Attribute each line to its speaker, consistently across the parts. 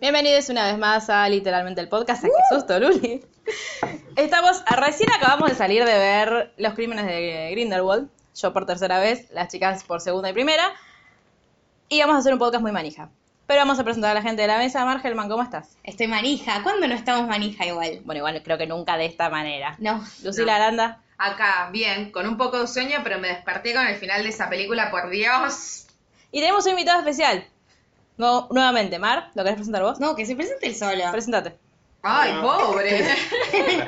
Speaker 1: Bienvenidos una vez más a literalmente el podcast. ¿A qué susto, Luli? Estamos, recién acabamos de salir de ver Los Crímenes de Grindelwald. Yo por tercera vez, las chicas por segunda y primera. Y vamos a hacer un podcast muy manija. Pero vamos a presentar a la gente de la mesa. Margelman, ¿cómo estás?
Speaker 2: Estoy manija. ¿Cuándo no estamos manija igual?
Speaker 1: Bueno, igual creo que nunca de esta manera.
Speaker 2: No.
Speaker 1: Lucila Aranda.
Speaker 3: Acá, bien, con un poco de sueño, pero me desperté con el final de esa película, por Dios.
Speaker 1: Y tenemos un invitado especial. No, nuevamente, Mar, ¿lo querés presentar vos?
Speaker 2: No, que se presente el solo.
Speaker 1: Preséntate.
Speaker 3: Ay,
Speaker 4: No.
Speaker 3: pobre.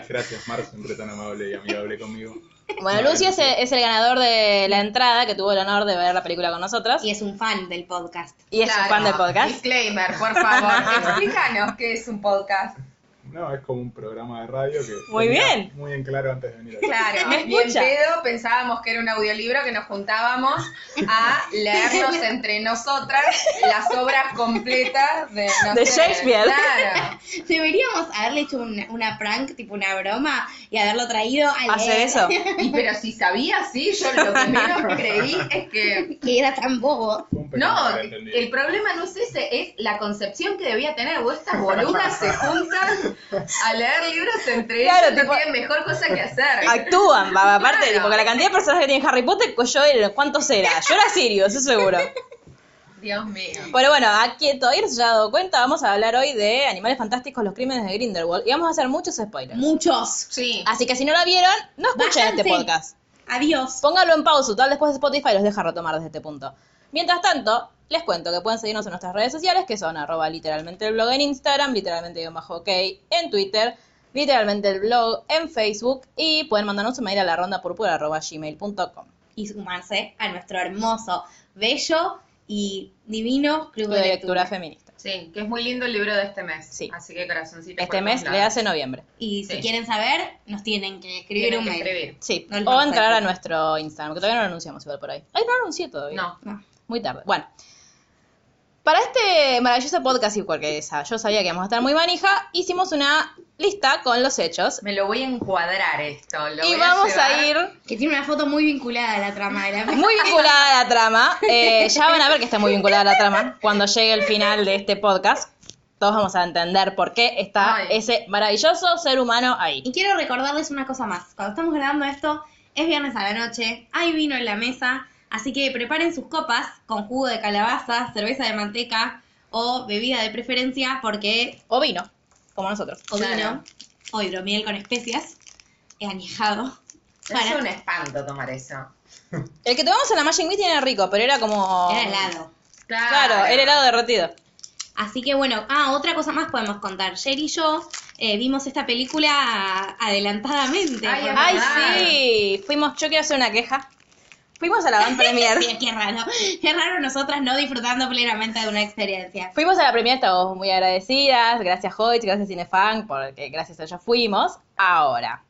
Speaker 4: Gracias, Mar, siempre tan amable y amigable conmigo.
Speaker 1: Bueno,
Speaker 4: No,
Speaker 1: Lucy es, el- es el ganador de la entrada que tuvo el honor de ver la película con nosotras.
Speaker 2: Y
Speaker 1: Y,
Speaker 2: es un fan del podcast.
Speaker 1: es un
Speaker 3: Claro.
Speaker 1: fan del podcast.
Speaker 3: Disclaimer, por favor, explícanos qué es un podcast.
Speaker 4: No, es como un programa de radio que.
Speaker 1: Muy
Speaker 4: tenía
Speaker 1: bien.
Speaker 4: Muy en claro antes de venir acá.
Speaker 3: Claro,
Speaker 1: Me
Speaker 3: bien
Speaker 1: escucha.
Speaker 3: pedo, pensábamos que era un audiolibro que nos juntábamos a leernos entre nosotras las obras completas de, no
Speaker 1: De
Speaker 3: sé,
Speaker 1: Shakespeare.
Speaker 3: Claro.
Speaker 2: Deberíamos haberle hecho una, una prank, tipo una broma, y haberlo traído a
Speaker 1: Hacer
Speaker 2: leer.
Speaker 1: eso.
Speaker 3: Y pero si sabía, sí, yo lo que menos creí es que...
Speaker 2: Que era tan bobo.
Speaker 4: Fue un pequeño
Speaker 3: No,
Speaker 4: malentendido.
Speaker 3: el problema no es ese, es la concepción que debía tener. Vos estas boludas se juntan a leer libros entre
Speaker 1: Claro,
Speaker 3: ellas,
Speaker 1: tipo-
Speaker 3: no tienen mejor cosa que hacer.
Speaker 1: Actúan, va, aparte,
Speaker 3: Claro.
Speaker 1: porque la cantidad de personajes que tiene Harry Potter, pues yo era, ¿cuántos era? Yo era Sirio, eso seguro.
Speaker 3: Dios mío.
Speaker 1: Pero bueno, aquí todavía no se haya dado cuenta, vamos a hablar hoy de Animales Fantásticos, los crímenes de Grindelwald, y vamos a hacer muchos spoilers.
Speaker 2: Muchos.
Speaker 3: Sí.
Speaker 1: Así que si no la vieron, no escuchen
Speaker 2: Bastante.
Speaker 1: este podcast.
Speaker 2: Adiós.
Speaker 1: Póngalo en pausa, tal después de Spotify los deja retomar desde este punto. Mientras tanto, les cuento que pueden seguirnos en nuestras redes sociales, que son arroba literalmente el blog en Instagram, literalmente guión bajo ok en Twitter, literalmente el blog en Facebook, y pueden mandarnos un mail a la ronda púrpura arroba gmail.com.
Speaker 2: Y sumarse a nuestro hermoso, bello y divino club
Speaker 1: Club de lectura feminista.
Speaker 3: Sí, que es muy lindo el libro de este mes.
Speaker 1: Sí.
Speaker 3: Así que corazoncito. por
Speaker 1: Este
Speaker 3: todos
Speaker 1: mes
Speaker 3: lados.
Speaker 1: le hace noviembre.
Speaker 2: Y si
Speaker 3: Sí.
Speaker 2: quieren saber, nos tienen que escribir
Speaker 3: Tienen
Speaker 2: un
Speaker 3: que
Speaker 2: mail.
Speaker 3: escribir.
Speaker 1: Sí,
Speaker 2: No les
Speaker 1: o
Speaker 2: vamos a
Speaker 1: entrar a
Speaker 2: decir.
Speaker 1: nuestro Instagram, que todavía no lo anunciamos igual por ahí. Ay, no lo anuncié todavía.
Speaker 3: No.
Speaker 2: No.
Speaker 1: Muy tarde. Bueno, para este maravilloso podcast, igual que esa, yo sabía que íbamos a estar muy manija, hicimos una lista con los hechos.
Speaker 3: Me lo voy a encuadrar esto. lo
Speaker 1: Y
Speaker 3: voy
Speaker 1: vamos a,
Speaker 3: llevar-
Speaker 1: ir
Speaker 2: Que tiene una foto muy vinculada a la trama de la
Speaker 1: muy vinculada a la trama. Eh, ya van a ver que está muy vinculada a la trama. Cuando llegue el final de este podcast, todos vamos a entender por qué está
Speaker 3: Ay.
Speaker 1: ese maravilloso ser humano ahí.
Speaker 2: Y quiero recordarles una cosa más. Cuando estamos grabando esto, es viernes a la noche, hay vino en la mesa, así que preparen sus copas con jugo de calabaza, cerveza de manteca o bebida de preferencia, porque
Speaker 1: O vino, como nosotros.
Speaker 2: o
Speaker 3: Claro.
Speaker 2: vino o hidromiel con especias, he añejado.
Speaker 3: Es
Speaker 2: Para-
Speaker 3: un espanto tomar eso.
Speaker 1: El que tomamos en la Magic Meeting era rico, pero era
Speaker 3: Oh.
Speaker 1: como...
Speaker 2: Era helado.
Speaker 1: Claro, era helado derretido.
Speaker 2: Así que bueno, ah, otra cosa más podemos contar. Jer y yo eh, vimos esta película adelantadamente.
Speaker 3: Ay,
Speaker 2: porque-
Speaker 1: Ay,
Speaker 3: verdad.
Speaker 1: sí. Fuimos, yo quiero hacer una queja. Fuimos a la Van Premier.
Speaker 2: Mira, qué raro. Qué raro nosotras no disfrutando plenamente de una experiencia.
Speaker 1: Fuimos a la Premier, estamos muy agradecidas. Gracias, Hoyt, gracias, Cinefan, porque gracias a ellos fuimos. Ahora,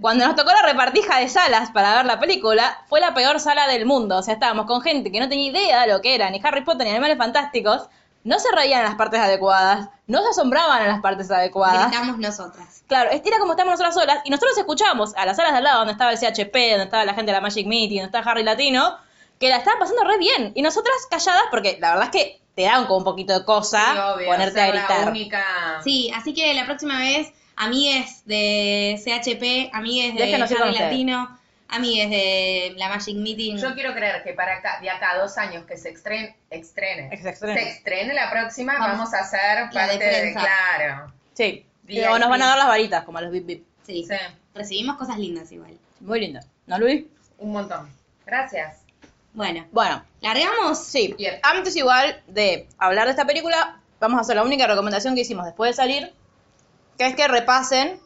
Speaker 1: cuando nos tocó la repartija de salas para ver la película, fue la peor sala del mundo. O sea, estábamos con gente que no tenía idea de lo que era, ni Harry Potter ni Animales Fantásticos. No se reían en las partes adecuadas, no se asombraban en las partes adecuadas.
Speaker 2: Gritamos nosotras.
Speaker 1: Claro, es- era como estamos nosotras solas y nosotros escuchamos a las salas de al lado donde estaba el CHP, donde estaba la gente de la Magic Meeting, donde estaba Harry Latino, que la estaban pasando re bien. Y nosotras calladas porque la verdad es que te dan como un poquito de cosa
Speaker 3: Sí, obvio,
Speaker 1: ponerte a
Speaker 3: ser La
Speaker 1: gritar.
Speaker 3: única...
Speaker 2: Sí, así que la próxima vez, amigues de CHP, amigues de
Speaker 1: Déjenos ir con
Speaker 2: Harry
Speaker 1: ustedes.
Speaker 2: Latino, amigues de la Magic Meeting.
Speaker 3: Yo quiero creer que para acá, de acá a dos años que se estrene, estrene,
Speaker 1: Que se estrene.
Speaker 3: se estrene la próxima,
Speaker 2: Vamos.
Speaker 3: vamos, a hacer parte
Speaker 2: de
Speaker 3: de,
Speaker 2: prensa.
Speaker 3: claro.
Speaker 1: Sí. Y
Speaker 3: Bien,
Speaker 1: o nos van a
Speaker 3: bien.
Speaker 1: dar las varitas, como a los bip bip.
Speaker 2: Sí.
Speaker 3: Sí,
Speaker 2: Recibimos cosas lindas igual.
Speaker 1: Muy lindo. ¿No, Luis?
Speaker 3: un montón. Gracias.
Speaker 2: Bueno,
Speaker 1: Bueno,
Speaker 2: ¿largamos?
Speaker 1: sí.
Speaker 3: Bien.
Speaker 1: Antes igual de hablar de esta película, vamos a hacer la única recomendación que hicimos después de salir, que es que repasen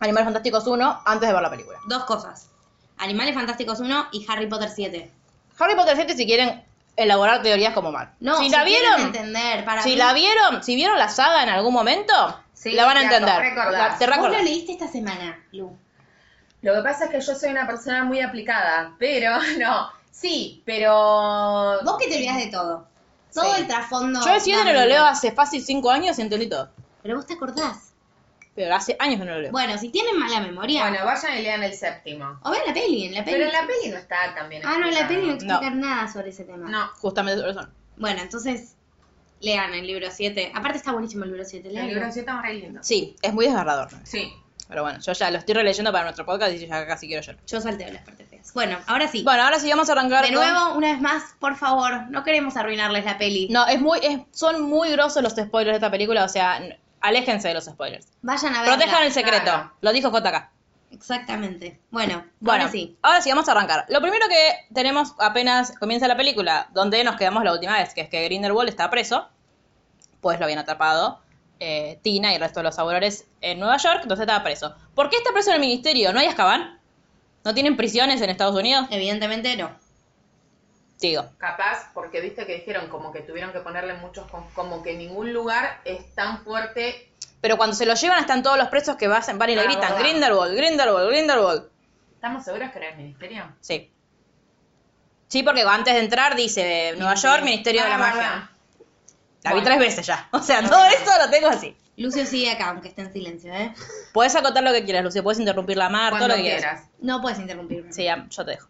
Speaker 1: Animales Fantásticos 1 antes de ver la película.
Speaker 2: Dos cosas. Animales Fantásticos 1 y Harry Potter 7.
Speaker 1: Harry Potter 7 si quieren elaborar teorías como mal.
Speaker 2: No,
Speaker 1: si, la
Speaker 2: quieren
Speaker 1: vieron,
Speaker 2: entender, para
Speaker 1: si
Speaker 2: mí-
Speaker 1: la vieron, si vieron la saga en algún momento,
Speaker 3: Sí,
Speaker 1: la van a
Speaker 3: te
Speaker 1: entender.
Speaker 3: recordás.
Speaker 1: La- te
Speaker 2: Vos
Speaker 1: recordás.
Speaker 2: lo leíste esta semana, Lu.
Speaker 3: Lo que pasa es que yo soy una persona muy aplicada, pero no. Sí, pero.
Speaker 2: Vos que te olvidás de todo. Todo
Speaker 3: Sí.
Speaker 2: el trasfondo.
Speaker 1: Yo el 7 no lo
Speaker 2: Marvel.
Speaker 1: leo hace fácil 5 años y entendí todo.
Speaker 2: Pero vos te acordás.
Speaker 1: Pero hace años que no lo leo.
Speaker 2: Bueno, si tienen mala memoria.
Speaker 3: Bueno, vayan y lean el séptimo.
Speaker 2: O vean la peli, en la peli.
Speaker 3: Pero en la peli no está también.
Speaker 2: Ah, no, en la peli no
Speaker 1: No.
Speaker 2: explican nada sobre ese tema.
Speaker 3: No,
Speaker 1: Justamente sobre eso.
Speaker 2: Bueno, entonces, lean el libro 7. Aparte está buenísimo el libro 7.
Speaker 3: el libro sí está más re lindo.
Speaker 1: Sí, es muy desgarrador.
Speaker 3: Sí.
Speaker 1: Pero bueno, yo ya lo estoy releyendo para nuestro podcast y ya casi quiero llorar.
Speaker 2: Yo salteo las partes feas. Bueno, ahora sí.
Speaker 1: Bueno, ahora sí vamos a arrancar
Speaker 2: de
Speaker 1: con-
Speaker 2: nuevo, una vez más, por favor, no queremos arruinarles la peli.
Speaker 1: No, es muy, es- son muy grosos los spoilers de esta película, o sea, n- aléjense de los spoilers.
Speaker 2: Vayan a verla.
Speaker 1: Protejan el secreto,
Speaker 3: claro.
Speaker 1: lo dijo JK.
Speaker 2: Exactamente. Bueno,
Speaker 1: Bueno,
Speaker 2: ahora sí.
Speaker 1: ahora sí, vamos a arrancar. Lo primero que tenemos apenas comienza la película, donde nos quedamos la última vez, que es que Grindelwald está preso, pues lo habían atrapado eh, Tina y el resto de los aurores en Nueva York, entonces estaba preso. ¿Por qué está preso en el ministerio? ¿No hay Azkaban? ¿No tienen prisiones en Estados Unidos?
Speaker 3: Eh.
Speaker 2: Evidentemente no.
Speaker 1: Digo.
Speaker 3: Capaz, porque viste que dijeron como que tuvieron que ponerle muchos, con- como que ningún lugar es tan fuerte.
Speaker 1: Pero cuando se lo llevan están todos los presos que vas- van y le
Speaker 3: Ah,
Speaker 1: gritan,
Speaker 3: verdad.
Speaker 1: Grindelwald, Grindelwald, Grindelwald.
Speaker 3: ¿Estamos seguros que era el ministerio?
Speaker 1: Sí. Sí, porque antes de entrar dice Nueva York, Ministerio de la
Speaker 3: Ah,
Speaker 1: Magia.
Speaker 3: verdad.
Speaker 1: La vi
Speaker 3: Bueno. Ah,
Speaker 1: tres veces ya. O sea, todo esto lo tengo así.
Speaker 2: Lucio sigue acá, aunque esté en silencio, ¿eh?
Speaker 1: Puedes acotar lo que quieras, Lucio. Puedes interrumpir la mar,
Speaker 3: Cuando
Speaker 1: todo lo que quieras.
Speaker 3: quieras.
Speaker 2: No puedes interrumpirme.
Speaker 1: Sí, ya, yo te dejo.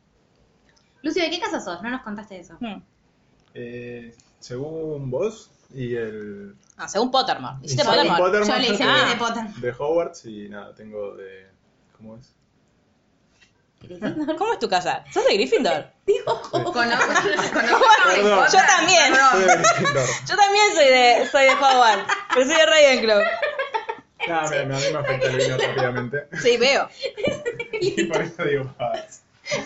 Speaker 2: Lucio, ¿de qué casa sos? No nos contaste eso.
Speaker 1: Hmm.
Speaker 4: Eh, según vos y el.
Speaker 1: Ah, según Pottermore.
Speaker 4: y
Speaker 1: Hiciste
Speaker 4: según
Speaker 1: Pottermore.
Speaker 4: Pottermore,
Speaker 2: Yo le hice
Speaker 4: de-
Speaker 2: de Pottermore.
Speaker 4: De Hogwarts y nada, tengo de. ¿Cómo es?
Speaker 1: ¿Cómo es tu casa? ¿Sos de Gryffindor?
Speaker 3: Conoz-
Speaker 4: Perdón.
Speaker 3: Conozco
Speaker 1: Yo también.
Speaker 4: Soy de Gryffindor.
Speaker 1: Yo también soy de, soy de Hogwarts. pero soy de Ravenclaw.
Speaker 4: Nada, me- me- a mí me afecta el vino rápidamente.
Speaker 1: Sí, veo.
Speaker 4: Y por eso digo, ah,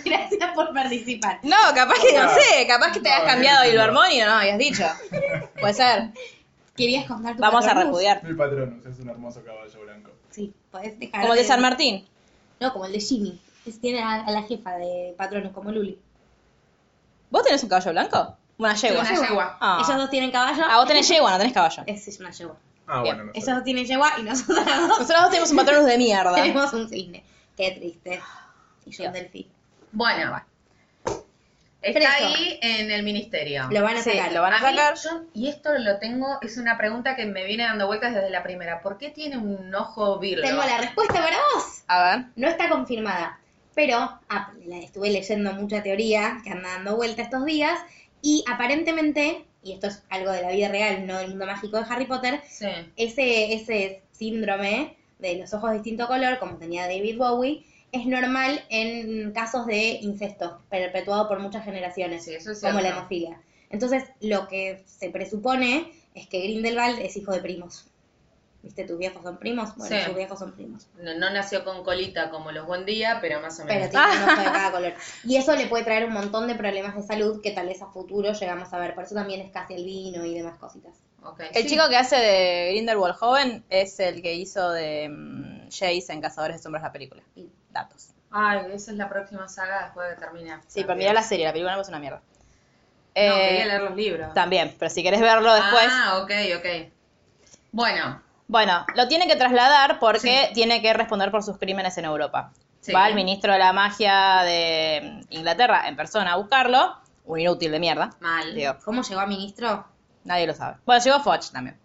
Speaker 2: Gracias por participar.
Speaker 1: No, capaz que no
Speaker 4: Hola.
Speaker 1: sé. Capaz que te
Speaker 4: No,
Speaker 1: habías cambiado
Speaker 4: no.
Speaker 1: el hormón y no nos habías dicho. Puede ser.
Speaker 2: ¿Querías contar tu
Speaker 1: Vamos a
Speaker 2: patronus?
Speaker 1: repudiar.
Speaker 4: mi patronus es un hermoso caballo blanco.
Speaker 2: Sí, podés dejar.
Speaker 1: Como el de San Martín.
Speaker 2: No, como el de Jimmy. Es, tiene a, a la jefa de patronos, como Luli.
Speaker 1: ¿Vos tenés un caballo blanco? Una yegua.
Speaker 3: Una yegua.
Speaker 1: Ah.
Speaker 2: Ellos dos tienen caballo.
Speaker 1: Ah, vos tenés yegua, no tenés caballo.
Speaker 2: Ese es una yegua.
Speaker 4: Ah,
Speaker 1: Bien,
Speaker 4: bueno, no sé.
Speaker 2: Ellos dos tienen yegua y nosotros dos
Speaker 1: Nosotros dos tenemos un patronus de mierda.
Speaker 2: tenemos un cisne. Qué triste. Y yo
Speaker 1: Dios.
Speaker 2: un delfín.
Speaker 3: Bueno, está
Speaker 2: Preso.
Speaker 3: ahí en el ministerio.
Speaker 2: Lo van a
Speaker 1: Sí,
Speaker 2: sacar.
Speaker 1: lo van a
Speaker 3: A mí,
Speaker 1: sacar.
Speaker 3: yo- y esto lo tengo, es una pregunta que me viene dando vueltas desde la primera. ¿Por qué tiene un ojo virgo?
Speaker 2: Tengo la respuesta para vos.
Speaker 1: A ver.
Speaker 2: No está confirmada. Pero ah, la- estuve leyendo mucha teoría que anda dando vuelta estos días. Y aparentemente, y esto es algo de la vida real, no del mundo mágico de Harry Potter,
Speaker 3: Sí.
Speaker 2: ese, ese síndrome de los ojos de distinto color, como tenía David Bowie, es normal en casos de incesto, perpetuado por muchas generaciones,
Speaker 3: Sí, eso es
Speaker 2: como la
Speaker 3: cierto.
Speaker 2: hemofilia. Entonces, lo que se presupone es que Grindelwald es hijo de primos. ¿Viste? ¿Tus viejos son primos? Bueno,
Speaker 3: Sí.
Speaker 2: sus viejos son primos.
Speaker 3: No, no nació con colita como los buen día, pero más o
Speaker 2: Pero
Speaker 3: menos.
Speaker 2: tienen un ojo de cada color. Y eso le puede traer un montón de problemas de salud que tal vez a futuro llegamos a ver. Por eso también es casi el vino y demás cositas.
Speaker 3: Ok.
Speaker 1: El chico que hace de Grindelwald joven es el que hizo de mm, Jace en Cazadores de Sombras la película. Y Datos.
Speaker 3: Ay, esa es la próxima saga después de que termine.
Speaker 1: Sí, pero mirá la serie, la película no es una mierda.
Speaker 3: No,
Speaker 1: Eh,
Speaker 3: quería leer los libros.
Speaker 1: también, pero si querés verlo después.
Speaker 3: Ah, ok, ok. Bueno,
Speaker 1: Bueno, lo tiene que trasladar porque tiene que responder por sus crímenes en Europa.
Speaker 3: Sí.
Speaker 1: Va el ministro de la magia de mm, Inglaterra en persona a buscarlo. Un inútil de mierda.
Speaker 3: mal.
Speaker 1: Digo,
Speaker 2: ¿Cómo llegó a ministro?
Speaker 1: nadie lo sabe. Bueno, llegó Foch también.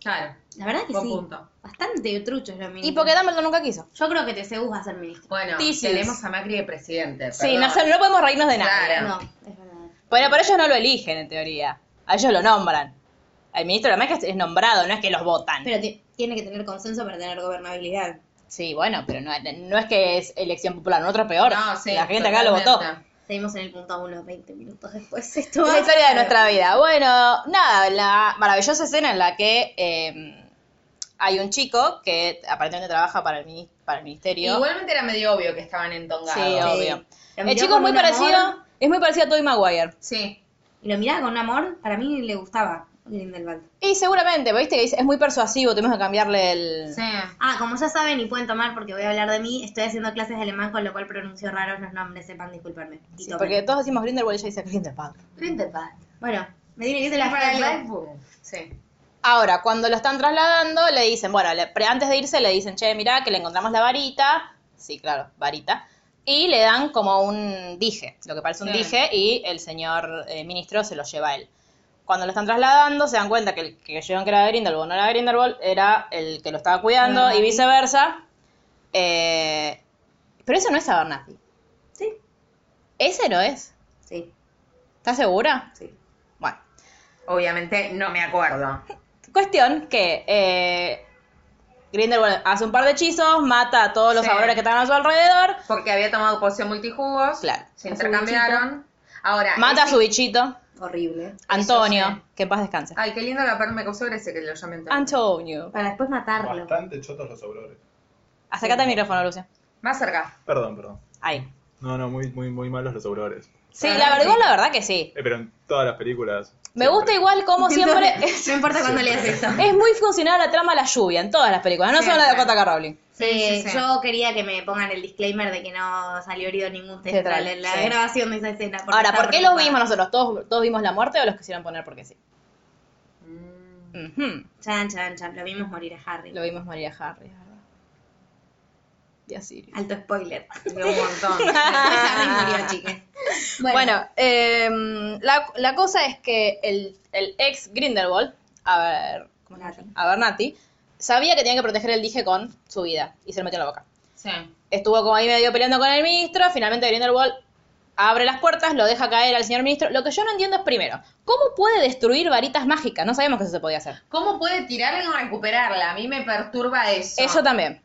Speaker 3: Claro,
Speaker 2: La verdad que
Speaker 3: buen
Speaker 2: sí.
Speaker 3: punto.
Speaker 2: Bastante truchos los ministros.
Speaker 1: Y porque Dumbledore nunca quiso.
Speaker 2: Yo creo que TCU va a ser ministro.
Speaker 3: Bueno,
Speaker 1: Tisis.
Speaker 3: tenemos a Macri de presidente.
Speaker 1: Sí, no,
Speaker 3: perdón.
Speaker 1: no podemos reírnos de nada.
Speaker 3: Claro.
Speaker 2: No, es verdad.
Speaker 1: Bueno, pero ellos no lo eligen, en teoría. A ellos lo nombran. El ministro de la magia es nombrado, no es que los votan.
Speaker 2: Pero ti- tiene que tener consenso para tener gobernabilidad.
Speaker 1: Sí, bueno, pero no, no es que es elección popular, no otro peor.
Speaker 3: No, sí,
Speaker 1: la gente acá lo votó.
Speaker 3: totalmente.
Speaker 2: Seguimos en el punto 1, 20 minutos después. Esto
Speaker 1: Es
Speaker 2: va
Speaker 1: la historia de
Speaker 2: a-
Speaker 1: nuestra vida. Bueno, nada, la maravillosa escena en la que eh, hay un chico que aparentemente trabaja para el, mini- para el ministerio.
Speaker 3: Igualmente era medio obvio que estaban
Speaker 1: sí,
Speaker 3: entongados.
Speaker 1: obvio.
Speaker 2: Lo
Speaker 1: El
Speaker 2: miró
Speaker 1: chico es
Speaker 2: con
Speaker 1: muy
Speaker 2: un
Speaker 1: parecido,
Speaker 2: amor,
Speaker 1: es muy parecido a Tobey Maguire.
Speaker 3: Sí.
Speaker 2: y lo miraba con un amor, para mí le gustaba. Grindelwald.
Speaker 1: Y seguramente, ¿viste? Que dice, es muy persuasivo, tuvimos que cambiarle el...
Speaker 2: Ah, como ya saben y pueden tomar porque voy a hablar de mí, estoy haciendo clases de alemán con lo cual pronuncio raros los nombres, sepan disculparme. Y
Speaker 1: Sí,
Speaker 2: tomen.
Speaker 1: porque todos decimos Grindelwald y ella dice Grindelwald.
Speaker 2: Bueno, me tiene que
Speaker 3: Es
Speaker 2: ser la frase.
Speaker 3: Sí.
Speaker 1: Ahora, cuando lo están trasladando, le dicen, bueno, le- pre- antes de irse le dicen, che, mirá que le encontramos la varita. Sí, claro, varita. Y le dan como un dije, lo que parece un
Speaker 3: Sí.
Speaker 1: dije, y el señor eh, ministro se lo lleva a él. Cuando lo están trasladando, se dan cuenta que el que llevan que era Grindelwald no era Grindelwald, era el que lo estaba cuidando y viceversa. Eh, pero eso no es Abernathy.
Speaker 2: Sí.
Speaker 1: Ese no es.
Speaker 2: Sí.
Speaker 1: ¿Estás segura?
Speaker 2: Sí.
Speaker 1: Bueno.
Speaker 3: Obviamente no me acuerdo.
Speaker 1: Cuestión que eh, Grindelwald hace un par de hechizos, mata a todos los
Speaker 3: Sí.
Speaker 1: sabores que están a su alrededor,
Speaker 3: Porque había tomado poción multijugos.
Speaker 1: Claro.
Speaker 3: Se intercambiaron. Ahora.
Speaker 1: mata a
Speaker 3: ese-
Speaker 1: su bichito,
Speaker 2: Horrible.
Speaker 1: Antonio,
Speaker 3: Ah, sí. Ah,
Speaker 1: que en paz descanse.
Speaker 3: Ay, qué lindo la perna me causó gracia que lo llamen Antonio.
Speaker 1: Antonio.
Speaker 2: Para después matarlo.
Speaker 4: Bastante chotos los obrores.
Speaker 1: Acércate al micrófono, Lucio.
Speaker 3: Más cerca.
Speaker 4: Perdón, perdón.
Speaker 1: Ahí.
Speaker 4: No, no, muy, muy, muy malos los obrores.
Speaker 1: Sí,
Speaker 3: Ah,
Speaker 1: la
Speaker 3: sí.
Speaker 1: verdad, la verdad que sí.
Speaker 4: Eh, pero en todas las películas.
Speaker 1: Me
Speaker 4: siempre.
Speaker 1: gusta igual como siempre es,
Speaker 2: No importa cuándo leas esto.
Speaker 1: es muy funcional la trama la lluvia en todas las películas, no solo la de
Speaker 3: Siempre.
Speaker 1: Dakota K. Rowling.
Speaker 2: Sí,
Speaker 3: Sí, sí, sí.
Speaker 2: yo quería que me pongan el disclaimer de que no salió herido ningún central en la
Speaker 1: Sí.
Speaker 2: grabación de esa escena. porque
Speaker 1: Ahora,
Speaker 2: estaba
Speaker 1: ¿por qué los
Speaker 2: preocupada.
Speaker 1: vimos nosotros? ¿Todos, ¿Todos vimos la muerte o los quisieron poner porque sí?
Speaker 3: Mm.
Speaker 1: Ujú.
Speaker 2: Chan, chan, chan, lo vimos morir a Harry.
Speaker 1: Lo vimos morir a Harry, es ¿verdad? Y a Sirius.
Speaker 2: Alto spoiler.
Speaker 3: De un montón.
Speaker 2: Harry murió, chiques.
Speaker 1: Bueno, em, la, la cosa es que el, el ex Grindelwald, a ver, ¿cómo se llama? Abernathy, sabía que tenía que proteger el dije con su vida y se lo metió en la boca.
Speaker 3: Sí.
Speaker 1: Estuvo como ahí medio peleando con el ministro, finalmente Grindelwald abre las puertas, lo deja caer al señor ministro. Lo que yo no entiendo es primero, ¿cómo puede destruir varitas mágicas? No sabemos que eso se podía hacer.
Speaker 3: ¿Cómo puede tirarla y no recuperarla? A mí me perturba eso.
Speaker 1: Eso también.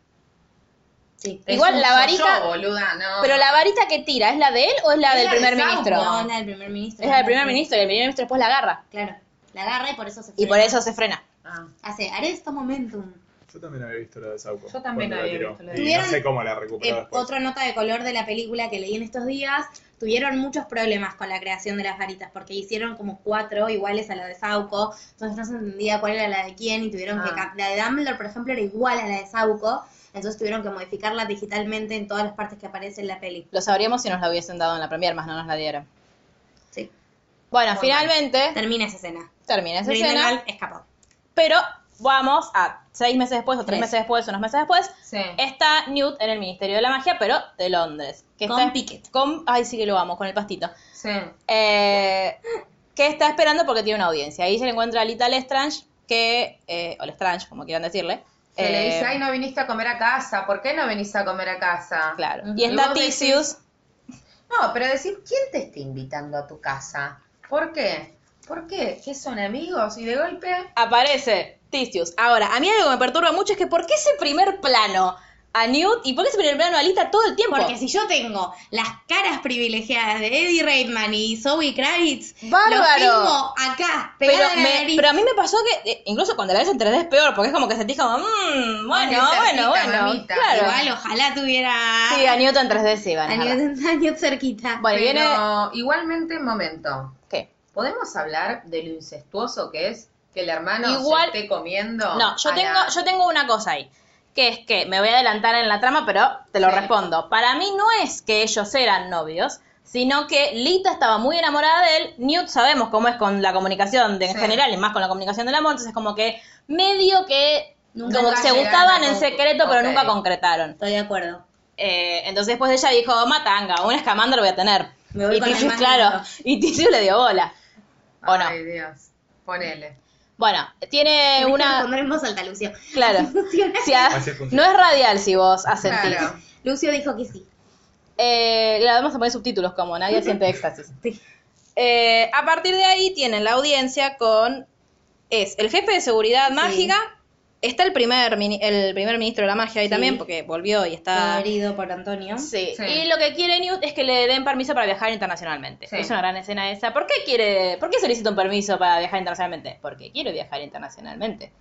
Speaker 2: Sí.
Speaker 3: Es
Speaker 1: Igual
Speaker 3: un
Speaker 1: la varita-
Speaker 3: yo-yo, boluda, no.
Speaker 1: Pero la varita que tira, ¿es la de él o es la
Speaker 3: Es
Speaker 1: del
Speaker 3: la de
Speaker 1: primer
Speaker 3: Sauron.
Speaker 1: ministro?
Speaker 2: No, la del primer ministro.
Speaker 1: Es la del primer ministro y el primer ministro después la agarra.
Speaker 2: Claro, la agarra y por eso se
Speaker 1: Y
Speaker 2: frena.
Speaker 1: por eso se frena.
Speaker 3: Ah.
Speaker 2: Hace arresto momentum.
Speaker 4: Yo también había visto la de Sauco.
Speaker 3: Yo también
Speaker 4: cuando la
Speaker 3: había
Speaker 4: tiró.
Speaker 3: visto la
Speaker 2: de
Speaker 4: Y
Speaker 2: Sauco.
Speaker 4: no sé cómo la
Speaker 2: Eh,
Speaker 4: recuperó después.
Speaker 2: otra nota de color de la película que leí en estos días, tuvieron muchos problemas con la creación de las varitas, porque hicieron como cuatro iguales a la de Sauco, entonces no se entendía cuál era la de quién y tuvieron que...
Speaker 3: Ah.
Speaker 2: cam- La de Dumbledore, por ejemplo, era igual a la de Sauco, entonces tuvieron que modificarla digitalmente en todas las partes que aparece en la peli.
Speaker 1: Lo sabríamos si nos la hubiesen dado en la premier, más no nos la dieron.
Speaker 2: Sí.
Speaker 1: Bueno,
Speaker 3: Muy
Speaker 1: finalmente
Speaker 2: Termina esa escena.
Speaker 1: termina esa
Speaker 2: Grindelwald
Speaker 1: escena,
Speaker 2: escapó.
Speaker 1: pero vamos a seis meses después, o tres
Speaker 2: Tres.
Speaker 1: meses después, unos meses después,
Speaker 3: Sí.
Speaker 1: está Newt en el Ministerio de la Magia, pero de Londres. Que
Speaker 2: Con
Speaker 1: está,
Speaker 2: Pickett.
Speaker 1: Con, ay, sí que lo amo, con el pastito.
Speaker 3: Sí.
Speaker 1: Eh, que está esperando porque tiene una audiencia. Ahí se le encuentra a Lita Lestrange, que, eh, o Lestrange, como quieran decirle.
Speaker 3: Que le
Speaker 1: Eh,
Speaker 3: dice, ay, no viniste a comer a casa. ¿Por qué no venís a comer a casa?
Speaker 1: Claro.
Speaker 3: Ujú.
Speaker 1: Y está
Speaker 3: vos decís,
Speaker 1: Ticius,
Speaker 3: No, pero decir, ¿quién te está invitando a tu casa? ¿Por qué? ¿Por qué? ¿Qué son amigos? Y de golpe.
Speaker 1: aparece Ticius. Ahora, a mí algo que me perturba mucho es que ¿por qué ese primer plano a Newt y por qué ese primer plano a Lita todo el tiempo?
Speaker 2: Porque si yo tengo las caras privilegiadas de Eddie Redmayne y Zoe Kravitz,
Speaker 1: Bárbaro.
Speaker 2: los tengo acá,
Speaker 1: pero,
Speaker 2: pegada a la
Speaker 1: me-
Speaker 2: nariz.
Speaker 1: pero a mí me pasó que, eh, incluso cuando la ves en 3D es peor, porque es como que sentís como, mmm, bueno,
Speaker 3: Ay,
Speaker 1: bueno,
Speaker 3: cerquita,
Speaker 1: bueno.
Speaker 3: mamita.
Speaker 1: Claro.
Speaker 2: Igual, ojalá tuviera
Speaker 1: Sí, a Newt en 3D sí, van.
Speaker 2: a Newt- a Newt cerquita.
Speaker 1: Bueno, y viene.
Speaker 3: Pero igualmente, momento.
Speaker 1: ¿Qué?
Speaker 3: ¿Podemos hablar de lo incestuoso que es que el hermano
Speaker 1: Igual-
Speaker 3: se esté comiendo? ah.
Speaker 1: No, yo
Speaker 3: a
Speaker 1: tengo,
Speaker 3: la-
Speaker 1: yo tengo una cosa ahí. Que es que me voy a adelantar en la trama, pero te lo
Speaker 3: Sí.
Speaker 1: respondo. Para mí no es que ellos eran novios, sino que Lita estaba muy enamorada de él. Newt sabemos cómo es con la comunicación de, en
Speaker 3: Sí.
Speaker 1: general y más con la comunicación del amor. Entonces, es como que medio que
Speaker 3: Nunca
Speaker 1: como que se
Speaker 3: llegaron
Speaker 1: gustaban
Speaker 3: a
Speaker 1: en
Speaker 3: conc-
Speaker 1: secreto, pero
Speaker 3: ok.
Speaker 1: nunca concretaron.
Speaker 2: Estoy de acuerdo.
Speaker 1: Eh, entonces, después ella dijo: Matanga, un escamandro voy a tener.
Speaker 2: Me voy
Speaker 1: y
Speaker 2: con el
Speaker 1: Ticius,
Speaker 2: más
Speaker 1: claro.
Speaker 2: lindo.
Speaker 1: Y Ticius le dio bola. ¿O no?
Speaker 3: Ay, Dios. Ponele.
Speaker 1: Bueno, tiene
Speaker 2: Tenés que
Speaker 1: Eh, una.
Speaker 2: responder en voz alta, Lucio.
Speaker 1: Claro.
Speaker 2: Funciona.
Speaker 1: Si a-
Speaker 4: Así
Speaker 1: no
Speaker 4: funciona.
Speaker 1: es radial si vos asentís.
Speaker 3: Claro.
Speaker 2: Lucio dijo que sí.
Speaker 1: Eh, le vamos a poner subtítulos como Nadie siente éxtasis.
Speaker 2: Sí.
Speaker 1: Eh, a partir de ahí tienen la audiencia con es el jefe de seguridad mágica, está el primer mini- el primer ministro de la magia ahí
Speaker 2: Sí.
Speaker 1: también porque volvió y está
Speaker 2: Herido por Antonio.
Speaker 1: Sí.
Speaker 3: Sí.
Speaker 1: Y lo que quiere Newt es que le den permiso para viajar internacionalmente.
Speaker 3: Sí.
Speaker 1: Es una gran escena esa. ¿Por qué quiere, por qué solicita un permiso para viajar internacionalmente? Porque quiere viajar internacionalmente.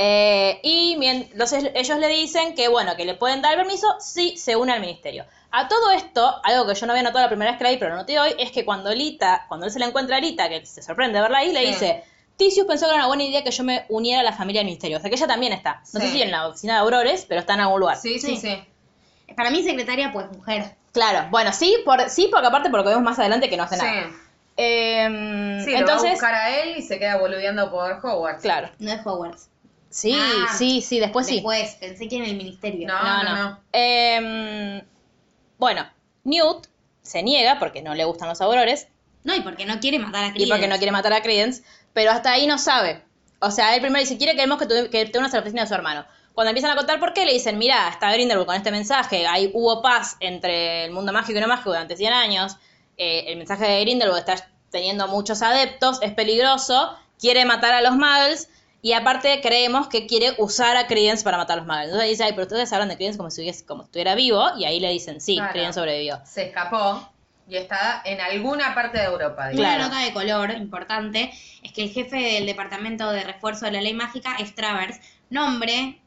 Speaker 1: Eh, y mien- los- ellos le dicen que bueno, que le pueden dar permiso si se une al ministerio. A todo esto, algo que yo no había notado la primera vez que la vi, pero lo noté hoy, es que cuando Lita, cuando él se la encuentra a Lita, que se sorprende de verla ahí, le
Speaker 3: Sí.
Speaker 1: dice, Ticius pensó que era una buena idea que yo me uniera a la familia del misterio. O sea que ella también está. No sé
Speaker 3: Sí.
Speaker 1: si en la oficina de Aurores, pero está en algún lugar.
Speaker 3: Sí, sí, sí.
Speaker 2: Para mí, secretaria, pues mujer.
Speaker 1: Claro, bueno, sí, por, sí, porque aparte por lo que vemos más adelante que no hace
Speaker 3: Sí,
Speaker 1: nada. Em,
Speaker 3: Sí, lo va a
Speaker 1: entonces,
Speaker 3: buscar a él y se queda boludeando por Hogwarts.
Speaker 1: claro.
Speaker 2: No es Hogwarts.
Speaker 1: Sí,
Speaker 2: Ah,
Speaker 1: sí, sí, después Pues sí.
Speaker 2: Después, pensé que en el ministerio.
Speaker 3: No.
Speaker 1: no, no. Em, bueno, Newt se niega porque no le gustan los aurores
Speaker 2: No, y porque no quiere matar a Credence.
Speaker 1: y porque no quiere matar a Credence, pero hasta ahí no sabe. O sea, él primero dice, quiere que, vemos que, tu- que te unas a la oficina de su hermano. Cuando empiezan a contar por qué, le dicen, mira, está Grindelwald con este mensaje, ahí hubo paz entre el mundo mágico y no mágico durante 100 años, eh, el mensaje de Grindelwald está teniendo muchos adeptos, es peligroso, quiere matar a los muggles, y aparte creemos que quiere usar a Credence para matar a los muggles. Entonces dice, ay, pero ustedes hablan de Credence como si, hubiese- como si estuviera vivo, y ahí le dicen, sí,
Speaker 3: Claro.
Speaker 1: Credence sobrevivió.
Speaker 3: Se escapó y está en alguna parte de Europa.
Speaker 2: Una
Speaker 3: digo.
Speaker 1: Claro.
Speaker 2: nota de color importante es que el jefe del Departamento de Refuerzo de la Ley Mágica es Travers, nombre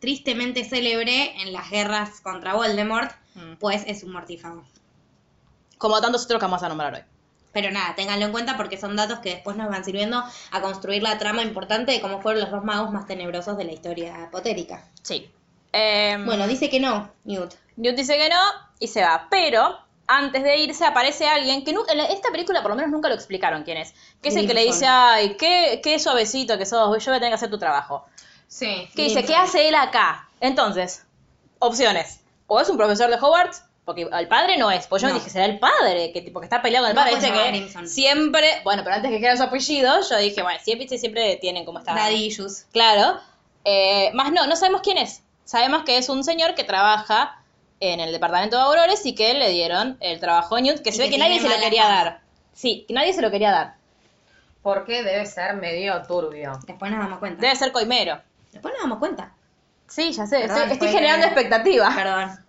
Speaker 2: tristemente célebre en las guerras contra Voldemort,
Speaker 1: Mm.
Speaker 2: pues es un mortífago.
Speaker 1: Como tantos otros que vamos a nombrar hoy.
Speaker 2: Pero nada, ténganlo en cuenta porque son datos que después nos van sirviendo a construir la trama importante de cómo fueron los dos magos más tenebrosos de la historia potérica.
Speaker 1: Sí. Em,
Speaker 2: Bueno, dice que no, Newt.
Speaker 1: Newt dice que no y se va. Pero antes de irse aparece alguien que nu- en la- esta película por lo menos nunca lo explicaron quién es. Que es el que le dice, ay, qué, qué suavecito que sos, yo voy a tener que hacer tu trabajo.
Speaker 3: Sí.
Speaker 1: Que dice, ¿qué hace él acá? Entonces, opciones. O es un profesor de Hogwarts, porque el padre no es. Pues yo
Speaker 2: No.
Speaker 1: dije, será el padre, que tipo que está peleado con el
Speaker 2: No,
Speaker 1: padre.
Speaker 2: pues
Speaker 1: Dice
Speaker 2: no,
Speaker 1: que
Speaker 2: Grimson.
Speaker 1: siempre, bueno, pero antes que dijeran su apellido, yo dije, bueno, siempre, siempre tienen como está.
Speaker 2: Daddy issues.
Speaker 1: Claro. Eh, más no, no sabemos quién es. Sabemos que es un señor que trabaja en el departamento de Aurores y que le dieron el trabajo a Newt, que
Speaker 2: Y
Speaker 1: se ve
Speaker 2: que
Speaker 1: que
Speaker 2: tiene
Speaker 1: nadie se lo
Speaker 2: mala
Speaker 1: quería
Speaker 2: fama.
Speaker 1: dar. Sí, que nadie se lo quería dar.
Speaker 3: Porque debe ser medio turbio.
Speaker 2: Después nos damos cuenta.
Speaker 1: Debe ser coimero.
Speaker 2: Después nos damos cuenta.
Speaker 1: Sí, ya sé.
Speaker 3: Perdón,
Speaker 1: estoy estoy
Speaker 3: fue-
Speaker 1: generando expectativas.
Speaker 2: Perdón.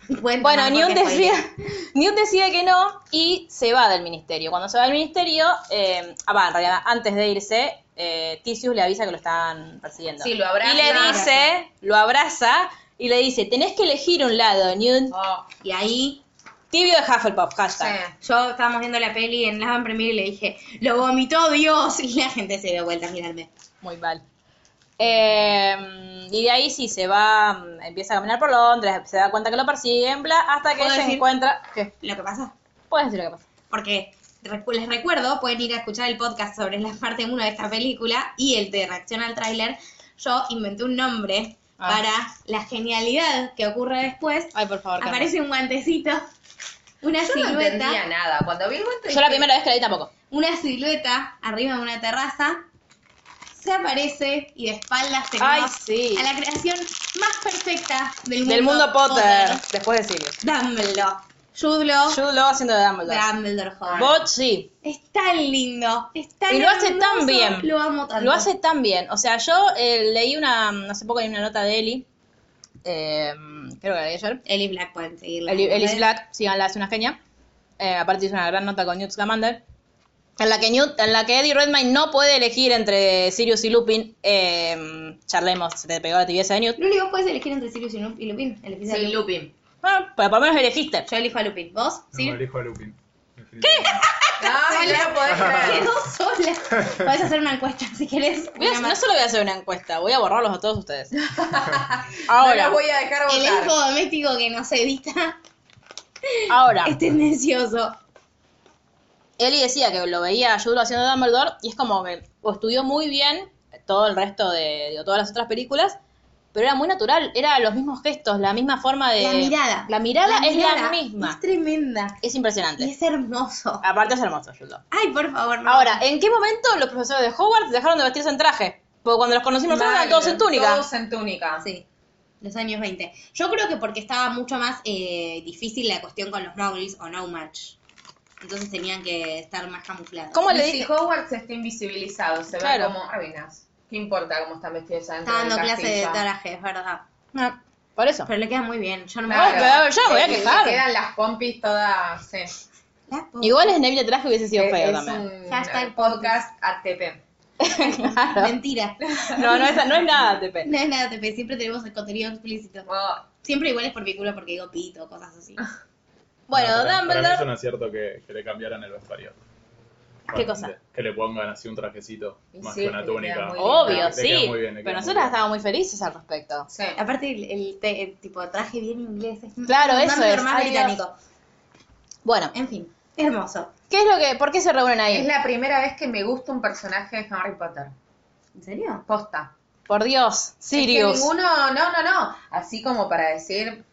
Speaker 2: Pueden
Speaker 1: Ah. Bueno,
Speaker 2: tomar
Speaker 1: Newt
Speaker 2: porque fue-
Speaker 1: decide, Newt decide que no y se va del ministerio. Cuando se va del ministerio, eh, ah, va, en realidad, antes de irse, eh, Ticius le avisa que lo están persiguiendo.
Speaker 3: Sí, lo abraza.
Speaker 1: Y le dice, lo abraza y le dice, tenés que elegir un lado, Newt.
Speaker 3: Oh,
Speaker 2: Y ahí
Speaker 1: Tibio de Hufflepuff, hashtag.
Speaker 3: sí.
Speaker 2: yo estábamos viendo la peli en la Premier y le dije, lo vomitó Dios. Y la gente se dio vuelta a mirarme.
Speaker 1: Muy mal. Eh, y de ahí sí se va, mm, empieza a caminar por Londres, se da cuenta que lo persiguen, bla, hasta que
Speaker 2: ¿Puedo
Speaker 1: se
Speaker 2: decir?
Speaker 1: encuentra. ¿Qué?
Speaker 2: Lo que pasa,
Speaker 1: Puedes decir lo que pasa.
Speaker 2: porque recu- les recuerdo, pueden ir a escuchar el podcast sobre la parte 1 de esta película y el de reacción al tráiler. Yo inventé un nombre
Speaker 1: Ah.
Speaker 2: para la genialidad que ocurre después.
Speaker 1: Ay, por favor. Carmen.
Speaker 2: Aparece un guantecito, una
Speaker 3: Yo no
Speaker 2: silueta.
Speaker 3: entendía nada. Cuando vi el momento
Speaker 1: Yo la
Speaker 3: dije,
Speaker 1: primera vez que la vi tampoco.
Speaker 2: una silueta arriba de una terraza se aparece y de espaldas tenemos
Speaker 1: Ay, sí.
Speaker 2: a la creación más perfecta del mundo,
Speaker 1: Del mundo Potter, después de Sirius.
Speaker 2: Dumbledore. Jude Law,
Speaker 1: Jude Law haciendo de Dumbledore.
Speaker 2: Dumbledore joven.
Speaker 1: Bot sí,
Speaker 2: Es tan lindo, es tan
Speaker 1: Y lo hace
Speaker 2: hermoso,
Speaker 1: tan bien.
Speaker 2: Lo amo tanto.
Speaker 1: lo hace tan bien. O sea, yo eh, leí una, hace poco leí una nota de Eli, eh, creo que la leí ayer,
Speaker 2: Ellie Black pueden seguirla.
Speaker 1: Eli- Ellis
Speaker 2: ¿Ves?
Speaker 1: Black, síganla, es una genia. Eh, aparte hizo una gran nota con Newt Scamander. En la, que Newt- en la que Eddie Redmayne no puede elegir entre Sirius y Lupin. eh, charlemos, se te pegó la tibieza de Newt.
Speaker 2: Lo único que puedes elegir entre Sirius y Lu- y Lupin. Elegís a
Speaker 3: Sí,
Speaker 2: Lupin.
Speaker 3: Lupin.
Speaker 1: Bueno, Ah, pero por lo menos elegiste.
Speaker 2: Yo elijo a Lupin. ¿Vos?
Speaker 4: No,
Speaker 2: ¿Sí?
Speaker 4: elijo a Lupin. ¿Qué?
Speaker 3: No, no lo podés creer.
Speaker 2: Quedó sola. Podés hacer una encuesta si querés.
Speaker 1: Ah, Voy a-
Speaker 2: Una
Speaker 1: no
Speaker 2: más.
Speaker 1: solo voy a hacer una encuesta, voy a borrarlos a todos ustedes.
Speaker 3: No
Speaker 1: Ahora,
Speaker 3: los voy a dejar
Speaker 2: El
Speaker 3: votar.
Speaker 2: elfo doméstico que nos edita
Speaker 1: ahora.
Speaker 2: es tendencioso.
Speaker 1: Eli decía que lo veía a Jude Law haciendo Dumbledore y es como que o estudió muy bien todo el resto de, digo, todas las otras películas, pero era muy natural, era los mismos gestos, la misma forma de...
Speaker 2: La mirada.
Speaker 1: Eh, La mirada es
Speaker 2: mirada
Speaker 1: la misma.
Speaker 2: Es tremenda.
Speaker 1: Es
Speaker 2: Y
Speaker 1: impresionante.
Speaker 2: es hermoso.
Speaker 1: Aparte es hermoso, Jude Law.
Speaker 2: Ay, por favor, no.
Speaker 1: Ahora, ¿en qué momento los profesores de Hogwarts dejaron de vestirse en traje? Porque cuando los conocimos nosotros eran
Speaker 3: Mal,
Speaker 1: todos en túnica.
Speaker 3: Todos en túnica.
Speaker 2: Sí. Los años 20. Yo creo que porque estaba mucho más eh, difícil la cuestión con los muggles o no match. Entonces tenían que estar más camuflados.
Speaker 1: ¿Cómo
Speaker 3: Y
Speaker 1: le
Speaker 3: Si
Speaker 1: dije?
Speaker 3: Hogwarts está invisibilizado, se
Speaker 1: Claro.
Speaker 3: ven como ruinas. ¿Qué importa cómo están vestidos allá dentro
Speaker 2: Estaba dando
Speaker 3: del
Speaker 2: clase de
Speaker 3: castillo?
Speaker 2: taraje, es verdad.
Speaker 1: Ah, por eso.
Speaker 2: Pero le queda muy bien. Yo no me
Speaker 3: Claro.
Speaker 1: Claro, yo me voy a
Speaker 3: Le- le
Speaker 1: quejar.
Speaker 3: Quedan las pompis todas. Sí.
Speaker 2: La puta.
Speaker 1: Igual Snape de traje hubiese sido feo
Speaker 3: Es
Speaker 1: también.
Speaker 3: un
Speaker 2: Hashtag
Speaker 3: podcast ATP.
Speaker 1: Claro.
Speaker 2: Mentira.
Speaker 1: No, no es, no es nada, Tepe.
Speaker 2: No es nada, Tepe. Siempre tenemos el contenido explícito.
Speaker 3: Oh,
Speaker 2: Siempre igual es por mi culo porque digo pito, cosas así.
Speaker 1: Bueno,
Speaker 4: para, para mí es
Speaker 1: Dumbledore...
Speaker 4: un acierto que, que le cambiaran el vestuario.
Speaker 1: ¿Qué cosa?
Speaker 4: Que le pongan así un trajecito,
Speaker 3: Y
Speaker 4: más
Speaker 3: sí,
Speaker 4: que una
Speaker 3: que le queda
Speaker 4: túnica.
Speaker 3: muy bien.
Speaker 1: Obvio,
Speaker 4: Le queda
Speaker 1: sí.
Speaker 4: muy bien, le
Speaker 1: pero
Speaker 4: queda muy
Speaker 1: nosotras
Speaker 4: bien.
Speaker 1: estábamos muy felices al respecto.
Speaker 3: Sí.
Speaker 2: Aparte, el, el te- el tipo de traje bien inglés. Es
Speaker 1: Claro,
Speaker 2: es
Speaker 1: eso
Speaker 2: más-
Speaker 1: es.
Speaker 2: más
Speaker 1: Ay, Dios.
Speaker 2: británico.
Speaker 1: Bueno,
Speaker 2: En fin, hermoso.
Speaker 1: ¿qué es lo que, por qué se reúnen ahí?
Speaker 3: Es la primera vez que me gusta un personaje de Harry Potter.
Speaker 2: ¿En serio?
Speaker 3: Posta.
Speaker 1: Por Dios, Sirius.
Speaker 3: Es que ninguno, no, no, no. Así como para decir.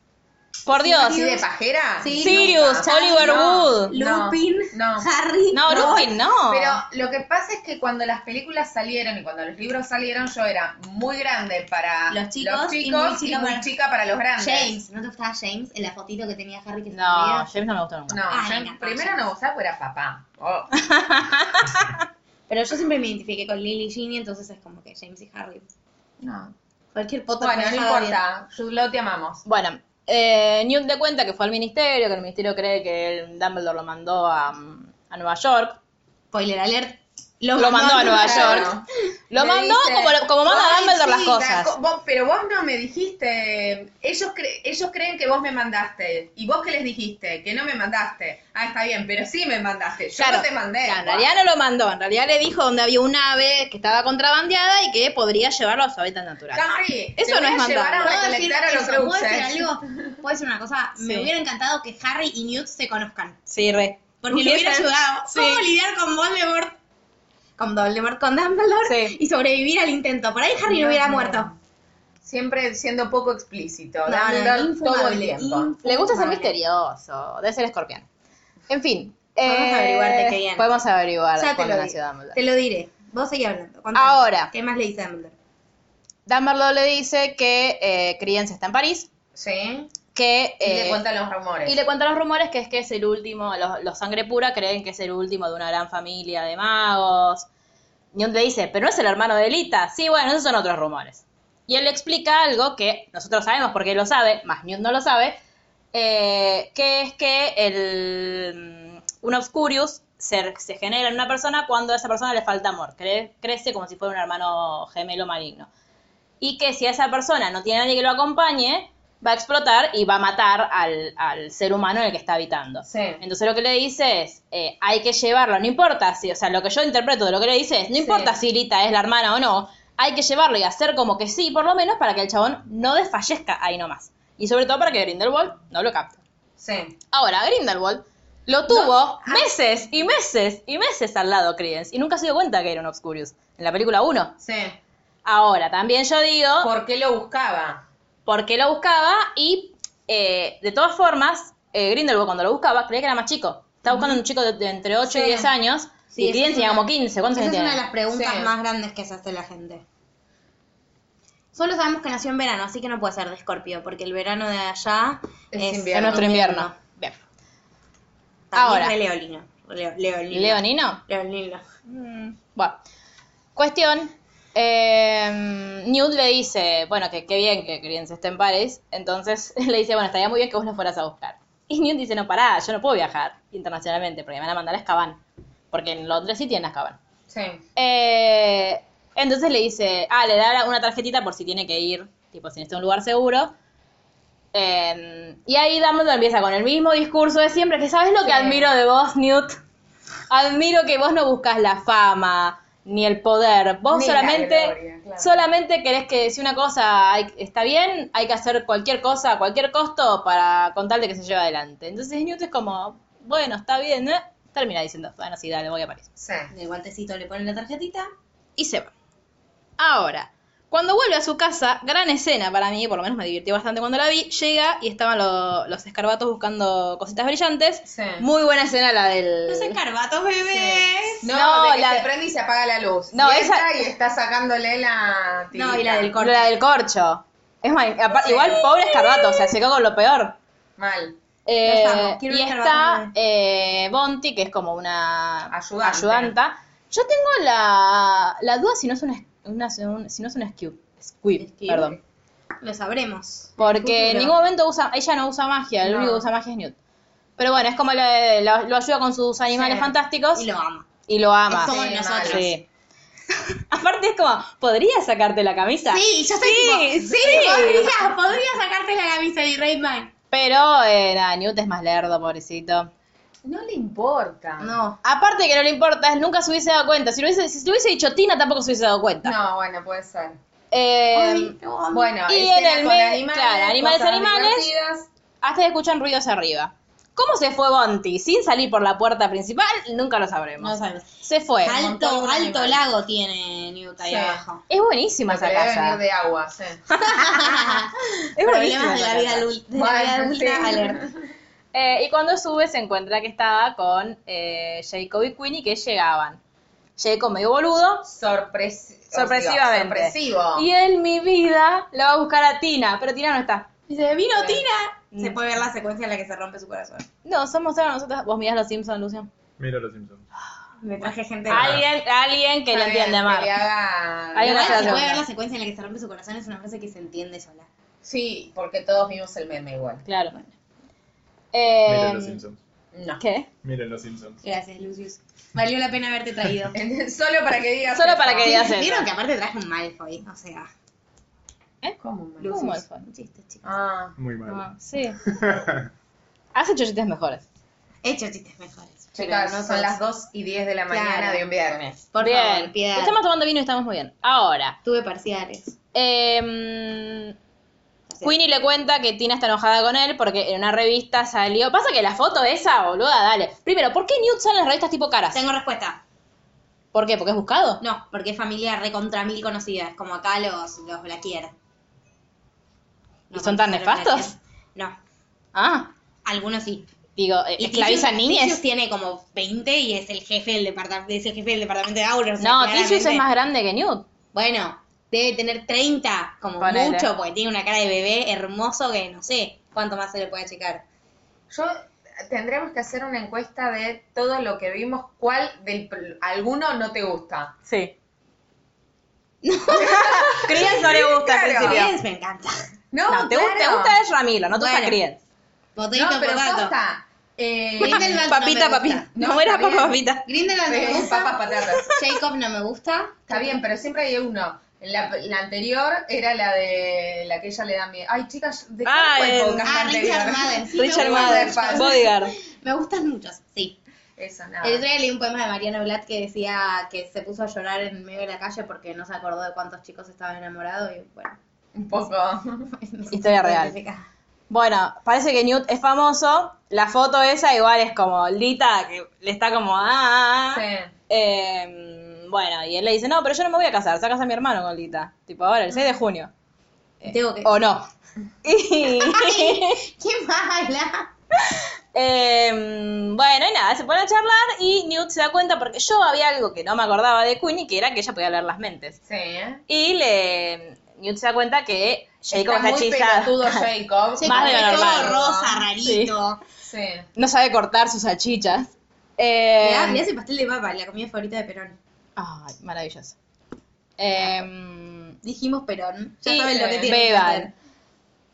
Speaker 1: Por Dios.
Speaker 3: Así de pajera.
Speaker 2: Oh, Sí,
Speaker 1: Sirius,
Speaker 3: nunca.
Speaker 1: Oliver
Speaker 3: No,
Speaker 1: Wood.
Speaker 3: no,
Speaker 2: Lupin,
Speaker 3: No.
Speaker 2: Harry.
Speaker 1: No, Lupin, no.
Speaker 3: Pero lo que pasa es que cuando las películas salieron y cuando los libros salieron, yo era muy grande para
Speaker 2: Los chicos y
Speaker 3: chicos
Speaker 2: muy chica
Speaker 3: y muy
Speaker 2: para-
Speaker 3: chica para los grandes.
Speaker 2: James, ¿no te gustaba James en la fotito que tenía Harry que se
Speaker 1: No,
Speaker 2: reía?
Speaker 1: James no me gustó nunca.
Speaker 3: No,
Speaker 2: Ay,
Speaker 3: yo
Speaker 2: me encanta
Speaker 3: primero
Speaker 2: James.
Speaker 3: no gustaba porque era papá. Oh.
Speaker 2: Pero yo siempre me identifiqué con Lily y Ginny, entonces es como que James y Harry.
Speaker 3: No.
Speaker 2: Cualquier Potter
Speaker 3: Bueno,
Speaker 2: me
Speaker 3: no
Speaker 2: dejaba
Speaker 3: importa. Jude Law, te amamos.
Speaker 1: Bueno, eh, Newt de cuenta que fue al ministerio, que el ministerio cree que el Dumbledore lo mandó a, mm, a Nueva York.
Speaker 2: bien. Spoiler alert.
Speaker 1: Lo mandó a Nueva
Speaker 3: Claro.
Speaker 1: York. Lo
Speaker 3: Me
Speaker 1: mandó
Speaker 3: dice,
Speaker 1: como, como manda
Speaker 3: "Ay,
Speaker 1: Dumbledore las
Speaker 3: sí,
Speaker 1: cosas.
Speaker 3: Daco, vos- pero vos no me dijiste. Ellos, cre- ellos creen que vos me mandaste. ¿Y vos qué les dijiste? Que no me mandaste. Ah, está bien, pero sí me mandaste. Yo no te mandé.
Speaker 1: claro, en realidad no lo mandó, en realidad le dijo donde había un ave que estaba contrabandeada y que podría llevarlo a su hábitat natural.
Speaker 3: Harry,
Speaker 1: Eso
Speaker 3: te voy
Speaker 1: no es
Speaker 3: a llevar
Speaker 1: mandar.
Speaker 3: a
Speaker 2: ¿Puedo decir,
Speaker 3: recolectar a los
Speaker 2: eso? ¿Puedo decir
Speaker 3: cruces.
Speaker 2: algo? ¿Puedo decir una cosa?
Speaker 1: Sí.
Speaker 2: Me hubiera encantado que Harry y Newt se conozcan.
Speaker 1: Sí, re.
Speaker 2: Porque le hubiera
Speaker 1: Sí.
Speaker 2: ayudado.
Speaker 1: Sí.
Speaker 2: ¿Cómo lidiar con Voldemort? Con Voldemort, con Dumbledore.
Speaker 1: Sí.
Speaker 2: Y sobrevivir al intento. Por ahí Harry no
Speaker 3: Dios
Speaker 2: hubiera
Speaker 3: mío.
Speaker 2: muerto.
Speaker 3: Siempre siendo poco explícito.
Speaker 2: No,
Speaker 3: Dumbledore
Speaker 2: no,
Speaker 3: todo el
Speaker 2: infumable,
Speaker 3: tiempo.
Speaker 2: infumable.
Speaker 1: Le gusta ser misterioso, debe ser escorpión. En fin.
Speaker 2: Podemos
Speaker 1: eh,
Speaker 2: averiguar de qué viene.
Speaker 1: Podemos averiguar
Speaker 2: Ya te
Speaker 1: cuándo
Speaker 2: lo,
Speaker 1: nació
Speaker 2: diré.
Speaker 1: Dumbledore.
Speaker 2: te lo diré. Vos seguí hablando. Contame.
Speaker 1: Ahora.
Speaker 2: ¿Qué más le dice Dumbledore?
Speaker 1: Dumbledore le dice que eh, Credence está en París,
Speaker 3: Sí.
Speaker 1: que...
Speaker 3: Y le
Speaker 1: eh,
Speaker 3: cuentan los rumores.
Speaker 1: y le cuentan los rumores que es que es el último, los, los sangre pura creen que es el último de una gran familia de magos. Newt le dice, pero no es el hermano de Lita. Sí, bueno, esos son otros rumores. Y él le explica algo que nosotros sabemos porque él lo sabe, más Newt no lo sabe, eh, que es que el, mm, un obscurius se, se genera en una persona cuando a esa persona le falta amor, cre- crece como si fuera un hermano gemelo maligno. Y que si a esa persona no tiene nadie que lo acompañe, va a explotar y va a matar al, al ser humano en el que está habitando.
Speaker 3: Sí.
Speaker 1: Entonces lo que le dice es, eh, hay que llevarlo, no importa si, o sea, lo que yo interpreto de lo que le dice es, no importa si Lita es la hermana o no, hay que llevarlo y hacer como que sí, por lo menos, para que el chabón no desfallezca ahí nomás. Y sobre todo para que Grindelwald no lo capte.
Speaker 3: Sí.
Speaker 1: Ahora, Grindelwald lo tuvo meses y meses y meses al lado Credence y nunca se dio cuenta que era un Obscurious en la película 1.
Speaker 3: Sí.
Speaker 1: Ahora, también yo digo
Speaker 3: ¿Por qué lo buscaba?
Speaker 1: por qué lo buscaba y eh, de todas formas, eh, Grindelwald cuando lo buscaba creía que era más chico. Estaba buscando un chico de, de entre 8 y
Speaker 2: Sí.
Speaker 1: 10 años
Speaker 2: Sí,
Speaker 1: y
Speaker 2: esa
Speaker 1: Credence
Speaker 2: es
Speaker 1: tenía
Speaker 2: una-
Speaker 1: como 15. ¿Cuántos
Speaker 2: Esa es
Speaker 1: años
Speaker 2: una
Speaker 1: tiene?
Speaker 2: de las preguntas
Speaker 3: Sí.
Speaker 2: más grandes que se hace la gente. Solo sabemos que nació en verano, así que no puede ser de Escorpio, porque el verano de allá
Speaker 3: Es
Speaker 2: es,
Speaker 3: invierno.
Speaker 1: En nuestro invierno. Bien.
Speaker 2: También
Speaker 1: Ahora.
Speaker 2: re leonino. Leo- leonino.
Speaker 1: ¿Leonino?
Speaker 2: Leonino.
Speaker 1: Bueno, cuestión. eh, Newt le dice, bueno, que qué bien que Credence esté en París. Entonces le dice, bueno, estaría muy bien que vos lo fueras a buscar. Y Newt dice, no, pará, yo no puedo viajar internacionalmente porque me van a mandar a Azkaban. Porque en Londres sí tienen Azkaban.
Speaker 3: Sí.
Speaker 1: Eh, entonces le dice, ah, le da una tarjetita por si tiene que ir, tipo, si necesita un lugar seguro. Eh, y ahí Dumbledore empieza con el mismo discurso de siempre, que sabes lo que admiro de vos, Newt. Admiro que vos no buscas la fama ni el poder, vos
Speaker 3: Ni la
Speaker 1: solamente,
Speaker 3: gloria, claro.
Speaker 1: solamente querés que si una cosa hay- está bien, hay que hacer cualquier cosa a cualquier costo para con tal de que se lleve adelante. Entonces Newt es como, bueno, está bien, ¿eh? termina diciendo, bueno, sí, dale, voy a París
Speaker 3: Sí.
Speaker 2: El guantecito le ponen la tarjetita.
Speaker 1: y se va. Ahora, cuando vuelve a su casa, gran escena para mí, por lo menos me divirtió bastante cuando la vi, llega y estaban lo- los escarbatos buscando cositas brillantes.
Speaker 3: Sí.
Speaker 1: Muy buena escena la del...
Speaker 2: Los escarbatos, bebés.
Speaker 3: No,
Speaker 1: No,
Speaker 3: de que
Speaker 1: la-
Speaker 3: se prende y se apaga la luz.
Speaker 1: No,
Speaker 3: y
Speaker 1: esa-
Speaker 3: entra y está sacándole la
Speaker 2: No,
Speaker 3: tirita.
Speaker 2: y la del corte.
Speaker 1: la del corcho. Es más, apa-
Speaker 3: Sí.
Speaker 1: igual pobre escarbato, o sea, se quedó con lo peor.
Speaker 3: Mal.
Speaker 1: Eh,
Speaker 2: Los amo, quiero
Speaker 1: y
Speaker 2: un escarbato
Speaker 1: está eh, Bonti, que es como una
Speaker 3: Ayudante.
Speaker 1: ayudanta. Yo tengo la, la duda si no es una, una- si no es una squib, squib,
Speaker 2: Squib.
Speaker 1: perdón.
Speaker 2: Lo sabremos.
Speaker 1: Porque en
Speaker 2: Futuro.
Speaker 1: ningún momento usa, ella no usa magia, el
Speaker 3: No.
Speaker 1: único que usa magia es Newt. Pero bueno, es como lo, lo- lo ayuda con sus animales
Speaker 3: Sí.
Speaker 1: fantásticos
Speaker 2: Y lo ama.
Speaker 1: y lo ama.
Speaker 2: Es como
Speaker 3: Sí,
Speaker 2: nosotros.
Speaker 3: mala.
Speaker 1: Sí. Aparte es como, ¿podrías sacarte la camisa?
Speaker 2: Sí, yo soy
Speaker 1: Sí,
Speaker 2: tipo,
Speaker 1: sí.
Speaker 2: Podría, podría sacarte la camisa de Rayman.
Speaker 1: Pero eh, nada, Newt es más lerdo, pobrecito.
Speaker 3: No le importa.
Speaker 2: No.
Speaker 1: Aparte de que no le importa, nunca se hubiese dado cuenta. Si, lo hubiese, si se hubiese dicho Tina, tampoco se hubiese dado cuenta.
Speaker 3: No, bueno, puede ser.
Speaker 1: Eh,
Speaker 2: Ay, no,
Speaker 3: Bueno,
Speaker 1: Y
Speaker 3: escena
Speaker 1: en el
Speaker 3: con
Speaker 1: me-
Speaker 3: animales,
Speaker 1: claro, animales,
Speaker 3: cosas
Speaker 1: animales.
Speaker 3: divertidas.
Speaker 1: hasta que escuchan ruidos arriba. ¿Cómo se fue Bonti? Sin salir por la puerta principal, nunca lo sabremos.
Speaker 2: No sabemos.
Speaker 1: Se fue.
Speaker 2: Alto,
Speaker 3: montón de
Speaker 2: alto
Speaker 3: animales.
Speaker 2: lago tiene Newt ahí
Speaker 3: Sí.
Speaker 2: abajo.
Speaker 1: Es buenísima
Speaker 3: Porque
Speaker 1: esa
Speaker 3: debe
Speaker 1: casa.
Speaker 3: venir de agua, sí.
Speaker 1: Es buenísima
Speaker 2: Problemas de
Speaker 1: esa
Speaker 2: la vida
Speaker 1: casa.
Speaker 2: adulta, de la vida
Speaker 3: Bueno,
Speaker 2: adulta
Speaker 3: sí.
Speaker 2: alert.
Speaker 1: Eh, y cuando sube se encuentra que estaba con eh, Jacob y Queenie que llegaban. Jacob medio boludo.
Speaker 3: Sorpresi- o sea,
Speaker 1: Sorpresivamente.
Speaker 3: sorpresivo.
Speaker 1: Y él, mi vida, la va a buscar a Tina, pero Tina no está.
Speaker 2: Dice, vino Tina. Se puede ver la secuencia en la que se rompe su corazón.
Speaker 1: No, somos ahora nosotros. Vos mirás los Simpsons, Lucian.
Speaker 4: Mira los Simpsons.
Speaker 2: Me traje gente.
Speaker 1: Alguien, alguien que lo
Speaker 3: Está bien,
Speaker 1: entiende mal.
Speaker 3: Que le haga-
Speaker 1: Hay
Speaker 2: Igual
Speaker 1: una
Speaker 2: se
Speaker 1: frase
Speaker 2: puede ver
Speaker 1: buena.
Speaker 2: la secuencia en la que se rompe su corazón, es una frase que se entiende sola.
Speaker 3: Sí, porque todos vimos el meme igual.
Speaker 1: Claro.
Speaker 4: Miren
Speaker 1: Eh,
Speaker 4: los Simpsons.
Speaker 3: No.
Speaker 1: ¿Qué?
Speaker 4: Miren los Simpsons.
Speaker 2: Gracias, Lucius. Valió la pena haberte traído.
Speaker 3: Solo para que digas.
Speaker 1: Solo
Speaker 3: eso.
Speaker 1: para que digas eso.
Speaker 2: Vieron que aparte traje un Malfoy, o sea.
Speaker 3: ¿Cómo, man?
Speaker 1: ¿Cómo fue?
Speaker 2: Un chiste, chicos.
Speaker 3: Ah,
Speaker 4: Muy
Speaker 1: Ah,
Speaker 4: mal.
Speaker 1: sí. Has hecho chistes mejores.
Speaker 2: He hecho chistes mejores.
Speaker 3: chicas,
Speaker 2: Pero no
Speaker 3: son
Speaker 2: son-
Speaker 3: las 2 y 10 de la
Speaker 2: Claro.
Speaker 3: mañana de un viernes.
Speaker 2: Por
Speaker 1: bien.
Speaker 2: favor, piedad.
Speaker 1: Estamos tomando vino y estamos muy bien. Ahora,
Speaker 2: Tuve parciales.
Speaker 1: eh,
Speaker 2: Así es.
Speaker 1: Queenie le cuenta que Tina está enojada con él porque en una revista salió. Pasa que la foto esa, boluda, dale. Primero, ¿por qué Newt sale en las revistas tipo caras?
Speaker 2: Tengo respuesta.
Speaker 1: ¿Por qué? ¿Porque es buscado?
Speaker 2: No, porque es familia recontra mil conocida. Es como acá los, los Blaquier.
Speaker 1: ¿Y son tan
Speaker 2: conocen a los
Speaker 1: nefastos?
Speaker 2: Blaquier. No,
Speaker 1: Ah,
Speaker 2: algunos sí.
Speaker 1: digo, eh, esclavizan
Speaker 2: Ticius-
Speaker 1: niñas.
Speaker 2: Ticius tiene como 20 y es el jefe del departamento, es el jefe del departamento de Auror. o sea,
Speaker 1: No, Ticius es
Speaker 2: claramente-
Speaker 1: más grande que Newt.
Speaker 2: Bueno, debe tener 30 como
Speaker 1: Ponele.
Speaker 2: mucho, porque tiene una cara de bebé hermoso que no sé cuánto más se le puede achicar.
Speaker 3: Yo tendremos que hacer una encuesta de todo lo que vimos, cuál del pl- alguno no te gusta.
Speaker 1: Sí.
Speaker 2: Creías
Speaker 3: no le gusta al principio.
Speaker 2: me encanta.
Speaker 3: No,
Speaker 1: No, te, gu- te
Speaker 3: claro.
Speaker 1: gusta es Ramiro, no te gusta
Speaker 2: Bueno.
Speaker 1: Creed.
Speaker 2: Botellito
Speaker 3: No, pero
Speaker 2: potato.
Speaker 3: posta. Eh,
Speaker 2: Grindelwald no
Speaker 1: Papita,
Speaker 2: me gusta.
Speaker 1: papita.
Speaker 3: No,
Speaker 1: ¿Cómo era
Speaker 3: está
Speaker 1: papá,
Speaker 3: bien.
Speaker 1: papita?
Speaker 2: Grindelwald no me
Speaker 3: eh,
Speaker 2: gusta.
Speaker 3: papas patatas.
Speaker 2: Jacob no me gusta.
Speaker 3: Está bien, pero siempre hay uno. La, la anterior era la de la que ella le da miedo. Ay, chicas, ¿de cuál
Speaker 1: Ah,
Speaker 3: fue el
Speaker 1: el-
Speaker 3: podcast
Speaker 2: Ah,
Speaker 3: anterior?
Speaker 2: Richard Madden. Sí,
Speaker 1: Richard
Speaker 2: me
Speaker 3: gusta
Speaker 1: Madden,
Speaker 3: el padre.
Speaker 1: Bodyguard.
Speaker 2: Me gustan muchos, sí.
Speaker 3: Eso, nada.
Speaker 2: El otro día leí un poema de Mariano Blatt que decía que se puso a llorar en medio de la calle porque no se acordó de cuántos chicos estaban enamorados y bueno.
Speaker 3: Un poco.
Speaker 2: me siento
Speaker 1: Historia real.
Speaker 2: identificada.
Speaker 1: Bueno, parece que Newt es famoso. La foto esa igual es como Lita, que le está como... Ah, ah, ah.
Speaker 3: Sí.
Speaker 1: Eh, bueno, y él le dice, no, pero yo no me voy a casar, sacas a mi hermano con Lita. Tipo, ahora, el 6 de junio. Eh,
Speaker 2: Tengo que-
Speaker 1: O no. Y-
Speaker 2: ¡Qué mala!
Speaker 1: Em, bueno, y nada, se pone a charlar y Newt se da cuenta porque yo había algo que no me acordaba de Queenie, que era que ella podía leer las mentes.
Speaker 3: Sí, ¿eh?
Speaker 1: Y le, Newt se da cuenta que Jacob está,
Speaker 3: muy
Speaker 1: hechizada.
Speaker 3: pelotudo Jacob.
Speaker 1: Más de lo
Speaker 2: Todo
Speaker 1: normal.
Speaker 2: rosa, rarito.
Speaker 3: Sí.
Speaker 1: No sabe cortar sus salchichas. Eh,
Speaker 2: Mirá, mirá ese pastel de papa, la comida favorita de Perón.
Speaker 1: Ay, maravilloso. Em,
Speaker 2: Dijimos Perón. Ya
Speaker 1: y
Speaker 2: saben lo que tienen que
Speaker 1: beban.
Speaker 2: hacer.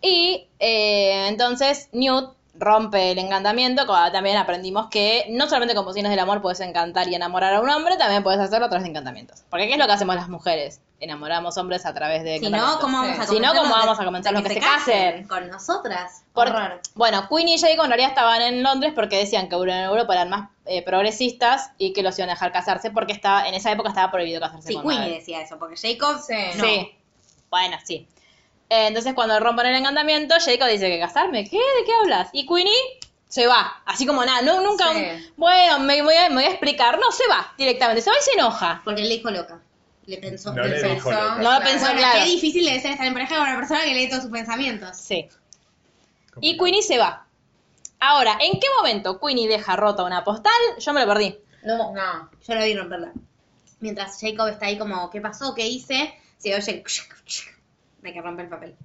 Speaker 1: Y eh, entonces Newt rompe el encantamiento, como también aprendimos que no solamente con pociones del amor puedes encantar y enamorar a un hombre, también puedes hacerlo a través de encantamientos. Porque ¿qué es lo que hacemos las mujeres? Enamoramos hombres a través de
Speaker 2: Si no, ¿cómo vamos a
Speaker 1: Si no, ¿cómo vamos a
Speaker 2: comenzar
Speaker 1: convencerlos que, se casen?
Speaker 2: Con nosotras.
Speaker 1: Porque-
Speaker 2: Horror.
Speaker 1: bueno, Queen y Jacob en realidad estaban en Londres porque decían que en Europa eran más eh, progresistas y que los iban a dejar casarse porque estaba, en esa época estaba prohibido casarse
Speaker 2: Sí,
Speaker 1: con
Speaker 2: Queenie
Speaker 1: madres.
Speaker 2: decía eso, porque Jacob
Speaker 3: Sí.
Speaker 2: no.
Speaker 1: Sí. Bueno, sí. Eh, Entonces, cuando rompen el encantamiento, Jacob dice que casarme. ¿Qué? ¿De qué hablas? Y Queenie se va. Así como nada. No, nunca.
Speaker 3: Sí.
Speaker 1: un, bueno, me voy, a, me voy a explicar. No, se va directamente. Se va y se enoja.
Speaker 2: Porque él le dijo loca. Le pensó.
Speaker 4: No le dijo loca.
Speaker 1: No lo pensó,
Speaker 2: Bueno,
Speaker 1: claro.
Speaker 2: qué difícil debe ser estar en pareja con una persona que lee todos sus pensamientos.
Speaker 1: Sí. Y Queenie se va. Ahora, ¿en qué momento Queenie deja rota una postal? Yo me lo perdí.
Speaker 2: No,
Speaker 3: No.
Speaker 2: yo la vi romperla. Mientras Jacob está ahí como, ¿qué pasó? ¿Qué hice? Se oye el de que rompe el papel.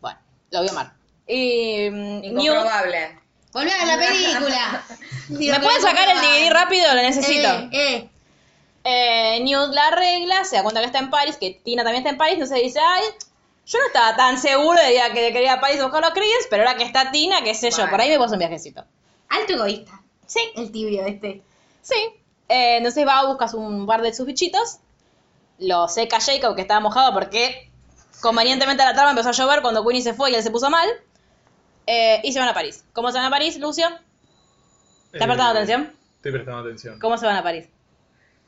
Speaker 1: Bueno, lo vio mal. Y. mm, Newt-
Speaker 3: Incomprobable.
Speaker 2: ¡Volvé a ver la película!
Speaker 1: ¿Me pueden sacar el DVD rápido? Lo necesito.
Speaker 2: Eh, eh.
Speaker 1: Eh, Newt la arregla, se da cuenta que está en París, que Tina también está en París, entonces dice, ay, yo no estaba tan seguro de ir a- que quería ir a París a buscar a Chris, pero ahora que está Tina, qué sé yo,
Speaker 3: Bueno.
Speaker 1: por ahí me puso un viajecito.
Speaker 2: Alto egoísta.
Speaker 1: Sí,
Speaker 2: El tibio este.
Speaker 1: sí. Eh, entonces va, buscas un par de sus bichitos, lo seca Jacob, que estaba mojado porque convenientemente la trama empezó a llover cuando Queenie se fue y él se puso mal, eh, y se van a París. ¿Cómo se van a París, Lucio? ¿Está prestando atención?
Speaker 4: Estoy prestando atención.
Speaker 1: ¿Cómo se van a París?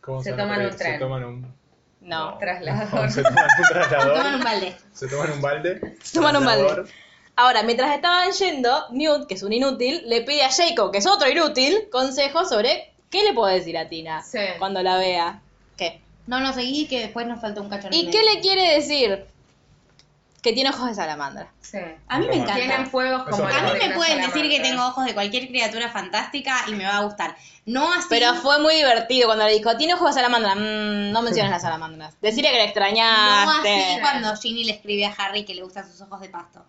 Speaker 4: ¿Cómo
Speaker 3: Se
Speaker 4: van a
Speaker 3: toman
Speaker 4: reír?
Speaker 3: un
Speaker 4: Se
Speaker 3: tren.
Speaker 4: toman un...
Speaker 1: No.
Speaker 3: Trasladador.
Speaker 4: Se toman un
Speaker 2: Toman
Speaker 4: traslador.
Speaker 2: un balde.
Speaker 4: se toman un balde.
Speaker 1: Se toman un balde.
Speaker 4: traslador.
Speaker 1: Ahora, mientras estaban yendo, Newt, que es un inútil, le pide a Jacob, que es otro inútil, consejos sobre qué le puedo decir a Tina
Speaker 3: Sí.
Speaker 1: cuando la vea. ¿Qué?
Speaker 2: No nos seguí que después nos falta un cacho. en el
Speaker 1: ¿Y qué
Speaker 2: medio.
Speaker 1: le quiere decir? Que tiene ojos de salamandra.
Speaker 3: Sí.
Speaker 2: A mí me
Speaker 4: Romántico.
Speaker 3: Tienen
Speaker 2: encanta.
Speaker 3: fuegos
Speaker 4: Eso
Speaker 3: como
Speaker 4: me
Speaker 3: los
Speaker 2: Ah. A
Speaker 4: encanta.
Speaker 2: mí
Speaker 3: de
Speaker 2: me
Speaker 3: una
Speaker 2: pueden decir que
Speaker 3: salamandra.
Speaker 2: tengo ojos de cualquier criatura fantástica y me va a gustar. No así.
Speaker 1: Pero fue muy divertido cuando le dijo, tiene ojos de salamandra. Mm, no menciones las salamandras. Decirle que le
Speaker 2: No así
Speaker 1: extrañaste.
Speaker 2: cuando Ginny le escribe a Harry que le gustan sus ojos de pasto.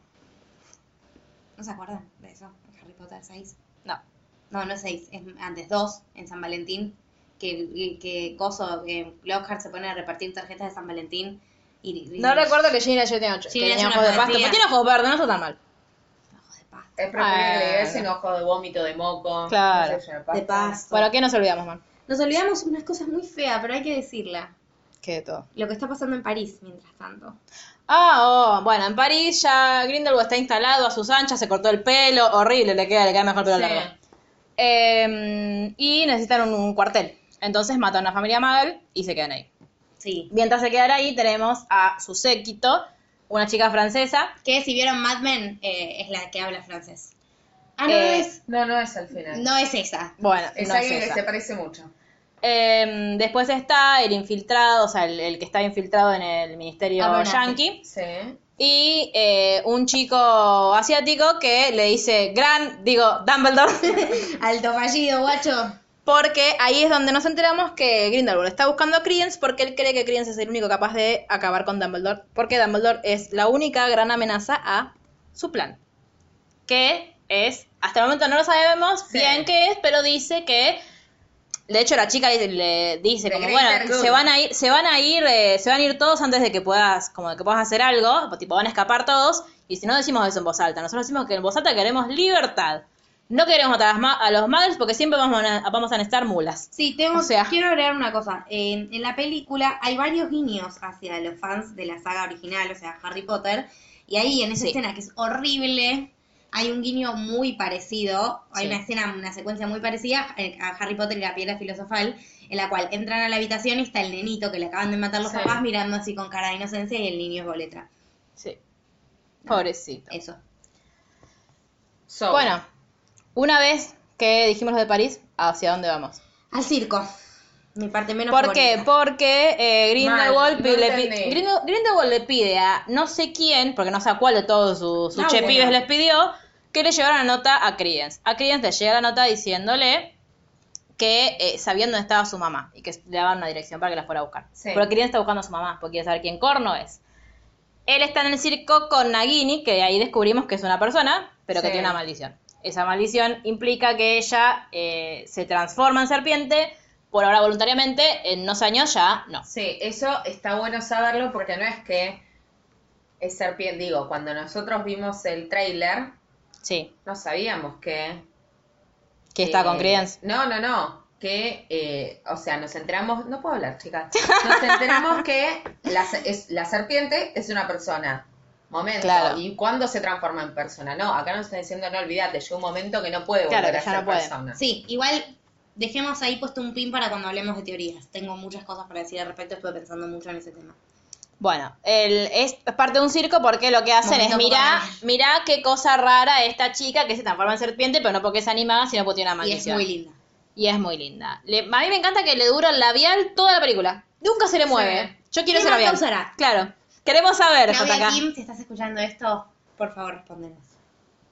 Speaker 2: ¿No se acuerdan de eso? Harry Potter 6.
Speaker 1: No.
Speaker 2: No, no es 6, es antes 2, en San Valentín. Que, que Coso, que Lockhart se pone a repartir tarjetas de San Valentín. Y, y-
Speaker 1: No recuerdo que Gina yo tenía ocho.
Speaker 2: Sí,
Speaker 1: que
Speaker 2: le hace
Speaker 1: tenía
Speaker 2: una
Speaker 1: ojos de pasto.
Speaker 2: fantasía.
Speaker 1: Pero tiene ojos verdes, no está tan mal.
Speaker 2: Ojos de pasto.
Speaker 3: Es preferible que le
Speaker 1: Bueno.
Speaker 3: diesen ojo de vómito, de moco.
Speaker 1: Claro.
Speaker 3: no sé yo, pasta.
Speaker 2: De pasto.
Speaker 1: Bueno, ¿qué nos olvidamos, man?
Speaker 2: Nos olvidamos unas cosas muy feas, pero hay que decirla.
Speaker 1: Que de todo.
Speaker 2: Lo que está pasando en París, mientras tanto.
Speaker 1: Ah, oh, bueno, en París ya Grindelwald está instalado a sus anchas, se cortó el pelo, horrible, le queda, le queda mejor pelo
Speaker 3: Sí.
Speaker 1: largo. Eh, y necesitan un, un cuartel. Entonces matan a la familia Magel y se quedan ahí.
Speaker 2: Sí.
Speaker 1: Mientras se quedan ahí, tenemos a su séquito, una chica francesa.
Speaker 2: Que si vieron Mad Men, eh, es la que habla francés. Ah, no, no
Speaker 1: Eh,
Speaker 2: es.
Speaker 3: No, no es al final.
Speaker 2: No es esa.
Speaker 1: Bueno,
Speaker 3: es
Speaker 1: no es
Speaker 3: alguien
Speaker 1: esa.
Speaker 3: que se parece mucho.
Speaker 1: Eh, después está el infiltrado, o sea, el, el que está infiltrado en el ministerio
Speaker 2: Abernathy.
Speaker 1: yankee.
Speaker 3: Ah, Sí.
Speaker 1: Y eh, un chico asiático que le dice, gran, digo, Dumbledore.
Speaker 2: Alto fallido, guacho.
Speaker 1: Porque ahí es donde nos enteramos que Grindelwald está buscando a Credence porque él cree que Credence es el único capaz de acabar con Dumbledore. Porque Dumbledore es la única gran amenaza a su plan. Que es, hasta el momento no lo sabemos
Speaker 3: Sí.
Speaker 1: bien qué es, pero dice que. De hecho, la chica le, le dice
Speaker 3: The
Speaker 1: como,
Speaker 3: Greater
Speaker 1: bueno,
Speaker 3: Good.
Speaker 1: se van a ir, se van a ir, eh, se van a ir todos antes de que puedas, como de que puedas hacer algo, tipo van a escapar todos, y si no decimos eso en voz alta, nosotros decimos que en voz alta queremos libertad. No queremos matar a, las ma- a los muggles porque siempre vamos a, vamos a necesitar mulas.
Speaker 2: Sí, tengo,
Speaker 1: O sea.
Speaker 2: quiero agregar una cosa. En, en la película hay varios guiños hacia los fans de la saga original, o sea, Harry Potter. Y ahí en esa
Speaker 1: Sí.
Speaker 2: escena que es horrible, hay un guiño muy parecido.
Speaker 1: Sí.
Speaker 2: Hay una escena, una secuencia muy parecida eh, a Harry Potter y la piedra filosofal, en la cual entran a la habitación y está el nenito que le acaban de matar los
Speaker 3: Sí.
Speaker 2: papás mirando así con cara de inocencia y el niño es boletra.
Speaker 1: Sí. Pobrecito.
Speaker 2: Eso.
Speaker 3: So,
Speaker 1: Bueno, una vez que dijimos lo de París, ¿hacia dónde vamos?
Speaker 2: Al circo. Mi parte menos
Speaker 1: ¿Por qué?
Speaker 2: favorita.
Speaker 1: Porque eh, Grindelwald,
Speaker 3: Mal,
Speaker 1: pi-
Speaker 3: no
Speaker 1: le, pi-
Speaker 3: entendí.
Speaker 1: Grindel- Grindelwald le pide a no sé quién, porque no sé a cuál de todos sus, sus
Speaker 3: Ah,
Speaker 1: che
Speaker 3: bueno.
Speaker 1: pibes les pidió, que le llevara la nota a Credence. A Credence le llega la nota diciéndole que eh, sabían dónde estaba su mamá y que le daban una dirección para que la fuera a buscar.
Speaker 3: Sí.
Speaker 1: Pero Credence está buscando a su mamá porque quiere saber quién corno es. Él está en el circo con Nagini, que ahí descubrimos que es una persona, pero que
Speaker 3: Sí.
Speaker 1: tiene una maldición. Esa maldición implica que ella eh, se transforma en serpiente, por ahora voluntariamente, en unos años ya no.
Speaker 3: Sí, eso está bueno saberlo porque no es que es serpiente. Digo, cuando nosotros vimos el tráiler,
Speaker 1: Sí,
Speaker 3: no sabíamos que...
Speaker 1: que está
Speaker 3: eh,
Speaker 1: con Credence.
Speaker 3: No, no, no. Que, eh, o sea, nos enteramos... No puedo hablar, chicas. Nos enteramos que la, se- es- la serpiente es una persona. Momento.
Speaker 1: Claro.
Speaker 3: ¿Y cuándo se transforma en persona? No, acá nos está diciendo, no, olvídate, llegó un momento que no puede volver
Speaker 1: Claro, que
Speaker 3: a
Speaker 1: ya
Speaker 3: ser
Speaker 1: no puede.
Speaker 3: persona.
Speaker 2: Sí, igual dejemos ahí puesto un pin para cuando hablemos de teorías. Tengo muchas cosas para decir al respecto, estuve pensando mucho en ese tema.
Speaker 1: Bueno, el- es, es parte de un circo porque lo que hacen
Speaker 2: Momento
Speaker 1: es mirá,
Speaker 2: Pokémon.
Speaker 1: mirá qué cosa rara esta chica que se transforma en serpiente, pero no porque es animada, sino porque tiene una
Speaker 2: Y es
Speaker 1: maldición.
Speaker 2: muy linda.
Speaker 1: Y es muy linda. Le- a mí me encanta que le dura el labial toda la película. Nunca se le mueve. Yo quiero
Speaker 2: ¿Qué
Speaker 1: ese
Speaker 2: más
Speaker 1: labial.
Speaker 2: causará?
Speaker 1: Claro. Queremos saber,
Speaker 2: Claudia
Speaker 1: JK.
Speaker 2: Kim, si estás escuchando esto, por favor, respóndenos.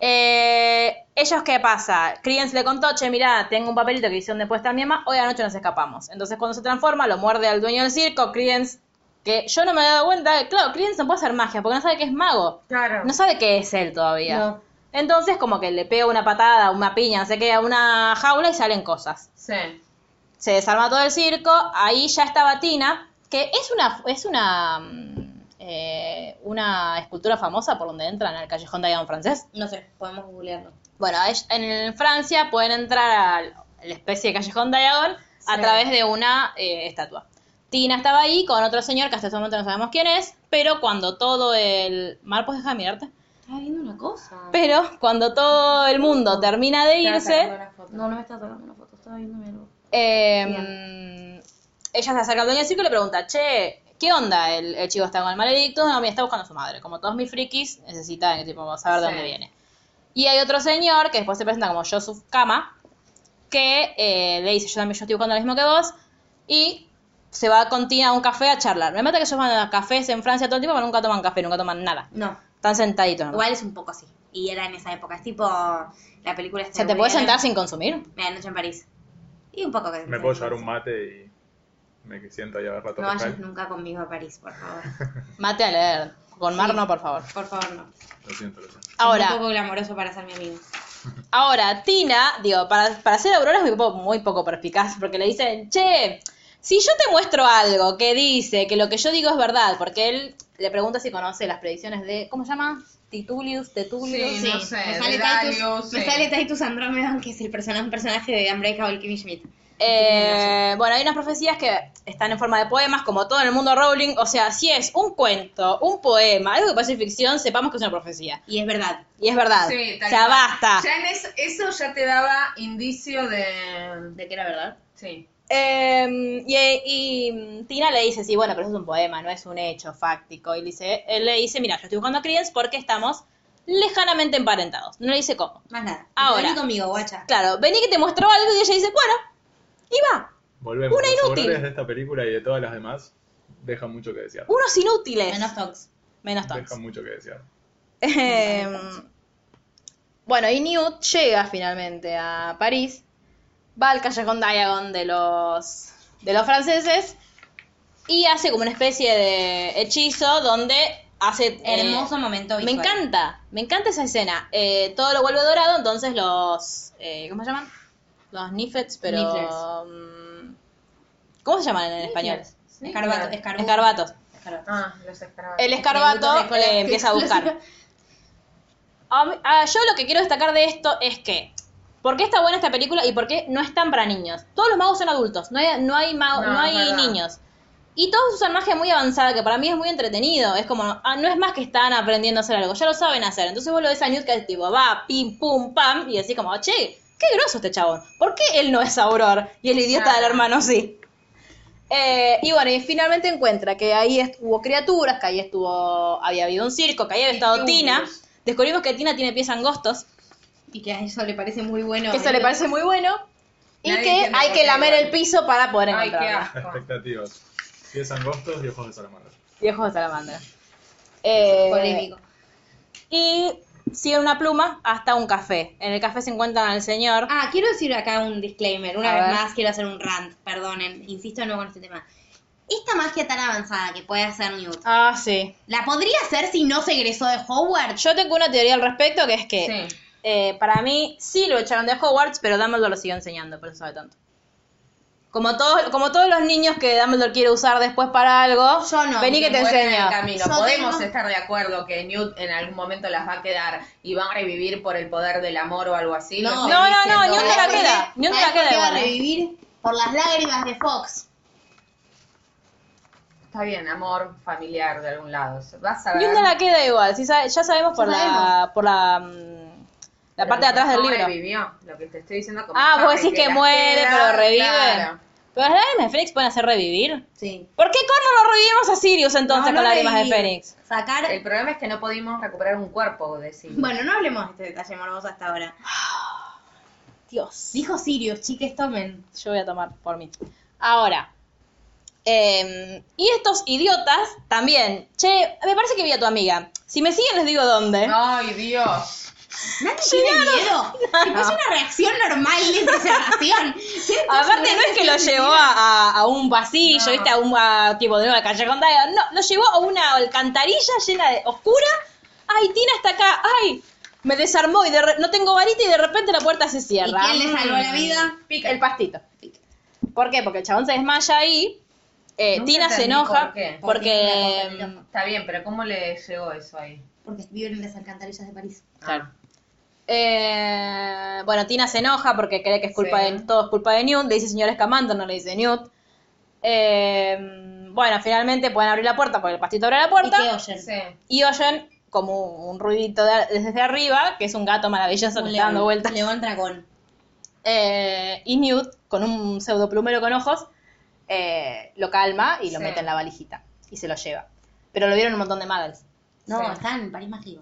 Speaker 1: Eh, ellos, ¿qué pasa? Credence le contó, che, mirá, tengo un papelito que hicieron después de mi mamá, hoy anoche nos escapamos. Entonces, cuando se transforma, lo muerde al dueño del circo, Credence, que yo no me había dado cuenta, claro, Credence no puede hacer magia, porque no sabe que es mago.
Speaker 3: Claro.
Speaker 1: No sabe qué es él todavía.
Speaker 3: No.
Speaker 1: Entonces, como que le pega una patada, una piña, no sé qué, a una jaula y salen cosas.
Speaker 3: Sí.
Speaker 1: Se desarma todo el circo, ahí ya estaba Tina, que es una, es una, mm, eh, una escultura famosa por donde entran al callejón de Diamond francés.
Speaker 2: No sé, podemos googlearlo.
Speaker 1: Bueno, es- en Francia pueden entrar al- a la especie de callejón Diagon a
Speaker 3: Sí.
Speaker 1: través de una eh, estatua. Tina estaba ahí con otro señor que hasta este momento no sabemos quién es, pero cuando todo el... Mar, pues deja de mirarte.
Speaker 2: Estaba viendo una cosa.
Speaker 1: Pero cuando todo el mundo termina de
Speaker 3: Estaba
Speaker 1: irse,
Speaker 3: sacando una foto.
Speaker 2: No, no me estaba sacando una foto, estaba viéndome algo.
Speaker 1: Eh, ella se acerca al dueño del circo y le pregunta, che, ¿qué onda? El, el chico está con el maledicto, no, mira, está buscando a su madre. Como todos mis frikis, necesitan tipo, saber de
Speaker 3: Sí.
Speaker 1: dónde viene. Y hay otro señor que después se presenta como Joseph Kama, que eh, le dice, yo también yo estoy buscando lo mismo que vos, y se va con Tina a un café a charlar. Me mata que ellos van a cafés en Francia todo el tiempo, pero nunca toman café, nunca toman nada.
Speaker 2: No,
Speaker 1: Están sentaditos. nomás.
Speaker 2: igual es un poco así. Y era en esa época, es tipo la película
Speaker 1: ¿Se te puede sentar sin consumir?
Speaker 2: Medianoche en París. Y un poco que...
Speaker 4: Me puedo llevar un mate y me siento ahí a ver rato
Speaker 2: No
Speaker 4: local.
Speaker 2: vayas nunca conmigo a París, por favor.
Speaker 1: Mate a leer. Con Mar
Speaker 2: Sí.
Speaker 1: no, por favor.
Speaker 2: Por favor, no.
Speaker 4: Lo siento, lo siento.
Speaker 1: Ahora,
Speaker 2: Es un poco glamoroso para ser mi amigo.
Speaker 1: Ahora, Tina, digo, para, para ser Aurora es muy poco, muy poco perspicaz, porque le dicen, che, si yo te muestro algo que dice que lo que yo digo es verdad, porque él le pregunta si conoce las predicciones de, ¿cómo se llama? Titulius, Tetulius.
Speaker 3: Sí, no sé,
Speaker 2: me
Speaker 3: de
Speaker 2: sale
Speaker 3: Darius,
Speaker 2: Titus, me
Speaker 3: sí.
Speaker 2: sale Titus Andromedon, que es el personaje, un personaje de Unbreakable Kimmy Schmidt.
Speaker 1: Eh, bueno, hay unas profecías que están en forma de poemas, como todo en el mundo Rowling, o sea, si es un cuento, un poema, algo que parece ficción, sepamos que es una profecía.
Speaker 2: Y es verdad.
Speaker 1: Y es verdad.
Speaker 3: Sí,
Speaker 1: o
Speaker 3: tal
Speaker 1: sea,
Speaker 3: cual.
Speaker 1: Ah, basta.
Speaker 3: Ya en eso, eso ya te daba indicio de.
Speaker 2: ¿De que era verdad?
Speaker 3: Sí.
Speaker 1: Eh, y, y Tina le dice, sí, bueno, pero eso es un poema, no es un hecho fáctico. Y le dice, él le dice, mira, yo estoy buscando a Credence porque estamos lejanamente emparentados. No le dice cómo.
Speaker 2: Más nada.
Speaker 1: Ahora.
Speaker 2: Vení conmigo, guacha.
Speaker 1: Claro, vení que te muestro algo y ella dice, bueno, y va.
Speaker 4: Volvemos.
Speaker 1: Una
Speaker 4: Los
Speaker 1: inútil.
Speaker 4: horrores de esta película y de todas las demás dejan mucho que desear.
Speaker 1: Unos inútiles.
Speaker 2: Menos Tox.
Speaker 1: Menos Tonks.
Speaker 4: Dejan mucho que desear.
Speaker 1: Ah. Eh, bueno, y Newt llega finalmente a París, va al callejón Diagon de los, de los franceses y hace como una especie de hechizo donde hace... eh,
Speaker 2: Hermoso momento
Speaker 1: me
Speaker 2: visual.
Speaker 1: encanta, me encanta esa escena. Eh, todo lo vuelve dorado, entonces los... eh, ¿Cómo se llaman? Los Nifets, pero...
Speaker 2: Nifflers.
Speaker 1: mm, ¿Cómo se llaman en español?
Speaker 2: Escarbato, escarbato.
Speaker 1: Escarbatos.
Speaker 2: Escarbato.
Speaker 3: Ah, los escarabajos.
Speaker 1: El escarbato eh, empieza a buscar. A mí- a- yo lo que quiero destacar de esto es que, ¿por qué está buena esta película y por qué no están para niños? Todos los magos son adultos, no hay, no hay, mago-
Speaker 3: No,
Speaker 1: no hay
Speaker 3: verdad.
Speaker 1: niños. Y todos usan magia muy avanzada, que para mí es muy entretenido. Es como, ah, no es más que están aprendiendo a hacer algo, ya lo saben hacer. Entonces vos lo ves a Newt que es tipo, va, pim, pum, pam, y así como, che, qué groso este chabón. ¿Por qué él no es Auror y el idiota
Speaker 3: Claro.
Speaker 1: del hermano sí? Eh, y bueno, y finalmente encuentra que ahí est- hubo criaturas, que ahí estuvo, había habido un circo, que ahí había estado Tina. Descubrimos que Tina tiene pies angostos,
Speaker 2: Y que a eso le parece muy bueno.
Speaker 1: que eso le parece muy bueno. Y
Speaker 3: Nadie
Speaker 1: que
Speaker 3: entiende
Speaker 1: hay
Speaker 3: por
Speaker 1: que
Speaker 3: qué
Speaker 1: lamer
Speaker 3: igual.
Speaker 1: el piso para poder
Speaker 3: Ay, qué
Speaker 1: encontrarla.
Speaker 3: asco.
Speaker 4: Expectativas. Pies angostos y ojos de salamandra.
Speaker 1: Y ojos de salamandra. Eh,
Speaker 2: polémico.
Speaker 1: Y siguen una pluma hasta un café. En el café se encuentran al señor.
Speaker 2: Ah, quiero decir acá un disclaimer. Una
Speaker 1: A
Speaker 2: vez
Speaker 1: ver.
Speaker 2: más quiero hacer un rant, perdonen. Insisto de nuevo con este tema. Esta magia tan avanzada que puede hacer Newt,
Speaker 1: Ah, sí.
Speaker 2: ¿la podría hacer si no se egresó de Howard?
Speaker 1: Yo tengo una teoría al respecto que es que
Speaker 3: Sí.
Speaker 1: Eh, para mí sí lo echaron de Hogwarts, pero Dumbledore lo siguió enseñando, por eso sabe tanto. Como todos, como todos los niños que Dumbledore quiere usar después para algo,
Speaker 2: Yo no,
Speaker 1: vení que te
Speaker 3: Mueren en el
Speaker 1: enseño.
Speaker 3: camino.
Speaker 2: Yo
Speaker 3: Podemos
Speaker 2: tengo-
Speaker 3: estar de acuerdo que Newt en algún momento las va a quedar y van a revivir por el poder del amor o algo así.
Speaker 2: No,
Speaker 3: Lo
Speaker 1: No, no,
Speaker 3: estoy
Speaker 1: no,
Speaker 3: diciendo.
Speaker 1: Newt te la queda. Newt te la
Speaker 2: ¿Sabes por
Speaker 1: queda
Speaker 2: qué va
Speaker 1: igual.
Speaker 2: a
Speaker 1: eh.
Speaker 2: revivir por las lágrimas de Fox.
Speaker 3: Está bien, amor familiar de algún lado. Vas a ver.
Speaker 1: Newt te la queda igual, sí sabe- ya sabemos por
Speaker 2: Ya
Speaker 1: la,
Speaker 2: sabemos.
Speaker 1: por la, mm, la parte de atrás del libro.
Speaker 3: Vivió, lo que te estoy diciendo como
Speaker 1: Ah, vos
Speaker 3: Harry,
Speaker 1: decís que
Speaker 3: las
Speaker 1: muere,
Speaker 3: queda,
Speaker 1: pero revive.
Speaker 3: claro.
Speaker 1: Pero las lágrimas de Fénix pueden hacer revivir.
Speaker 2: Sí.
Speaker 1: ¿Por qué Corno lo revivimos a Sirius entonces
Speaker 2: No, no
Speaker 1: con lágrimas de
Speaker 2: revivir.
Speaker 1: Fénix?
Speaker 2: Sacar.
Speaker 3: El problema es que no pudimos recuperar un cuerpo, decimos.
Speaker 2: Bueno, no hablemos de este detalle morboso hasta ahora.
Speaker 1: Dios.
Speaker 2: Dijo Sirius, chiques, tomen.
Speaker 1: Yo voy a tomar por mí. Ahora. eh, y estos idiotas también. Che, me parece que vi a tu amiga. Si me siguen les digo dónde.
Speaker 3: Ay, Dios.
Speaker 2: Nadie tiene miedo. Tipo, Es una reacción normal de preservación.
Speaker 1: Aparte no es que lo llevó a, a- a un pasillo,
Speaker 3: No.
Speaker 1: ¿viste? A un a, tipo de nuevo al callejón Diagon. No, lo llevó a una alcantarilla llena de oscura. Ay, Tina está acá. Ay, me desarmó y de re- no tengo varita y de repente la puerta se
Speaker 2: ¿Y
Speaker 1: cierra.
Speaker 2: quién le salvó la vida?
Speaker 1: Pica. El pastito. ¿Por qué? Porque el chabón se desmaya ahí. eh,
Speaker 3: Nunca
Speaker 1: Tina se
Speaker 3: entendí
Speaker 1: enoja
Speaker 3: por qué.
Speaker 2: Porque
Speaker 1: porque...
Speaker 2: es una cosa de loco.
Speaker 3: Está bien, pero ¿cómo le llegó eso ahí?
Speaker 1: mm,
Speaker 3: Ah,
Speaker 2: Porque viven en las alcantarillas de París.
Speaker 1: Claro. Eh, bueno, Tina se enoja porque cree que es culpa
Speaker 3: Sí.
Speaker 1: de todo es culpa de Newt. Le dice señor Escamando, no le dice Newt. Eh, bueno, finalmente pueden abrir la puerta porque el pastito abre la
Speaker 2: ¿Y qué
Speaker 1: puerta
Speaker 3: Ah,
Speaker 2: oyen?
Speaker 3: sí.
Speaker 1: y, oyen como un, un ruidito de- desde arriba, que es un gato maravilloso que
Speaker 2: Un
Speaker 1: está dando
Speaker 2: león.
Speaker 1: vueltas.
Speaker 2: León dragón.
Speaker 1: Eh, y Newt, con un pseudo plumero con ojos, eh, lo calma y lo
Speaker 3: Sí.
Speaker 1: mete en la valijita y se lo lleva. Pero lo vieron un montón de Muggles.
Speaker 2: No,
Speaker 3: Sí.
Speaker 2: está en París Mágico.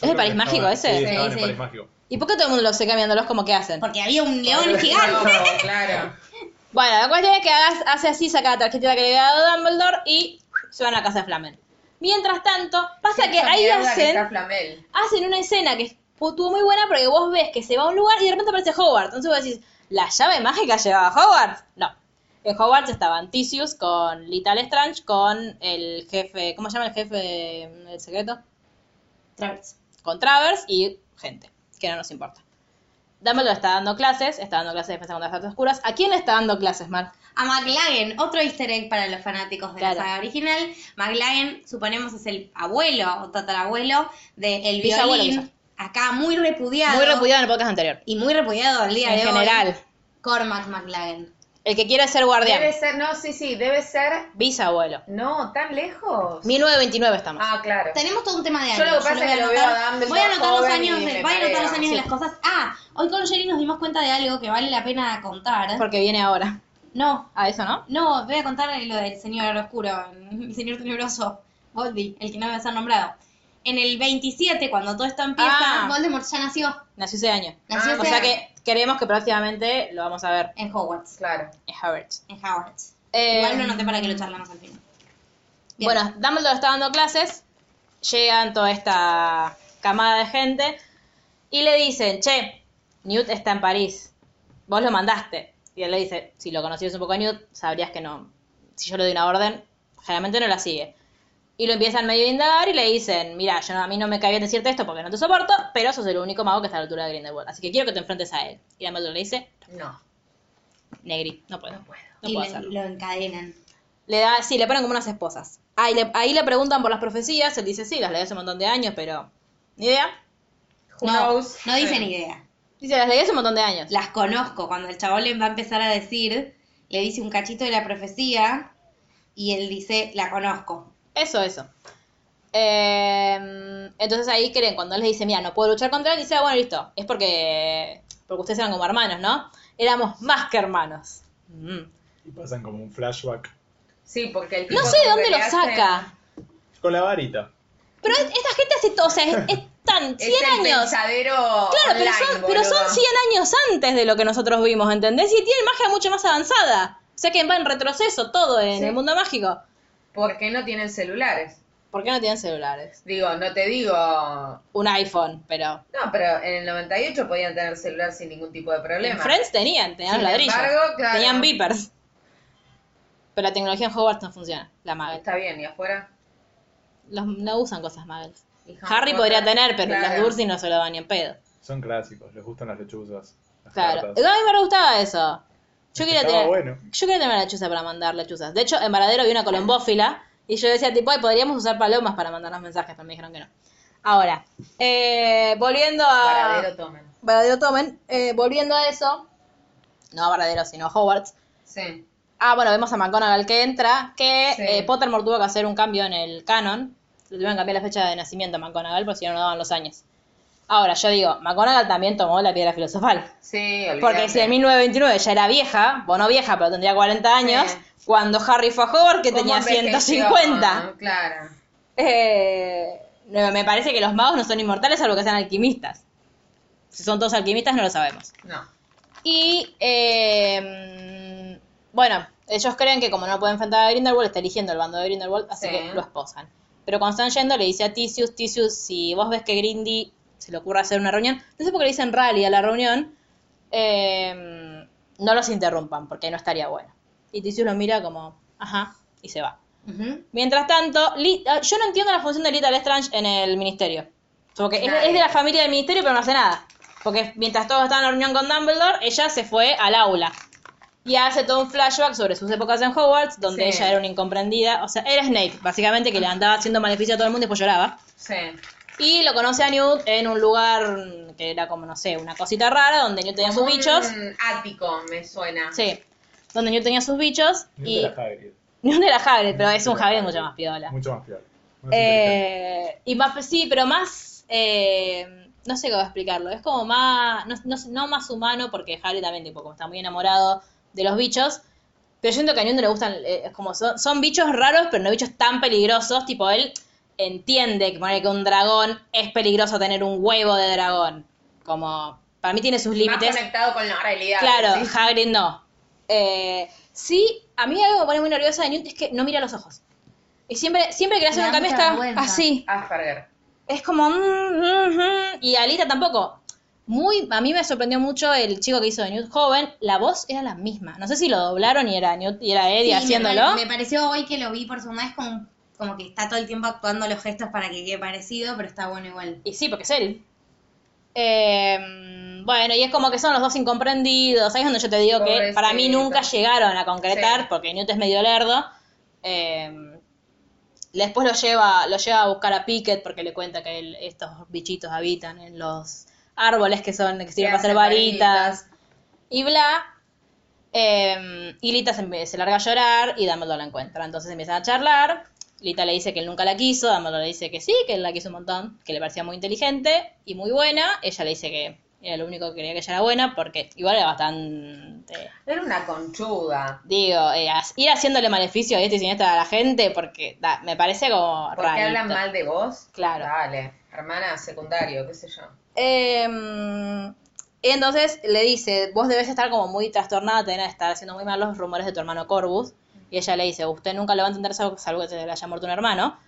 Speaker 1: ¿Es de París Mágico ese?
Speaker 4: Sí,
Speaker 1: Sí,
Speaker 4: estaban
Speaker 2: sí.
Speaker 4: en París Mágico.
Speaker 1: ¿Y por qué todo el mundo los se cambiándolos como que hacen?
Speaker 2: Porque había un león gigante.
Speaker 3: No, claro.
Speaker 1: Bueno, la cuestión es que hagas, hace así, saca la tarjetita que le había dado Dumbledore y se van a casa de Flamen. Mientras tanto, pasa que
Speaker 3: Esa
Speaker 1: ahí
Speaker 3: mierda que
Speaker 1: hacen,
Speaker 3: está Flamel.
Speaker 1: hacen una escena que estuvo muy buena porque vos ves que se va a un lugar y de repente aparece Howard. Entonces vos decís, ¿la llave mágica llevaba Howard? No. En Howard estaban Tisius con Little Strange, con el jefe, ¿cómo se llama el jefe del secreto?
Speaker 2: Travers.
Speaker 1: con Travers y gente, que no nos importa. Dumbledore está dando clases, está dando clases de defensa contra las artes oscuras. ¿A quién le está dando clases, Mar?
Speaker 2: A McLaren, otro easter egg para los fanáticos de
Speaker 1: Claro.
Speaker 2: la saga original. McLaren, suponemos, es el abuelo o tatarabuelo del el
Speaker 1: Bisabuelo,
Speaker 2: violín.
Speaker 1: quizá.
Speaker 2: Acá muy repudiado.
Speaker 1: Muy repudiado en el podcast anterior.
Speaker 2: Y muy repudiado al día
Speaker 1: En
Speaker 2: de hoy.
Speaker 1: general,
Speaker 2: Cormac McLaren.
Speaker 1: el que quiere ser guardián,
Speaker 3: Debe ser, no, sí, sí, debe ser.
Speaker 1: bisabuelo.
Speaker 3: No, tan lejos.
Speaker 1: 1929 estamos.
Speaker 3: Ah, claro.
Speaker 2: Tenemos todo un tema de
Speaker 3: Yo
Speaker 2: años.
Speaker 3: lo que pasa
Speaker 2: voy
Speaker 3: es que lo veo
Speaker 2: anotar.
Speaker 3: a Dumbledore
Speaker 2: Voy a anotar los
Speaker 3: joven
Speaker 2: años,
Speaker 3: y
Speaker 2: de,
Speaker 3: me
Speaker 2: voy a anotar los
Speaker 3: pareo,
Speaker 2: años de
Speaker 3: sí.
Speaker 2: las cosas. Ah, hoy con Jerry nos dimos cuenta de algo que vale la pena contar.
Speaker 1: Porque viene ahora.
Speaker 2: No,
Speaker 1: A eso, ¿no?
Speaker 2: no, voy a contar lo del señor oscuro, el señor tenebroso, Voldy, el que no debe ser nombrado. En el 27, cuando todo esto empieza,
Speaker 1: Ah.
Speaker 2: Voldemort ya nació.
Speaker 1: Nació ese año.
Speaker 2: Nació
Speaker 3: Ah,
Speaker 2: ese
Speaker 1: O sea
Speaker 2: año
Speaker 1: que creemos que próximamente lo vamos a ver
Speaker 2: en Hogwarts,
Speaker 3: Claro.
Speaker 1: en Howard.
Speaker 2: en Howard.
Speaker 1: Eh,
Speaker 2: Igual lo anoté para que lo charlamos al final. Bien.
Speaker 1: Bueno, Dumbledore está dando clases, llegan toda esta camada de gente y le dicen, che, Newt está en París, vos lo mandaste. Y él le dice, si lo conocías un poco a Newt, sabrías que no, si yo le doy una orden, generalmente no la sigue. Y lo empiezan medio a indagar y le dicen, mira, yo no- a mí no me cae bien decirte esto porque no te soporto, pero sos el único mago que está a la altura de Grindelwald, así que quiero que te enfrentes a él. Y Dumbledore le dice,
Speaker 3: No.
Speaker 1: negri, no puedo, no puedo,
Speaker 2: y le-
Speaker 1: hacerlo.
Speaker 2: lo encadenan.
Speaker 1: Le da, sí, le ponen como unas esposas. Ahí le, ahí le preguntan por las profecías, él dice, sí, las leí hace un montón de años, pero... ¿Ni idea?
Speaker 3: Who
Speaker 2: no,
Speaker 3: knows?
Speaker 2: no dice
Speaker 3: Sí.
Speaker 2: ni idea.
Speaker 1: Dice, las leí hace un montón de años.
Speaker 2: las conozco. Cuando el chabón le va a empezar a decir, le dice un cachito de la profecía y él dice, la conozco.
Speaker 1: Eso, eso. Eh, entonces ahí creen, cuando él les dice, mira, no puedo luchar contra él, dice, ah, bueno, listo, es porque... Porque ustedes eran como hermanos, ¿no? Éramos más que hermanos. Mm.
Speaker 4: Y pasan como un flashback.
Speaker 3: Sí, porque el tipo
Speaker 1: No sé de
Speaker 3: como
Speaker 1: dónde
Speaker 3: que
Speaker 1: lo
Speaker 3: le hace-
Speaker 1: saca.
Speaker 4: Con la varita.
Speaker 1: Pero es- esta gente hace todo, o sea, es, es tan... 100
Speaker 3: Es el
Speaker 1: años.
Speaker 3: pensadero
Speaker 1: Claro, pero
Speaker 3: online,
Speaker 1: son, pero son
Speaker 3: boludo.
Speaker 1: 100 años antes de lo que nosotros vimos, ¿entendés? Y tienen magia mucho más avanzada. O sea que va en retroceso todo en
Speaker 3: Sí.
Speaker 1: el mundo mágico.
Speaker 3: Porque no tienen celulares.
Speaker 1: ¿Por qué no tienen celulares?
Speaker 3: Digo, no te digo. No,
Speaker 1: Un iPhone, pero.
Speaker 3: pero en el 98 podían tener celular sin ningún tipo de
Speaker 1: En
Speaker 3: problema.
Speaker 1: Friends tenían, tenían
Speaker 3: Sin
Speaker 1: ladrillos.
Speaker 3: embargo, claro.
Speaker 1: Tenían beepers. Pero la tecnología en Hogwarts no funciona, la Muggle.
Speaker 3: Está bien, ¿y afuera?
Speaker 1: Los, no usan cosas Muggles.
Speaker 3: Y
Speaker 1: Harry
Speaker 3: Potter,
Speaker 1: podría tener, pero
Speaker 3: claro.
Speaker 1: los Dursley no se lo dan ni en pedo.
Speaker 4: Son clásicos, les gustan las lechuzas. Las
Speaker 1: Claro.
Speaker 4: cartas.
Speaker 1: A mí me gustaba eso. Yo quería
Speaker 4: Estaba
Speaker 1: tener,
Speaker 4: bueno.
Speaker 1: yo quería tener una lechuza para mandar lechuzas. De hecho, en Varadero había una colombófila y yo decía, tipo, "Ay, podríamos usar palomas para mandarnos mensajes, pero me dijeron que no. Ahora, eh, volviendo a...
Speaker 3: Paradero tomen.
Speaker 1: Varadero tomen. eh, volviendo a eso, no a Varadero, sino a Hogwarts.
Speaker 3: Sí.
Speaker 1: Ah, bueno, vemos a McGonagall que entra, que
Speaker 3: Sí.
Speaker 1: eh, Pottermore tuvo que hacer un cambio en el canon. Le tuvieron que cambiar la fecha de nacimiento a McGonagall porque si no, no daban los años. Ahora, yo digo, McGonagall también tomó la piedra filosofal.
Speaker 3: Sí, olvidate.
Speaker 1: Porque si en 1929 ya era vieja, bueno, vieja, pero tendría 40 años, cuando Harry fue a Hogwarts, que
Speaker 3: ¿Cómo
Speaker 1: tenía
Speaker 3: envejeció? Ah.
Speaker 1: 150.
Speaker 3: Claro.
Speaker 1: Eh, no, me parece que los magos no son inmortales, salvo que sean alquimistas. Si son todos alquimistas, no lo sabemos.
Speaker 3: No.
Speaker 1: Y, eh, bueno, ellos creen que como no puede enfrentar a Grindelwald, está eligiendo el bando de Grindelwald, así
Speaker 3: Sí.
Speaker 1: que lo esposan. Pero cuando están yendo, le dice a Tisius, Tisius, si vos ves que Grindy se le ocurre hacer una reunión, no sé por qué le dicen rally a la reunión, eh, no los interrumpan, porque no estaría bueno. Y Tisius lo mira como, ajá, y se va.
Speaker 2: Ujú.
Speaker 1: Mientras tanto, Li- ah, yo no entiendo la función de Little Strange en el ministerio. Porque es,
Speaker 3: Nadie.
Speaker 1: es de la familia del ministerio, pero no hace nada. Porque mientras todos estaban en la reunión con Dumbledore, ella se fue al aula. Y hace todo un flashback sobre sus épocas en Hogwarts, donde
Speaker 3: Sí.
Speaker 1: ella era una incomprendida. O sea, era Snape, básicamente, que le andaba haciendo maleficio a todo el mundo y después lloraba.
Speaker 3: Sí.
Speaker 1: Y lo conoce a Newt en un lugar que era como, no sé, una cosita rara, donde Newt tenía sus
Speaker 3: Como
Speaker 1: bichos.
Speaker 3: Un ático me suena.
Speaker 1: Sí, donde Newt tenía sus bichos.
Speaker 4: Ni
Speaker 1: Y
Speaker 4: de la Hagrid.
Speaker 1: Newt era Hagrid, pero es un
Speaker 4: Ni de la
Speaker 1: Hagrid
Speaker 4: Hagrid.
Speaker 1: mucho más piola.
Speaker 4: Mucho más piola. Más
Speaker 1: Eh, y más, sí, pero más eh, no sé cómo explicarlo, es como más, no, no, sé, no más humano, porque Harry también, tipo, como está muy enamorado de los bichos, pero yo siento que a Newt le gustan, eh, es como, son, son bichos raros, pero no bichos tan peligrosos, tipo, él entiende que, poner que un dragón es peligroso tener un huevo de dragón, como, para mí tiene sus
Speaker 3: Más
Speaker 1: límites.
Speaker 3: conectado con la realidad.
Speaker 1: Claro,
Speaker 3: ¿sí?
Speaker 1: Hagrid no. Eh, sí, a mí algo que me pone muy nerviosa de Newt es que no mira los ojos. Y siempre, siempre que le hacen
Speaker 2: Me
Speaker 1: un
Speaker 2: da
Speaker 1: cambio
Speaker 2: mucha
Speaker 1: está
Speaker 2: vergüenza.
Speaker 1: así.
Speaker 3: Asperger.
Speaker 1: Es como... mm, mm, mm. Y Alita tampoco. Muy, a mí me sorprendió mucho el chico que hizo de Newt joven. La voz era la misma. No sé si lo doblaron y era Newt y era Eddie
Speaker 2: Sí, me
Speaker 1: haciéndolo.
Speaker 2: pare- Me, pareció hoy que lo vi por segunda vez como, como que está todo el tiempo actuando los gestos para que quede parecido, pero está bueno igual.
Speaker 1: Y sí, porque es él. Eh, bueno, y es como que son los dos incomprendidos. Ahí es donde yo te digo que para mí
Speaker 3: Pobrecito.
Speaker 1: nunca llegaron a concretar,
Speaker 3: Sí.
Speaker 1: porque Newt es medio lerdo. Eh, después lo lleva, lo lleva a buscar a Pickett porque le cuenta que él- estos bichitos habitan en los árboles que son, que sirven para hacer
Speaker 3: hacen
Speaker 1: varitas.
Speaker 3: varitas.
Speaker 1: Y bla. Eh, y Lita se, empe- se larga a llorar y Dumbledore la encuentra. Entonces empiezan a charlar. Lita le dice que él nunca la quiso. Dumbledore le dice que sí, que él la quiso un montón, que le parecía muy inteligente y muy buena. Ella le dice que era lo único que quería que ella era buena porque igual era bastante.
Speaker 3: Era una conchuda.
Speaker 1: Digo, eh, as- ir haciéndole maleficio a este y siniestra a la gente porque da, me parece como
Speaker 3: ¿Por qué hablan
Speaker 1: rarito.
Speaker 3: mal de vos?
Speaker 1: Claro.
Speaker 3: Dale, hermana, secundario, qué sé yo.
Speaker 1: Eh, y entonces le dice, vos debes estar como muy trastornada, te deben estar haciendo muy mal los rumores de tu hermano Corbus. Y ella le dice, usted nunca lo va a entender salvo, salvo que se le haya muerto un hermano.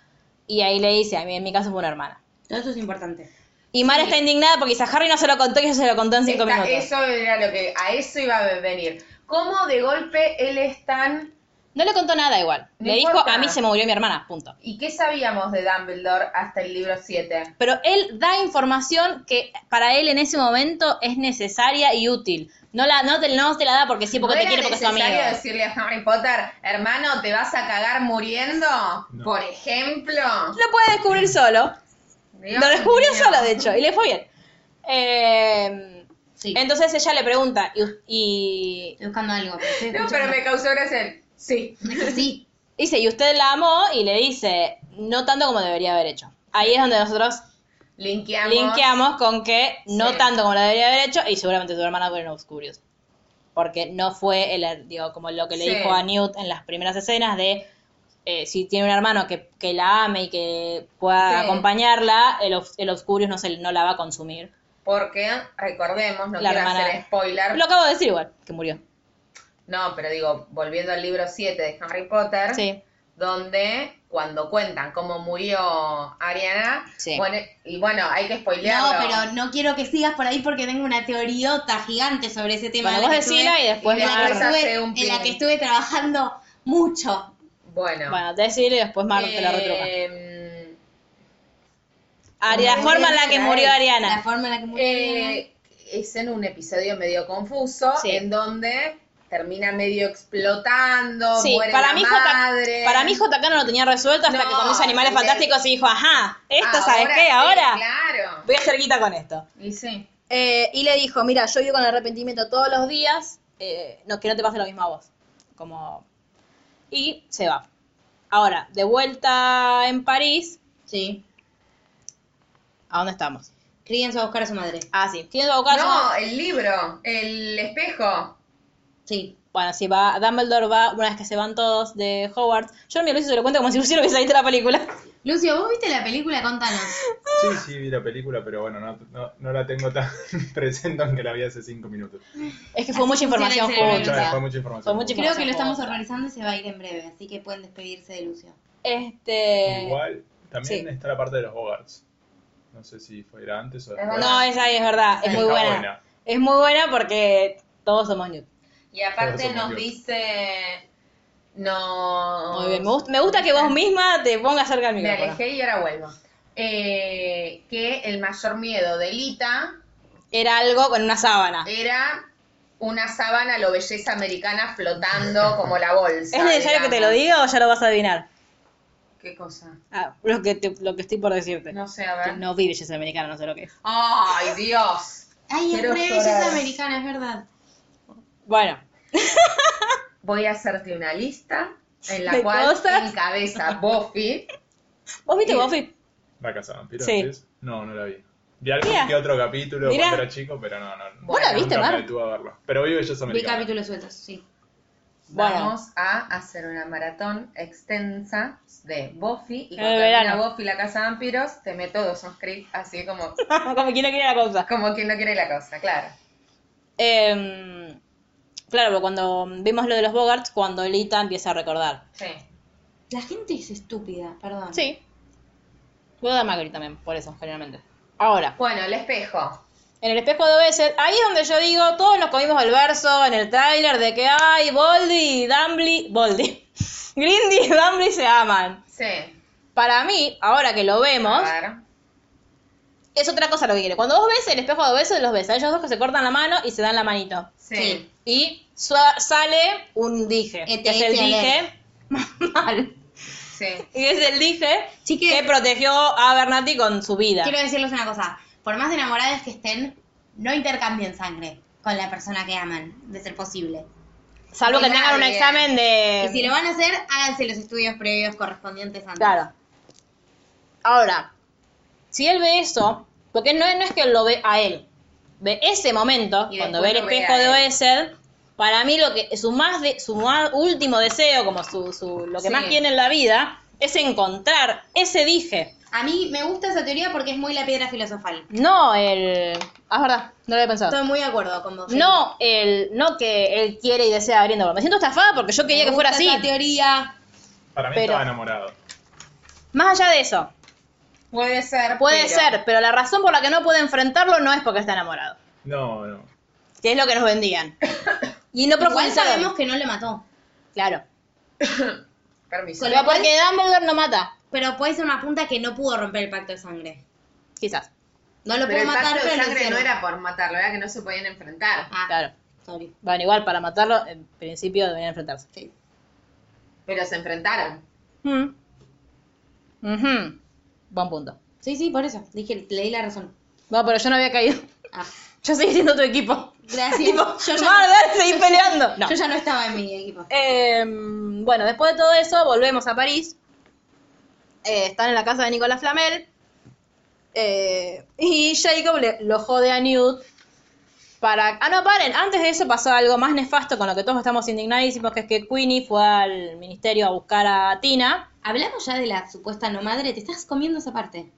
Speaker 1: Y ahí le dice, a mí en mi caso fue una hermana.
Speaker 2: Todo eso es importante.
Speaker 1: Y Mara está indignada porque dice, a Harry no se lo contó y ella se lo contó en cinco
Speaker 3: Esta-
Speaker 1: minutos.
Speaker 3: Eso era lo que, a eso iba a venir. ¿Cómo de golpe él es tan...
Speaker 1: No le contó nada igual.
Speaker 3: No
Speaker 1: le dijo,
Speaker 3: importa.
Speaker 1: a mí se murió mi hermana, punto.
Speaker 3: ¿Y qué sabíamos de Dumbledore hasta el libro 7?
Speaker 1: Pero él da información que para él en ese momento es necesaria y útil. No, la, no, te, no te la da porque sí, porque te
Speaker 3: ¿No era
Speaker 1: quiere, porque es tu amigo.
Speaker 3: necesario decirle a Harry Potter, hermano, te vas a cagar muriendo?
Speaker 4: No.
Speaker 3: Por ejemplo.
Speaker 1: Lo puede descubrir solo.
Speaker 3: Dios
Speaker 1: lo descubrió
Speaker 3: mío.
Speaker 1: solo, de hecho, y le fue bien. Eh,
Speaker 2: Sí.
Speaker 1: Entonces ella le pregunta, y, y-
Speaker 2: Estoy buscando algo. pero estoy
Speaker 3: No, pero
Speaker 2: escuchando.
Speaker 3: me causó gracia. el, Sí.
Speaker 2: Es que Sí.
Speaker 1: dice, y usted la amó, y le dice, no tanto como debería haber hecho. Ahí es donde nosotros
Speaker 3: Linkeamos.
Speaker 1: linkeamos con que no
Speaker 3: Sí.
Speaker 1: tanto como lo debería haber hecho, y seguramente su hermana fue en Obscurious. Porque no fue el, digo, como lo que le
Speaker 3: Sí.
Speaker 1: dijo a Newt en las primeras escenas de eh, si tiene un hermano que, que la ame y que pueda
Speaker 3: Sí.
Speaker 1: acompañarla, el, obs- el Obscurious no, se, no la va a consumir.
Speaker 3: Porque, recordemos, no
Speaker 1: La
Speaker 3: quiero
Speaker 1: hermana-
Speaker 3: hacer spoiler.
Speaker 1: Lo acabo de decir igual, que murió.
Speaker 3: No, pero digo, volviendo al libro 7 de Harry Potter,
Speaker 1: Sí.
Speaker 3: donde cuando cuentan cómo murió Ariana,
Speaker 1: Sí.
Speaker 3: bueno, y bueno, hay que
Speaker 2: No,
Speaker 3: spoilearlo.
Speaker 2: pero no quiero que sigas por ahí porque tengo una teoriota gigante sobre ese tema.
Speaker 1: Bueno,
Speaker 2: de la
Speaker 1: vos
Speaker 2: que
Speaker 1: decila
Speaker 2: estuve-
Speaker 1: y después
Speaker 2: de la que
Speaker 1: Mar.
Speaker 2: estuve-
Speaker 3: Hace un
Speaker 2: en la
Speaker 3: pin.
Speaker 2: que estuve trabajando mucho.
Speaker 3: Bueno.
Speaker 1: Bueno, decir y después Mar te la retruca.
Speaker 3: Eh,
Speaker 1: Ari- la
Speaker 3: no
Speaker 1: forma en la
Speaker 3: quiero
Speaker 1: que murió
Speaker 3: traer-
Speaker 2: eh, La
Speaker 1: Ariana.
Speaker 2: forma en la que murió.
Speaker 3: eh, es en un episodio medio confuso,
Speaker 1: Sí.
Speaker 3: en donde termina medio explotando,
Speaker 1: Sí,
Speaker 3: muere
Speaker 1: para
Speaker 3: la
Speaker 1: mí,
Speaker 3: madre.
Speaker 1: J, para mí JK no lo tenía resuelto hasta
Speaker 3: No,
Speaker 1: que comienza Animales
Speaker 3: sí.
Speaker 1: Fantásticos y dijo, ajá, esto, ¿sabes
Speaker 3: Ahora
Speaker 1: qué?
Speaker 3: sí,
Speaker 1: Ahora
Speaker 3: Claro.
Speaker 1: voy a hacer guita con esto.
Speaker 3: Y sí.
Speaker 1: Eh, y le dijo, mira, yo vivo con arrepentimiento todos los días, eh, no, que no te pase lo mismo a vos. Como... Y se va. Ahora, de vuelta en París,
Speaker 2: Sí.
Speaker 1: ¿a dónde estamos? eh.
Speaker 2: Credence va a buscar a su madre.
Speaker 1: Ah, sí, tienes a buscar a su
Speaker 3: No, el libro, el espejo.
Speaker 2: Sí.
Speaker 1: Bueno, sí, va, Dumbledore va, una vez que se van todos de Hogwarts. Yo me lo hice, se lo cuento como si hubiera visto la película.
Speaker 2: Lucio, ¿vos viste la película? Contanos.
Speaker 4: Sí, sí, vi la película, pero bueno, no, no, no la tengo tan presente, aunque la vi hace cinco minutos.
Speaker 1: Es que fue mucha
Speaker 2: Así funciona el
Speaker 1: información
Speaker 2: cerebro.
Speaker 1: junta.
Speaker 4: Mucha, fue mucha información.
Speaker 1: Fue mucha
Speaker 2: Creo que lo estamos
Speaker 1: junta.
Speaker 2: organizando y se va a ir en breve, así que pueden despedirse de Lucio.
Speaker 1: Este.
Speaker 4: Igual, también
Speaker 1: sí.
Speaker 4: está la parte de los Hogarts. No sé si fuera antes o
Speaker 3: Es
Speaker 4: después.
Speaker 1: No, esa ahí es verdad, es
Speaker 4: Está
Speaker 1: muy buena. Es muy buena porque todos somos Newt.
Speaker 3: Y aparte
Speaker 4: Eso
Speaker 3: nos
Speaker 4: me dio.
Speaker 3: dice. No.
Speaker 1: Muy bien, me gusta, me gusta que vos misma te pongas cerca del
Speaker 3: Me
Speaker 1: micrófono.
Speaker 3: alejé y ahora vuelvo. Eh, que el mayor miedo de Lita
Speaker 1: Era algo con una sábana.
Speaker 3: era una sábana lo belleza americana flotando como la bolsa.
Speaker 1: ¿Es necesario que te lo
Speaker 3: digamos.
Speaker 1: diga o ya lo vas a adivinar?
Speaker 3: ¿Qué cosa?
Speaker 1: Ah, lo, que te- lo que estoy por decirte.
Speaker 3: No sé, a ver.
Speaker 1: No vi belleza americana, no sé lo que es.
Speaker 3: ¡Ay, Dios!
Speaker 2: Ay, es
Speaker 3: Quiero
Speaker 2: re
Speaker 3: llorar.
Speaker 2: belleza americana, es verdad.
Speaker 1: Bueno,
Speaker 3: Voy a hacerte una lista en la
Speaker 1: De
Speaker 3: cual
Speaker 1: cosas.
Speaker 3: encabeza Buffy.
Speaker 1: ¿vos viste Buffy?
Speaker 4: ¿La cazaban
Speaker 1: Sí.
Speaker 4: antes? No, no la vi. Vi algún
Speaker 1: Mira.
Speaker 4: que otro capítulo
Speaker 1: Mira.
Speaker 4: cuando era chico, pero no, no.
Speaker 1: ¿Vos la
Speaker 4: no,
Speaker 1: viste,
Speaker 4: nunca
Speaker 1: Mar?
Speaker 4: me detuve a verlo. Pero hoy yo soy
Speaker 2: Vi
Speaker 4: americano.
Speaker 2: capítulos sueltos, sí.
Speaker 1: Bueno.
Speaker 3: Vamos a hacer una maratón extensa de Buffy y
Speaker 1: El
Speaker 3: cuando termina
Speaker 1: verano.
Speaker 3: Buffy la casa de vampiros, te meto Dawson's Creek así como,
Speaker 1: Como quien no quiere la cosa.
Speaker 3: como quien no quiere la cosa, claro.
Speaker 1: Em, claro, porque cuando vimos lo de los Bogarts, cuando Elita empieza a recordar.
Speaker 3: Sí.
Speaker 2: La gente es estúpida, perdón.
Speaker 1: Sí. Puedo dar Macri también, por eso, generalmente. Ahora,
Speaker 3: Bueno, el espejo.
Speaker 1: en el espejo de veces, ahí es donde yo digo, todos nos comimos el verso en el tráiler de que ay, Boldy y Dumbly, Boldy, Grindy y Dumbly se aman.
Speaker 3: Sí.
Speaker 1: Para mí, ahora que lo vemos,
Speaker 3: A ver.
Speaker 1: es otra cosa lo que quiere. Cuando vos ves el espejo de veces, los ves a ellos dos que se cortan la mano y se dan la manito.
Speaker 3: Sí.
Speaker 1: Y sua- sale un dije, que es el
Speaker 2: ETS
Speaker 1: dije mal.
Speaker 3: Sí.
Speaker 1: Y es el dije
Speaker 2: Chiques.
Speaker 1: que protegió a Bernati con su vida.
Speaker 2: Quiero decirles una cosa. Por más enamoradas que estén, no intercambien sangre con la persona que aman, de ser posible.
Speaker 1: Salvo que
Speaker 3: Muy
Speaker 1: tengan un
Speaker 3: bien.
Speaker 1: examen de.
Speaker 2: Y si lo van a hacer, háganse los estudios previos correspondientes antes.
Speaker 1: Claro. Ahora, si él ve eso, porque no, no es que él lo ve a él, ve ese momento,
Speaker 3: Y
Speaker 1: cuando ve el
Speaker 3: después lo ve
Speaker 1: espejo
Speaker 3: a
Speaker 1: de
Speaker 3: él.
Speaker 1: Oesed, para mí lo que su más de, su más último deseo, como su, su- lo que
Speaker 3: Sí.
Speaker 1: más tiene en la vida, es encontrar ese dije.
Speaker 2: A mí me gusta esa teoría porque es muy la piedra filosofal.
Speaker 1: No el. Ah, es verdad, no lo había pensado.
Speaker 2: Estoy muy de acuerdo con vos.
Speaker 1: No el, no que él quiere y desea abriendo. Me siento estafada porque yo quería que fuera así.
Speaker 2: La teoría.
Speaker 4: Para mí
Speaker 1: Pero-
Speaker 4: estaba enamorado.
Speaker 1: Más allá de eso,
Speaker 3: Puede ser.
Speaker 1: puede
Speaker 3: pero-
Speaker 1: ser, pero la razón por la que no puede enfrentarlo no es porque está enamorado,
Speaker 4: No, no.
Speaker 1: que es lo que nos vendían. Y no
Speaker 2: Igual
Speaker 1: profundizaron.
Speaker 2: sabemos que no le mató.
Speaker 1: Claro.
Speaker 3: Permiso.
Speaker 2: Con
Speaker 1: Pero porque Dumbledore no mata,
Speaker 2: Pero puede ser una punta que no pudo romper el pacto de sangre.
Speaker 1: quizás.
Speaker 2: No lo pudo
Speaker 3: Pero el
Speaker 2: matar,
Speaker 3: pacto
Speaker 2: pero
Speaker 3: de
Speaker 2: lo
Speaker 3: sangre no
Speaker 2: hicieron.
Speaker 3: era por matarlo, era que no se podían enfrentar.
Speaker 2: Ah,
Speaker 1: Claro.
Speaker 2: sorry.
Speaker 1: Bueno, igual para matarlo, en principio deberían enfrentarse.
Speaker 2: Sí.
Speaker 3: Pero se enfrentaron.
Speaker 1: Mm. Ujú. Buen punto.
Speaker 2: sí, sí, por eso. Dije, le di la razón.
Speaker 1: Bueno, pero yo no había caído.
Speaker 2: Ah,
Speaker 1: Yo seguí siendo tu equipo.
Speaker 2: gracias.
Speaker 1: Tipo,
Speaker 2: yo, ya
Speaker 1: Mar,
Speaker 2: no-
Speaker 1: dale, seguí peleando. No.
Speaker 2: yo ya no estaba en mi equipo.
Speaker 1: Eh, bueno, después de todo eso, volvemos a París. Eh, están en la casa de Nicolás Flamel. Eh, y Jacob le- lo jode a Newt para... Ah, no, paren. Antes de eso pasó algo más nefasto con lo que todos estamos indignadísimos, que es que Queenie fue al ministerio a buscar a Tina.
Speaker 2: Hablamos ya de la supuesta no madre. Te estás comiendo esa parte.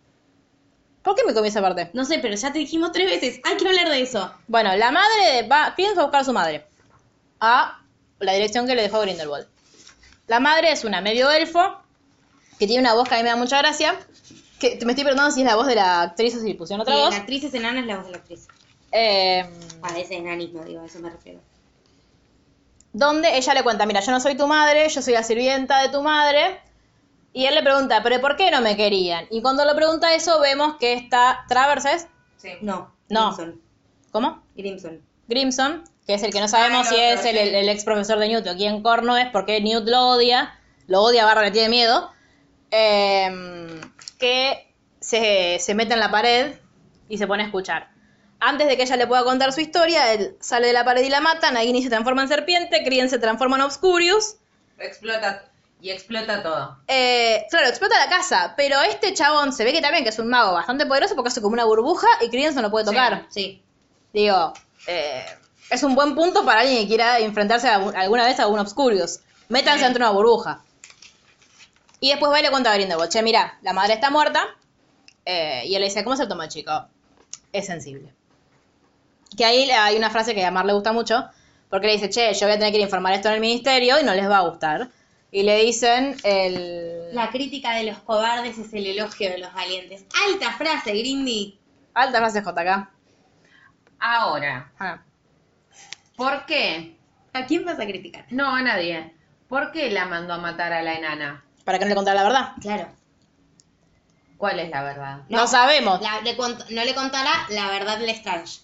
Speaker 1: ¿Por qué me comí esa parte?
Speaker 2: No sé, pero ya te dijimos tres veces. Hay que hablar de eso.
Speaker 1: Bueno, la madre de... Va, Queenie fue a buscar a su madre. A la dirección que le dejó Grindelwald. La madre es una medio elfo, que tiene una voz que a mí me da mucha gracia. Que te- me estoy preguntando si es la voz de la actriz o si le pusieron otra
Speaker 2: Sí,
Speaker 1: voz.
Speaker 2: la actriz es enana, es la voz de la actriz.
Speaker 1: Eh,
Speaker 2: A ese enanismo, digo, a eso me refiero.
Speaker 1: donde ella le cuenta, mira, yo no soy tu madre, yo soy la sirvienta de tu madre. Y él le pregunta, pero ¿por qué no me querían? Y cuando le pregunta eso, vemos que está Traverses,
Speaker 3: Sí.
Speaker 2: No,
Speaker 1: No.
Speaker 2: Grimson.
Speaker 1: ¿cómo?
Speaker 2: Grimson.
Speaker 1: Grimson, que es el que no sabemos
Speaker 3: Ah,
Speaker 1: si
Speaker 3: el otro,
Speaker 1: es el, el- el ex profesor de Newt o quién corno es, porque Newt lo odia, lo odia barra le tiene miedo, eh, que se, se mete en la pared y se pone a escuchar. Antes de que ella le pueda contar su historia, él sale de la pared y la mata, Nagini se transforma en serpiente, Krien se transforma en Obscurius.
Speaker 3: Explota. Y explota todo.
Speaker 1: Eh, claro, explota la casa, pero este chabón se ve que también que es un mago bastante poderoso porque hace como una burbuja y Krien no lo puede tocar.
Speaker 2: Sí.
Speaker 1: Digo, eh, es un buen punto para alguien que quiera enfrentarse a algún- alguna vez a un Obscurius. Métanse dentro de una burbuja. Y después va y le cuenta a Grindelwald, che, mirá, la madre está muerta. Eh, y él le dice, ¿cómo se toma, chico? Es sensible. Que ahí le- hay una frase que a Mar le gusta mucho, porque le dice, che, yo voy a tener que ir a informar esto en el ministerio y no les va a gustar. Y le dicen el...
Speaker 2: La crítica de los cobardes es el elogio de los valientes. Alta frase, Grindy.
Speaker 1: Alta frase JK.
Speaker 3: Ahora,
Speaker 1: Ah.
Speaker 3: ¿por qué?
Speaker 2: ¿A quién vas a criticar?
Speaker 3: No, a nadie. ¿Por qué la mandó a matar a la enana?
Speaker 1: Para que no le contara la verdad.
Speaker 2: Claro.
Speaker 3: ¿Cuál es la verdad?
Speaker 1: No, sabemos.
Speaker 2: La- le cont- no le contará la verdad Lestrange.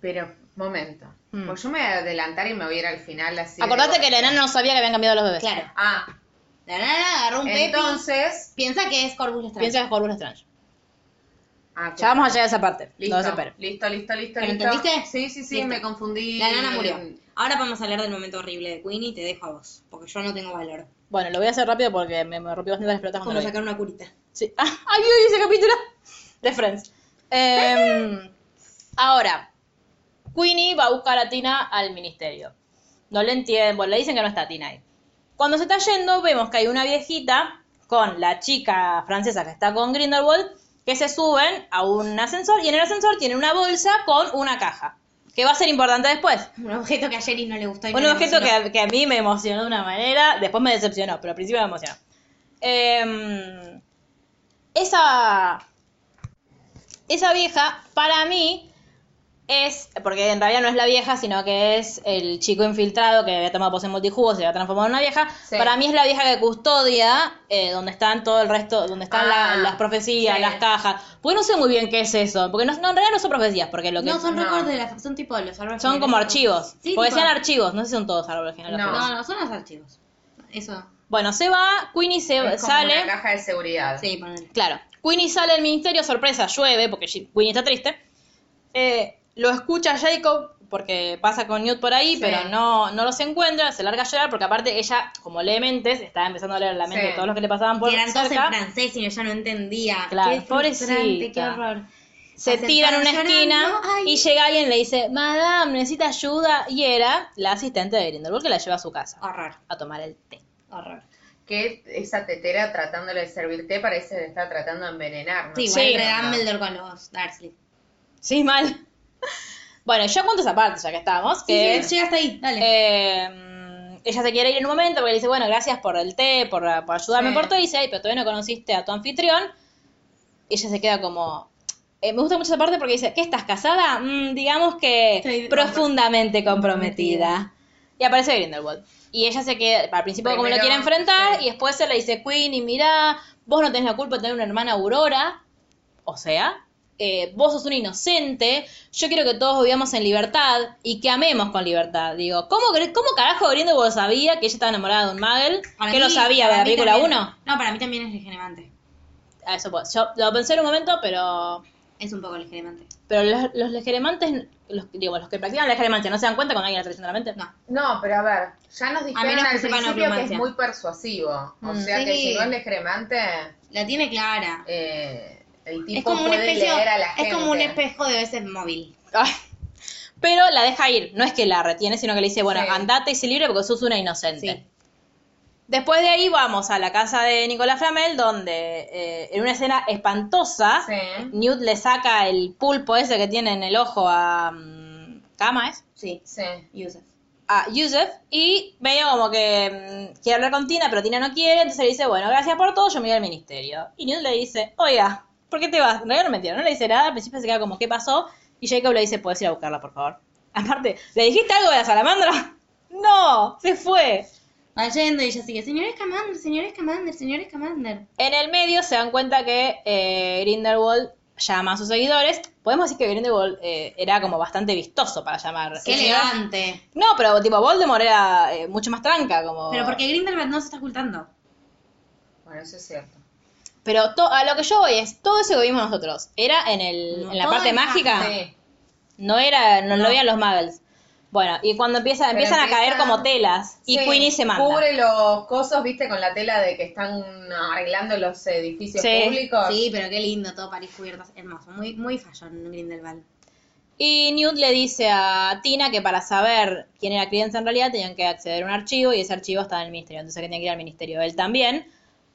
Speaker 3: Pero, momento.
Speaker 2: Hmm.
Speaker 1: Mm.
Speaker 3: Pues yo me voy a adelantar y me voy a ir al final así. de
Speaker 1: Acordate
Speaker 3: golpe.
Speaker 1: que el enano no sabía que habían cambiado los bebés.
Speaker 2: Claro.
Speaker 3: Ah,
Speaker 2: La nana agarró un pepi.
Speaker 3: entonces,
Speaker 2: Piensa que es Corvus Lestrange.
Speaker 1: Piensa que es Corvus Strange.
Speaker 3: Ah,
Speaker 1: Ya
Speaker 3: claro.
Speaker 1: vamos a llegar a esa parte.
Speaker 3: Listo,
Speaker 1: No se esperen.
Speaker 3: listo, listo, listo.
Speaker 2: ¿Pero
Speaker 3: listo.
Speaker 2: entendiste?
Speaker 3: Sí, sí, sí,
Speaker 2: Listo.
Speaker 3: me confundí.
Speaker 2: La nana murió. Ahora vamos a hablar del momento horrible de Queenie y te dejo a vos, porque yo no tengo valor.
Speaker 1: Bueno, lo voy a hacer rápido porque me, me rompió bastante las pelotas cuando
Speaker 2: Como
Speaker 1: lo vi.
Speaker 2: sacar una curita.
Speaker 1: Sí. Ah, ahí vi ese capítulo de Friends. Em, ahora, Queenie va a buscar a Tina al ministerio. No le entienden, bueno, le dicen que no está Tina ahí. Cuando se está yendo, vemos que hay una viejita con la chica francesa que está con Grindelwald, que se suben a un ascensor y en el ascensor tienen una bolsa con una caja, que va a ser importante después.
Speaker 2: Un objeto que a Jerry no le gustó. y
Speaker 1: Un
Speaker 2: no le
Speaker 1: objeto
Speaker 2: emocionó.
Speaker 1: que, que a mí me emocionó de una manera, después me decepcionó, pero al principio me emocionó. Em, esa, esa vieja, para mí, es, porque en realidad no es la vieja, sino que es el chico infiltrado que había tomado pose en multijugos y se había transformado en una vieja.
Speaker 3: Sí.
Speaker 1: Para mí es la vieja que custodia eh, donde están todo el resto, donde están la-
Speaker 3: Ah,
Speaker 1: las profecías,
Speaker 3: sí.
Speaker 1: las cajas. Pues no sé muy bien qué es eso, porque no, no, en realidad no son profecías, porque lo que...
Speaker 2: No, son
Speaker 3: no.
Speaker 2: recortes de la, son tipo de los árboles.
Speaker 1: Son como
Speaker 2: genealógicos.
Speaker 1: archivos.
Speaker 2: Sí,
Speaker 1: porque
Speaker 2: tipo-
Speaker 1: sean archivos, no sé si son todos árboles genealógicos.
Speaker 2: No, no, son los archivos. Eso,
Speaker 1: Bueno, se va, Queenie se
Speaker 3: Es como
Speaker 1: sale.
Speaker 3: una caja de seguridad.
Speaker 2: sí, ponele.
Speaker 1: Claro, Queenie sale del ministerio, sorpresa, llueve, porque G- Queenie está triste. Eh, lo escucha Jacob, porque pasa con Newt por ahí,
Speaker 3: Sí.
Speaker 1: pero no, no los encuentra, se larga a llorar, porque aparte ella, como lee mentes, estaba empezando a leer la mente
Speaker 3: Sí.
Speaker 1: de todos los que le pasaban por
Speaker 2: Que eran todos en
Speaker 1: cerca.
Speaker 2: francés y ella no entendía.
Speaker 1: Claro,
Speaker 2: qué frustrante,
Speaker 1: pobrecita.
Speaker 2: Qué horror.
Speaker 1: se tira en una
Speaker 2: Llorando,
Speaker 1: esquina
Speaker 2: ay.
Speaker 1: y llega alguien y le dice, Madame, necesita ayuda. Y era la asistente de Grindelwald que la lleva a su casa
Speaker 2: Horror,
Speaker 1: a tomar el té.
Speaker 2: horror.
Speaker 3: Que esa tetera tratándole de servir té parece que está tratando de envenenar. ¿no?
Speaker 2: Sí,
Speaker 1: Sí.
Speaker 2: igual entre Dumbledore con los Dursley.
Speaker 1: Sí, mal. Bueno, yo cuento esa parte, ya que estábamos, que
Speaker 2: Sí, sí, llega hasta ahí, dale.
Speaker 1: Eh, ella se quiere ir en un momento porque le dice, bueno, gracias por el té, por, por ayudarme
Speaker 3: Sí.
Speaker 1: por todo. Y dice, ay, pero todavía no conociste a tu anfitrión. Y ella se queda como... eh, me gusta mucho esa parte porque dice, ¿qué estás casada? Mm, digamos que
Speaker 2: Estoy
Speaker 1: profundamente comprometida. Y aparece Grindelwald. Y ella se queda, al principio como lo
Speaker 3: Primero,
Speaker 1: quiere enfrentar,
Speaker 3: sí.
Speaker 1: y después se le dice, Queen, y mirá, vos no tenés la culpa de tener una hermana Aurora. O sea, eh, vos sos un inocente, yo quiero que todos vivamos en libertad y que amemos con libertad. Digo, ¿cómo, cre- cómo carajo Grindelwald sabía que ella estaba enamorada de un Muggle?
Speaker 2: Para
Speaker 1: ¿Que lo
Speaker 2: mí-
Speaker 1: sabía de
Speaker 2: para
Speaker 1: la
Speaker 2: mí
Speaker 1: película
Speaker 2: también-
Speaker 1: 1?
Speaker 2: No, para mí también es legemante.
Speaker 1: A Eso, puedo- yo lo pensé en un momento, pero
Speaker 2: Es un poco legemante.
Speaker 1: pero los, los legeremantes, los, digo, los que practican la legeremancia, ¿no se dan cuenta cuando alguien la traiciona la mente?
Speaker 2: No.
Speaker 3: No, pero a ver, ya nos dijeron
Speaker 2: menos que
Speaker 3: al
Speaker 2: sepan
Speaker 3: principio que es
Speaker 2: oclumancia.
Speaker 3: muy persuasivo. O
Speaker 2: Mm,
Speaker 3: sea que
Speaker 2: sí.
Speaker 3: si no es legremante,
Speaker 2: La tiene clara.
Speaker 3: eh, el tipo
Speaker 2: Es como, un
Speaker 3: puede
Speaker 2: espejo,
Speaker 3: leer a la gente.
Speaker 2: es como un espejo de veces móvil.
Speaker 1: Ay. Pero la deja ir, no es que la retiene, sino que le dice, bueno,
Speaker 3: Sí.
Speaker 1: andate y se libre porque sos una inocente.
Speaker 2: Sí.
Speaker 1: Después de ahí vamos a la casa de Nicolás Flamel, donde eh, en una escena espantosa,
Speaker 3: Sí.
Speaker 1: Newt le saca el pulpo ese que tiene en el ojo a... mm, ¿Cama es?
Speaker 2: Sí,
Speaker 3: Sí.
Speaker 2: Yusef.
Speaker 1: a Yusef y medio como que mm, quiere hablar con Tina, pero Tina no quiere, entonces le dice, bueno, gracias por todo, yo me voy al ministerio. Y Newt le dice, oiga, ¿por qué te vas? En realidad no mentira, no le dice nada, al principio se queda como, ¿qué pasó? Y Jacob le dice, puedes ir a buscarla, por favor. Aparte, ¿le dijiste algo de la salamandra? No, se fue.
Speaker 2: Va yendo y ella sigue, señor Scamander, señor Scamander, señor Scamander.
Speaker 1: En el medio se dan cuenta que eh, Grindelwald llama a sus seguidores. Podemos decir que Grindelwald eh, era como bastante vistoso para llamar.
Speaker 2: Qué
Speaker 1: El señor-
Speaker 2: elegante.
Speaker 1: No, pero tipo Voldemort era eh, mucho más tranca, como...
Speaker 2: Pero porque Grindelwald no se está ocultando.
Speaker 3: Bueno, eso es cierto.
Speaker 1: Pero to- a lo que yo voy es, todo eso que vimos nosotros, ¿era en, el,
Speaker 2: No,
Speaker 1: en la
Speaker 2: todo
Speaker 1: parte
Speaker 2: es
Speaker 1: mágica?
Speaker 3: Sí.
Speaker 1: No era, no, lo veían los muggles. Bueno, y cuando empieza,
Speaker 3: Pero
Speaker 1: empiezan a caer
Speaker 3: empiezan-
Speaker 1: como telas, y
Speaker 3: Sí,
Speaker 1: Queenie se manda.
Speaker 3: Cubre los cosos, viste, con la tela de que están arreglando los edificios
Speaker 1: Sí.
Speaker 3: públicos.
Speaker 2: Sí, pero qué lindo, todo París cubierto, hermoso. Muy, muy fashion Grindelwald.
Speaker 1: Y Newt le dice a Tina que para saber quién era crianza en realidad tenían que acceder a un archivo y ese archivo estaba en el ministerio, entonces que tenía que ir al ministerio. Él también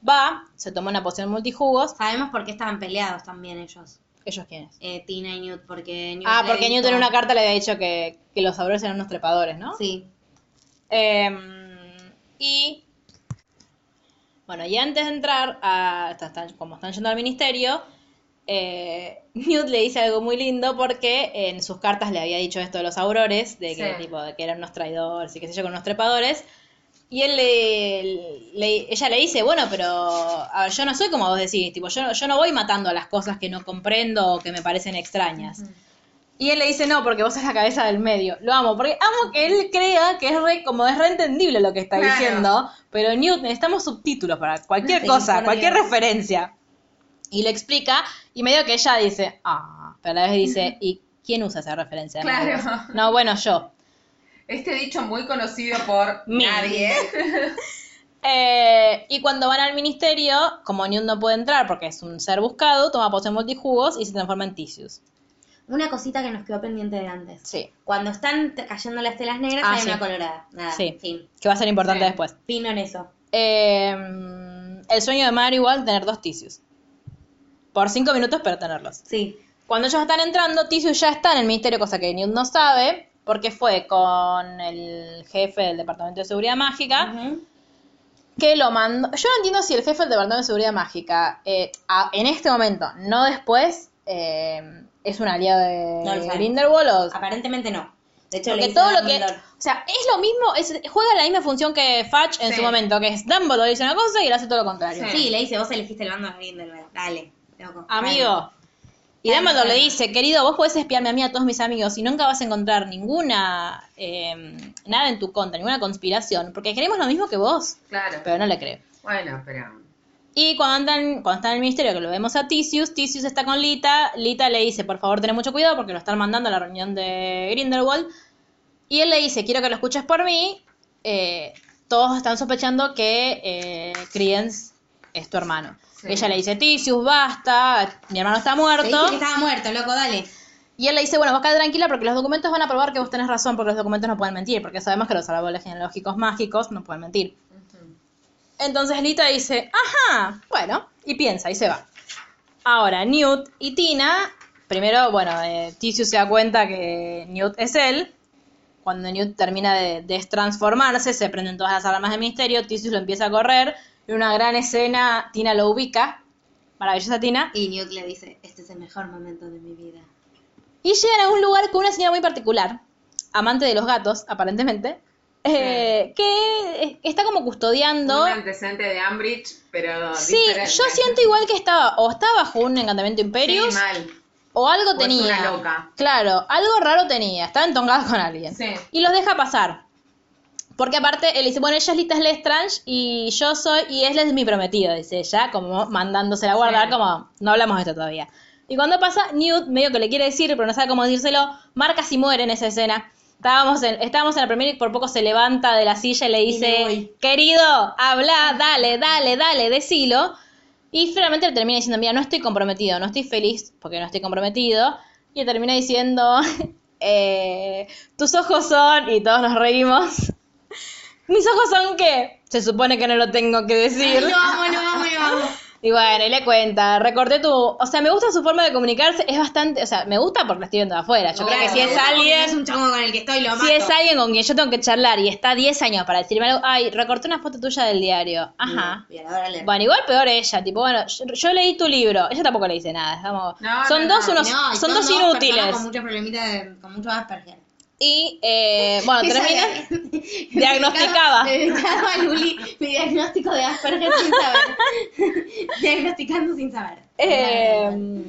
Speaker 1: va, se toma una poción multijugos,
Speaker 2: Sabemos por qué estaban peleados también ellos,
Speaker 1: ellos quiénes.
Speaker 2: eh, Tina y Newt, porque Newt
Speaker 1: Ah,
Speaker 2: le
Speaker 1: porque
Speaker 2: dijo-
Speaker 1: Newt en una carta le había dicho que, que los sabores eran unos trepadores, ¿no?
Speaker 2: Sí,
Speaker 1: Eh, y bueno, y antes de entrar, a, está- está- como están yendo al ministerio, eh, Newt le dice algo muy lindo porque en sus cartas le había dicho esto de los aurores, de que,
Speaker 3: Sí.
Speaker 1: tipo, de que eran unos traidores y qué sé yo, con unos trepadores. Y él le, le- ella le dice, bueno, pero a ver, yo no soy como vos decís, tipo, yo, no- yo no voy matando a las cosas que no comprendo o que me parecen extrañas. Y él le dice, no, porque vos sos la cabeza del medio. Lo amo, porque amo que él crea que es re, como es reentendible lo que está
Speaker 3: Claro.
Speaker 1: diciendo, pero Newt, necesitamos subtítulos para cualquier
Speaker 2: Sí,
Speaker 1: cosa,
Speaker 2: por
Speaker 1: cualquier
Speaker 2: Dios.
Speaker 1: referencia. Y le explica, y medio que ella dice, ah, pero a la vez dice, ¿y quién usa esa referencia? de
Speaker 3: Claro.
Speaker 1: Amigos?". No, bueno, yo.
Speaker 3: Este dicho muy conocido por
Speaker 1: Mí.
Speaker 3: nadie.
Speaker 1: Eh, y cuando van al ministerio, como Newt no puede entrar porque es un ser buscado, toma pose multijugos y se transforma en Tisius.
Speaker 2: Una cosita que nos quedó pendiente de antes.
Speaker 1: Sí.
Speaker 2: Cuando están t- cayendo las telas negras
Speaker 1: Ah,
Speaker 2: hay
Speaker 1: sí.
Speaker 2: una colorada. Nada,
Speaker 1: Sí.
Speaker 2: fin.
Speaker 1: Que va a ser importante
Speaker 3: Sí.
Speaker 1: después.
Speaker 2: Fino en eso.
Speaker 1: Eh, el sueño de Mario igual tener dos Tisius. Por cinco minutos, pero tenerlos.
Speaker 2: Sí.
Speaker 1: Cuando ellos están entrando, Tisius ya está en el ministerio, cosa que Newt no sabe, porque fue con el jefe del Departamento de Seguridad Mágica,
Speaker 2: ¿Ah?
Speaker 1: que lo mandó... Yo no entiendo si el jefe del Departamento de Seguridad Mágica, eh, a- en este momento, no después, eh, es un aliado de
Speaker 2: No lo sabemos.
Speaker 1: Grindelwald o...
Speaker 2: Aparentemente no. De hecho, le
Speaker 1: Porque
Speaker 2: dice
Speaker 1: todo
Speaker 2: a
Speaker 1: lo que...
Speaker 2: Dumbledore,
Speaker 1: O sea, es lo mismo, es- juega la misma función que Fudge en
Speaker 3: Sí.
Speaker 1: su momento, que es Dumbledore dice una cosa y él hace todo lo contrario.
Speaker 3: Sí.
Speaker 2: Sí, le dice, vos elegiste el bando de Grindelwald. Dale. loco,
Speaker 1: Amigo. Y
Speaker 2: Dale,
Speaker 1: Dumbledore le
Speaker 2: dale.
Speaker 1: dice, querido, vos podés espiarme a mí y a todos mis amigos y nunca vas a encontrar ninguna, eh, nada en tu contra, ninguna conspiración, porque queremos lo mismo que vos,
Speaker 3: Claro.
Speaker 1: pero no le creo.
Speaker 3: Bueno, pero.
Speaker 1: Y cuando andan, cuando están en el ministerio, que lo vemos a Tisius, Tisius está con Lita, Lita le dice, por favor, ten mucho cuidado porque lo están mandando a la reunión de Grindelwald. Y él le dice, quiero que lo escuches por mí. Eh, todos están sospechando que eh, Credence es tu hermano.
Speaker 3: Sí.
Speaker 1: Ella le dice, Tisius, basta, mi hermano está
Speaker 2: Te dije
Speaker 1: muerto.
Speaker 2: que estaba muerto, loco, dale.
Speaker 1: Y él le dice, bueno, vos quedate tranquila porque los documentos van a probar que vos tenés razón, porque los documentos no pueden mentir, porque sabemos que los árboles genealógicos mágicos no pueden mentir. Entonces Lita dice, ajá, bueno, y piensa, y se va. Ahora, Newt y Tina, primero, bueno, eh, Tisius se da cuenta que Newt es él. Cuando Newt termina de destransformarse, se prenden todas las alarmas de misterio, Tisius lo empieza a correr. En una gran escena, Tina lo ubica. Maravillosa Tina.
Speaker 2: Y Newt le dice, este es el mejor momento de mi vida.
Speaker 1: Y llegan a un lugar con una señora muy particular, amante de los gatos, aparentemente, eh, que eh, está como custodiando.
Speaker 3: Un antecedente de Ambridge, pero.
Speaker 1: Sí,
Speaker 3: diferente.
Speaker 1: yo siento igual que estaba, o estaba bajo un encantamiento
Speaker 3: Sí,
Speaker 1: imperius,
Speaker 3: mal.
Speaker 1: o algo
Speaker 3: es
Speaker 1: tenía.
Speaker 3: una loca.
Speaker 1: Claro, algo raro tenía, estaba entongado con alguien.
Speaker 3: Sí.
Speaker 1: Y los deja pasar. Porque aparte, él dice, bueno, ella es Lita Lestrange y yo soy, y él es mi prometido, dice ella, como mandándosela a guardar,
Speaker 3: Sí.
Speaker 1: como, no hablamos de esto todavía. Y cuando pasa, Newt, medio que le quiere decir, pero no sabe cómo decírselo, marca si muere en esa escena. Estábamos en, estábamos en la primera y por poco se levanta de la silla y le
Speaker 2: me
Speaker 1: dice,
Speaker 2: voy.
Speaker 1: querido, habla, dale, dale, dale, decilo. Y finalmente le termina diciendo, mira, no estoy comprometido, no estoy feliz porque no estoy comprometido. Y le termina diciendo, eh, tus ojos son, y todos nos reímos, mis ojos son qué? Se supone que no lo tengo que decir.
Speaker 2: Lo amo, lo amo, lo amo.
Speaker 1: Y bueno, y le cuenta, recorté tu... O sea, me gusta su forma de comunicarse, es bastante... O sea, me gusta porque la estoy viendo de afuera. Yo creo que
Speaker 2: Claro,
Speaker 1: si es
Speaker 2: porque
Speaker 1: alguien...
Speaker 2: Es un chongo con el que estoy, lo mato.
Speaker 1: Si es alguien con quien yo tengo que charlar y está 10 años para decirme algo, ay, recorté una foto tuya del diario. Ajá.
Speaker 2: Y a la hora le-
Speaker 1: Bueno, igual peor ella, tipo, bueno, yo, yo leí tu libro, ella tampoco le dice nada, estamos-
Speaker 3: No,
Speaker 1: son
Speaker 3: no,
Speaker 1: dos
Speaker 3: no,
Speaker 1: unos,
Speaker 2: Ah, No, y
Speaker 1: son dos
Speaker 2: personas
Speaker 1: inútiles.
Speaker 2: Con muchos problemitas, de- con mucho Asperger.
Speaker 1: Y eh, bueno,
Speaker 2: Esa
Speaker 1: termina,
Speaker 2: era-
Speaker 1: diagnosticaba.
Speaker 2: Le dedicaba a Luli mi diagnóstico de Asperger sin saber. Diagnosticando sin saber.
Speaker 1: Eh,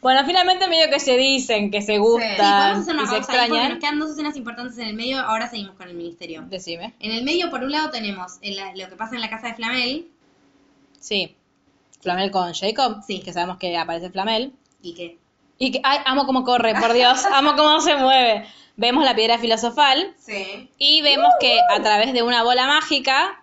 Speaker 1: bueno, finalmente medio que se dicen, que se
Speaker 2: Sí, vamos a
Speaker 1: gustan
Speaker 2: hacer una
Speaker 1: y se
Speaker 2: pausa ahí porque nos
Speaker 1: extrañan.
Speaker 2: quedan dos escenas importantes en el medio. Ahora seguimos con el ministerio.
Speaker 1: Decime.
Speaker 2: En el medio, por un lado, tenemos el- lo que pasa en la casa de Flamel
Speaker 1: Sí. Flamel con Jacob. Sí. Que sabemos que aparece Flamel.
Speaker 2: y que.
Speaker 1: Y que, ay, amo cómo corre, por Dios. Amo cómo se mueve. Vemos la piedra filosofal.
Speaker 3: Sí.
Speaker 1: Y vemos que a través de una bola mágica.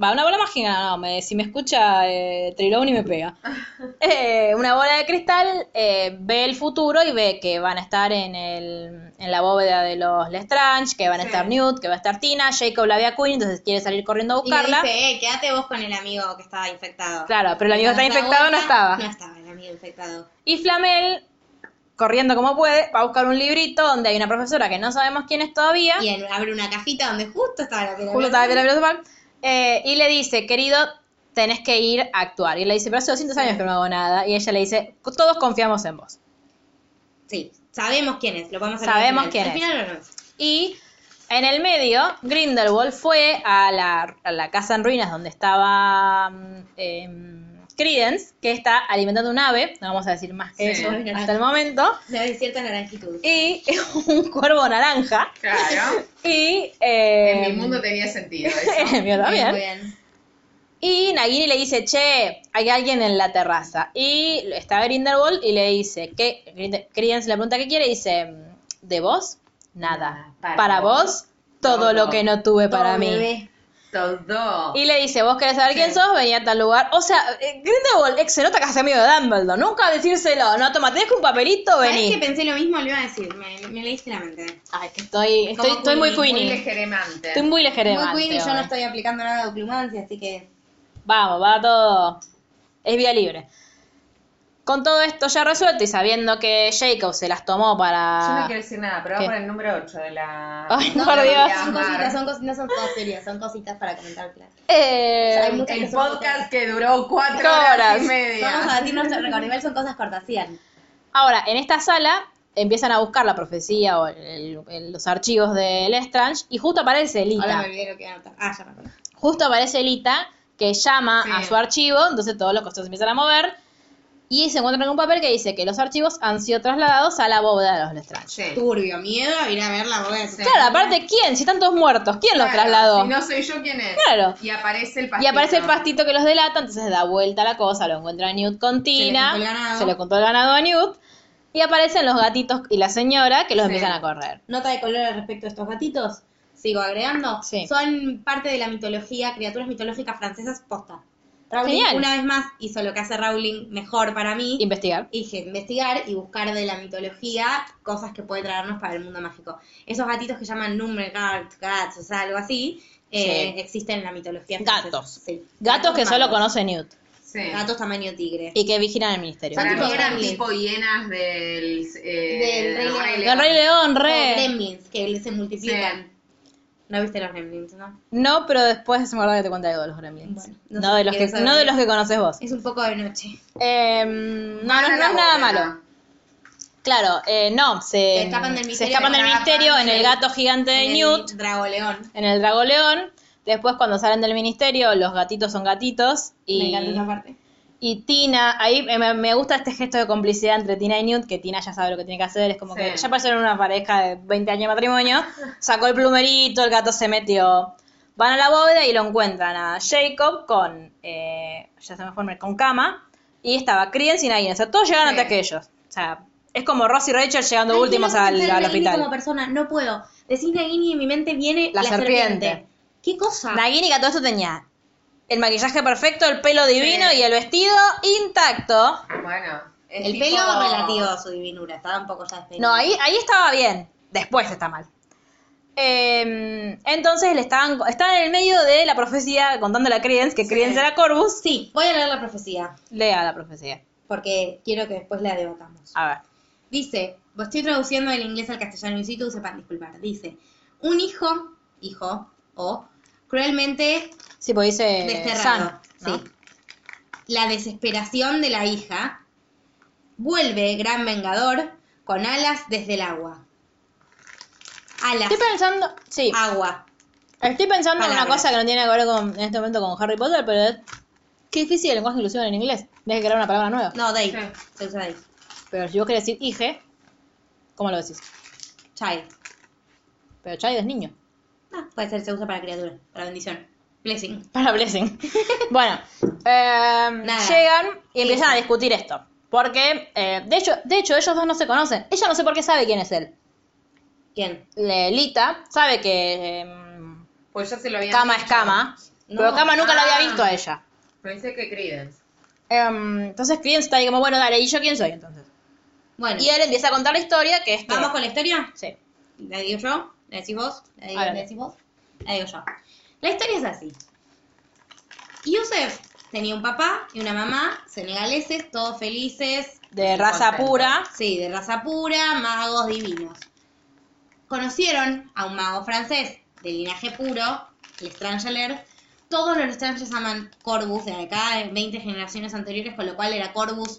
Speaker 1: Va, una bola mágica, no, me, si me escucha eh, Triloni me pega. Eh, una bola de cristal eh, ve el futuro y ve que van a estar en, el, en la bóveda de los Lestrange, que van a
Speaker 3: Sí.
Speaker 1: estar Newt, que va a estar Tina, Jacob la ve a Queen, entonces quiere salir corriendo a
Speaker 2: Y le
Speaker 1: buscarla.
Speaker 2: dice, eh, quédate vos con el amigo que estaba infectado.
Speaker 1: Claro, pero el amigo está
Speaker 2: Nos da
Speaker 1: infectado, no
Speaker 2: vuelta,
Speaker 1: estaba.
Speaker 2: No estaba el amigo infectado.
Speaker 1: Y Flamel, corriendo como puede, va a buscar un librito donde hay una profesora que no sabemos quién es todavía.
Speaker 2: Y él abre una cajita donde justo estaba la piedra
Speaker 1: Justo estaba viendo la filosofal. Eh, y le dice, querido, tenés que ir a actuar. Y le dice, pero hace 200 años que no hago nada. Y ella le dice, todos confiamos en vos.
Speaker 2: Sí, sabemos quién es, lo vamos a
Speaker 1: Sabemos
Speaker 2: al
Speaker 1: quién
Speaker 2: final.
Speaker 1: es.
Speaker 2: Al final no, no es.
Speaker 1: Y en el medio, Grindelwald fue a la, a la casa en ruinas donde estaba mm, em, Credence, que está alimentando un ave. No vamos a decir más que
Speaker 3: Sí. Ah.
Speaker 1: eso hasta el momento.
Speaker 2: No es cierta naranjitud.
Speaker 1: Y un cuervo naranja.
Speaker 3: Claro.
Speaker 1: Y. em, eh,
Speaker 3: en mi mundo tenía sentido eso.
Speaker 1: en el mío también.
Speaker 2: Muy bien.
Speaker 1: Y Nagini le dice, che, hay alguien en la terraza. Y está Grindelwald y le dice, que Credence le pregunta qué quiere y dice, "Mm, ¿de vos? Nada. Para, vos, todo,
Speaker 3: todo.
Speaker 1: lo que no tuve para mí.
Speaker 3: Todo.
Speaker 1: Y le dice, vos querés saber quién sos, venía a tal lugar. O sea, eh, Grindelwald, ex, se nota que hace amigo de Dumbledore. Nunca decírselo, no, toma, tenés que un papelito,
Speaker 2: ¿Sabés que
Speaker 1: vení.
Speaker 2: pensé lo mismo? Le iba a decir, me, me leíste la mente.
Speaker 1: Ay, que estoy, estoy,
Speaker 2: Como
Speaker 1: estoy muy
Speaker 2: Queenie,
Speaker 1: Queenie.
Speaker 3: lejeremante.
Speaker 1: Estoy muy
Speaker 2: Muy
Speaker 1: lejeremante
Speaker 2: Queen y yo
Speaker 1: hoy.
Speaker 2: no estoy aplicando nada de oclumancia, así que...
Speaker 1: Vamos, va todo. Es vía libre. Con todo esto ya resuelto y sabiendo que Jacob se las tomó
Speaker 3: Yo no
Speaker 1: para.
Speaker 3: quiero decir nada, pero
Speaker 1: Ah,
Speaker 3: va
Speaker 1: ¿Qué?
Speaker 3: por el número 8 de la.
Speaker 1: Ay,
Speaker 3: No,
Speaker 1: por
Speaker 3: no,
Speaker 1: Dios.
Speaker 3: la
Speaker 2: Son
Speaker 3: Mar.
Speaker 2: cositas, son cositas, no son todas teorías, son cositas para comentar, claro.
Speaker 1: Eh,
Speaker 2: Hay muchas que
Speaker 3: El
Speaker 2: son
Speaker 3: podcast que duró 4
Speaker 1: Cuatro
Speaker 3: horas.
Speaker 1: horas.
Speaker 3: y media.
Speaker 2: Vamos a batir nuestro récord nivel, son cosas cortas, sigan.
Speaker 1: Ahora, en esta sala empiezan a buscar la profecía o el- el- los archivos de Lestrange y justo aparece
Speaker 2: Ahora me
Speaker 1: Lita.
Speaker 2: olvidé lo que iba a anotar. Ah, ya me acuerdo.
Speaker 1: Justo aparece Lita que llama
Speaker 3: Sí.
Speaker 1: a su archivo, entonces todos los costos se empiezan a mover y se encuentran con un papel que dice que los archivos han sido trasladados a la bóveda de los Lestrange.
Speaker 3: Sí.
Speaker 2: Turbio, miedo, ir a ver la boda de su-
Speaker 1: Claro, aparte, ¿quién? Si están todos muertos, ¿quién los
Speaker 3: Claro,
Speaker 1: trasladó?
Speaker 3: Si no soy yo, ¿quién es?
Speaker 1: Claro.
Speaker 3: Y aparece el
Speaker 1: Y
Speaker 3: pastito.
Speaker 1: aparece el pastito que los delata, entonces da vuelta la cosa, lo encuentra Newt con Tina,
Speaker 2: Se le contó el ganado.
Speaker 1: se le contó el ganado a Newt, y aparecen los gatitos y la señora que los
Speaker 3: Sí.
Speaker 1: empiezan a correr.
Speaker 2: Nota de color al respecto de estos gatitos. Sigo agregando.
Speaker 1: Sí.
Speaker 2: Son parte de la mitología, criaturas mitológicas francesas posta. Rowling,
Speaker 1: Genial.
Speaker 2: una vez más, hizo lo que hace Rowling mejor para mí.
Speaker 1: Investigar.
Speaker 2: dije, investigar y buscar de la mitología cosas que puede traernos para el mundo mágico. Esos gatitos que llaman Numenguard, Gats, o sea, algo así, eh,
Speaker 1: Sí.
Speaker 2: existen en la mitología.
Speaker 1: Gatos.
Speaker 2: francesa, sí.
Speaker 1: Gatos que solo
Speaker 2: malos.
Speaker 1: conoce Newt
Speaker 3: Sí.
Speaker 2: Gatos tamaño tigre.
Speaker 1: y que vigilan el ministerio.
Speaker 3: Para
Speaker 2: Ah, Son
Speaker 3: mí
Speaker 2: tipo
Speaker 3: eran
Speaker 2: grandes.
Speaker 3: tipo hienas del. Eh,
Speaker 2: Del Rey León.
Speaker 1: El Rey León,
Speaker 2: O
Speaker 1: re.
Speaker 2: gremlins, que se multiplican. No viste los gremlins, ¿no?
Speaker 1: No, pero después me acuerdo que te cuenta algo de los gremlins.
Speaker 2: Bueno,
Speaker 1: no,
Speaker 2: no sé
Speaker 1: de
Speaker 2: si
Speaker 1: los que,
Speaker 2: quieres saber.
Speaker 1: no de los que conoces vos.
Speaker 2: Es un poco de noche.
Speaker 1: Eh, no, no, no es nada malo. Claro, eh, no, se
Speaker 2: Se escapan del
Speaker 1: se
Speaker 2: misterio,
Speaker 1: escapan del
Speaker 2: lo atrapan,
Speaker 1: misterio en el
Speaker 2: sí.
Speaker 1: gato gigante de
Speaker 2: En
Speaker 1: Newt.
Speaker 2: el Dragoleón.
Speaker 1: en el Dragoleón. Después, cuando salen del ministerio, los gatitos son gatitos.
Speaker 2: Me
Speaker 1: Y,
Speaker 2: encanta esa parte.
Speaker 1: y Tina, ahí eh, me, me gusta este gesto de complicidad entre Tina y Newt, que Tina ya sabe lo que tiene que hacer. Es como
Speaker 3: Sí.
Speaker 1: que ya pasaron una pareja de 20 años de matrimonio. Sacó el plumerito, el gato se metió. Van a la bóveda y lo encuentran a Jacob con, eh, ya se me fue el nombre, con Kama. Y estaba Creedence y nadie. O sea, todos llegaron
Speaker 3: Sí.
Speaker 1: antes que ellos. O sea, es como Ross y Rachel llegando
Speaker 2: Ay,
Speaker 1: últimos
Speaker 2: quiero
Speaker 1: al,
Speaker 2: conocer
Speaker 1: al
Speaker 2: Nagini como
Speaker 1: hospital.
Speaker 2: persona, no puedo. Decís Nagini y en mi mente viene
Speaker 1: La
Speaker 2: la,
Speaker 1: serpiente.
Speaker 2: serpiente. ¿Qué cosa?
Speaker 1: Nagini que a todo esto tenía el maquillaje perfecto, el pelo divino y el vestido intacto.
Speaker 3: Bueno. es
Speaker 2: El
Speaker 3: tipo-
Speaker 2: pelo relativo a su divinura, estaba un poco ya despeinado.
Speaker 1: No, ahí, ahí estaba bien. Después está mal. Eh, entonces le estaban, estaban en el medio de la profecía contando a Credence, que Credence era Corvus.
Speaker 2: Sí, voy a leer la profecía,
Speaker 1: Lea la profecía.
Speaker 2: porque quiero que después la debatamos.
Speaker 1: A ver.
Speaker 2: Dice, vos estoy traduciendo del inglés al castellano y si tú sepan disculpar. Dice, un hijo, hijo, o cruelmente
Speaker 1: Sí, pues dice
Speaker 2: desterrado.
Speaker 1: San. ¿no?
Speaker 2: Sí. La desesperación de la hija vuelve gran vengador con alas desde el agua. Alas,
Speaker 1: Estoy pensando, sí,
Speaker 2: agua.
Speaker 1: estoy pensando en una
Speaker 2: Palabras.
Speaker 1: cosa que no tiene que ver con, en este momento con Harry Potter, pero es, qué difícil el lenguaje inclusivo en inglés. Tienes que crear una palabra nueva.
Speaker 2: No, Dave,
Speaker 3: Sí.
Speaker 2: se usa Dave.
Speaker 1: Pero si vos querés decir hije, ¿cómo lo decís?
Speaker 2: Child.
Speaker 1: Pero Child es niño.
Speaker 2: Ah, puede ser, se usa para criatura, para bendición. Blessing.
Speaker 1: Para Blessing. bueno, eh,
Speaker 2: Nada.
Speaker 1: llegan y empiezan
Speaker 2: Eso.
Speaker 1: a discutir esto. Porque, eh, de, hecho, de hecho, ellos dos no se conocen. Ella no sé por qué sabe quién es él.
Speaker 2: ¿Quién?
Speaker 1: Le- Lita sabe que em,
Speaker 3: Pues yo se lo había.
Speaker 1: Kama es Kama. Pero Kama nunca la había
Speaker 3: Ah.
Speaker 1: visto a ella.
Speaker 3: Me dice que Credence.
Speaker 1: Em, entonces Credence está ahí como, bueno, dale, ¿y yo quién soy entonces?
Speaker 2: Bueno,
Speaker 1: Y este. él empieza a contar la historia que es que-
Speaker 2: ¿vamos con la historia?
Speaker 1: Sí.
Speaker 2: La digo yo, la decís vos, la digo,
Speaker 1: A ver.
Speaker 2: la decís vos, la digo yo. La historia es así. Yusef tenía un papá y una mamá, senegaleses, todos felices,
Speaker 1: De raza
Speaker 3: contento.
Speaker 1: pura.
Speaker 2: sí, de raza pura, magos divinos. Conocieron a un mago francés de linaje puro, Lestrangeler. Todos los Lestrangers aman Corbus de acá, en 20 generaciones anteriores, con lo cual era Corbus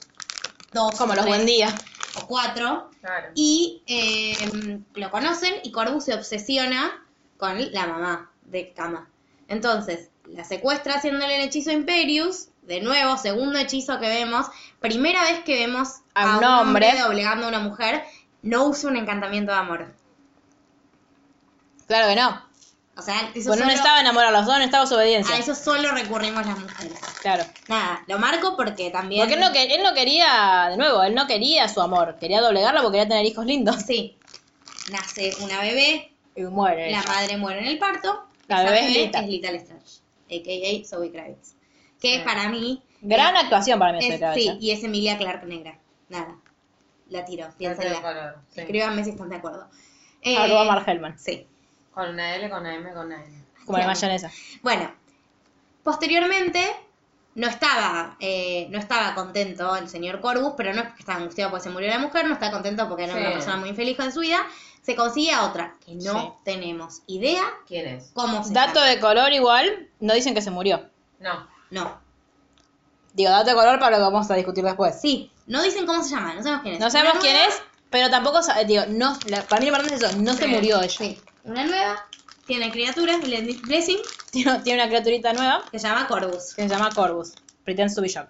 Speaker 2: 2
Speaker 1: Como los buen día.
Speaker 2: o 4
Speaker 3: Claro.
Speaker 2: y eh, lo conocen y Corbus se obsesiona con la mamá de Kama. Entonces, la secuestra haciéndole el hechizo Imperius, de nuevo, segundo hechizo que vemos, primera vez que vemos
Speaker 1: A un hombre.
Speaker 2: doblegando a una mujer, no usa un encantamiento de amor.
Speaker 1: Claro que no.
Speaker 2: O sea, eso
Speaker 1: Bueno, no
Speaker 2: solo-
Speaker 1: estaba enamorado los dos, no estaba
Speaker 2: a
Speaker 1: obediencia.
Speaker 2: eso solo recurrimos las mujeres.
Speaker 1: Claro.
Speaker 2: Nada, lo marco porque también...
Speaker 1: Porque él no, que- él no quería, de nuevo, él no quería su amor, quería doblegarlo porque quería tener hijos lindos.
Speaker 2: Sí, nace una bebé,
Speaker 1: Y muere.
Speaker 2: la madre muere en el parto.
Speaker 1: La
Speaker 2: esa
Speaker 1: bebé es Lita.
Speaker 2: es Lita Lestrange, a.k.a. Zoe Kravitz. Que para mí...
Speaker 1: Gran
Speaker 2: es-
Speaker 1: actuación para mí
Speaker 2: es-
Speaker 1: esa de
Speaker 2: Sí,
Speaker 1: Kravitz, ¿eh?
Speaker 2: y es Emilia Clark negra. Nada, la tiro,
Speaker 3: Con-
Speaker 2: piénsala.
Speaker 3: con- sí.
Speaker 2: Escríbanme si están de acuerdo.
Speaker 1: Arroba
Speaker 2: Eh,
Speaker 1: Mar Hellman,
Speaker 2: Sí.
Speaker 3: Con una L, con una M, con una N.
Speaker 1: como la
Speaker 2: claro.
Speaker 1: mayonesa.
Speaker 2: Bueno, posteriormente no estaba, eh, no estaba contento el señor Corbus, pero no es porque estaba angustiado porque se murió la mujer, no está contento porque era
Speaker 3: Sí.
Speaker 2: una persona muy infeliz con su vida. Se consigue a otra que no
Speaker 3: Sí.
Speaker 2: tenemos idea
Speaker 3: ¿Quién es?
Speaker 2: cómo se
Speaker 1: Dato
Speaker 2: llama.
Speaker 1: de color igual, no dicen que se murió.
Speaker 3: No.
Speaker 2: No,
Speaker 1: Digo, dato de color para lo que vamos a discutir después.
Speaker 2: sí, no dicen cómo se llama, no sabemos quién es.
Speaker 1: No sabemos
Speaker 2: Una
Speaker 1: quién
Speaker 2: nueva-
Speaker 1: es, pero tampoco, sa- digo, no, la- para mí lo importante es eso, no se
Speaker 3: Sí,
Speaker 1: murió ella.
Speaker 2: Sí, una nueva, tiene criaturas, Blended Blessing,
Speaker 1: Tiene, tiene una criaturita nueva
Speaker 2: que se llama Corbus.
Speaker 1: que se llama Corvus, pretends to be shocked.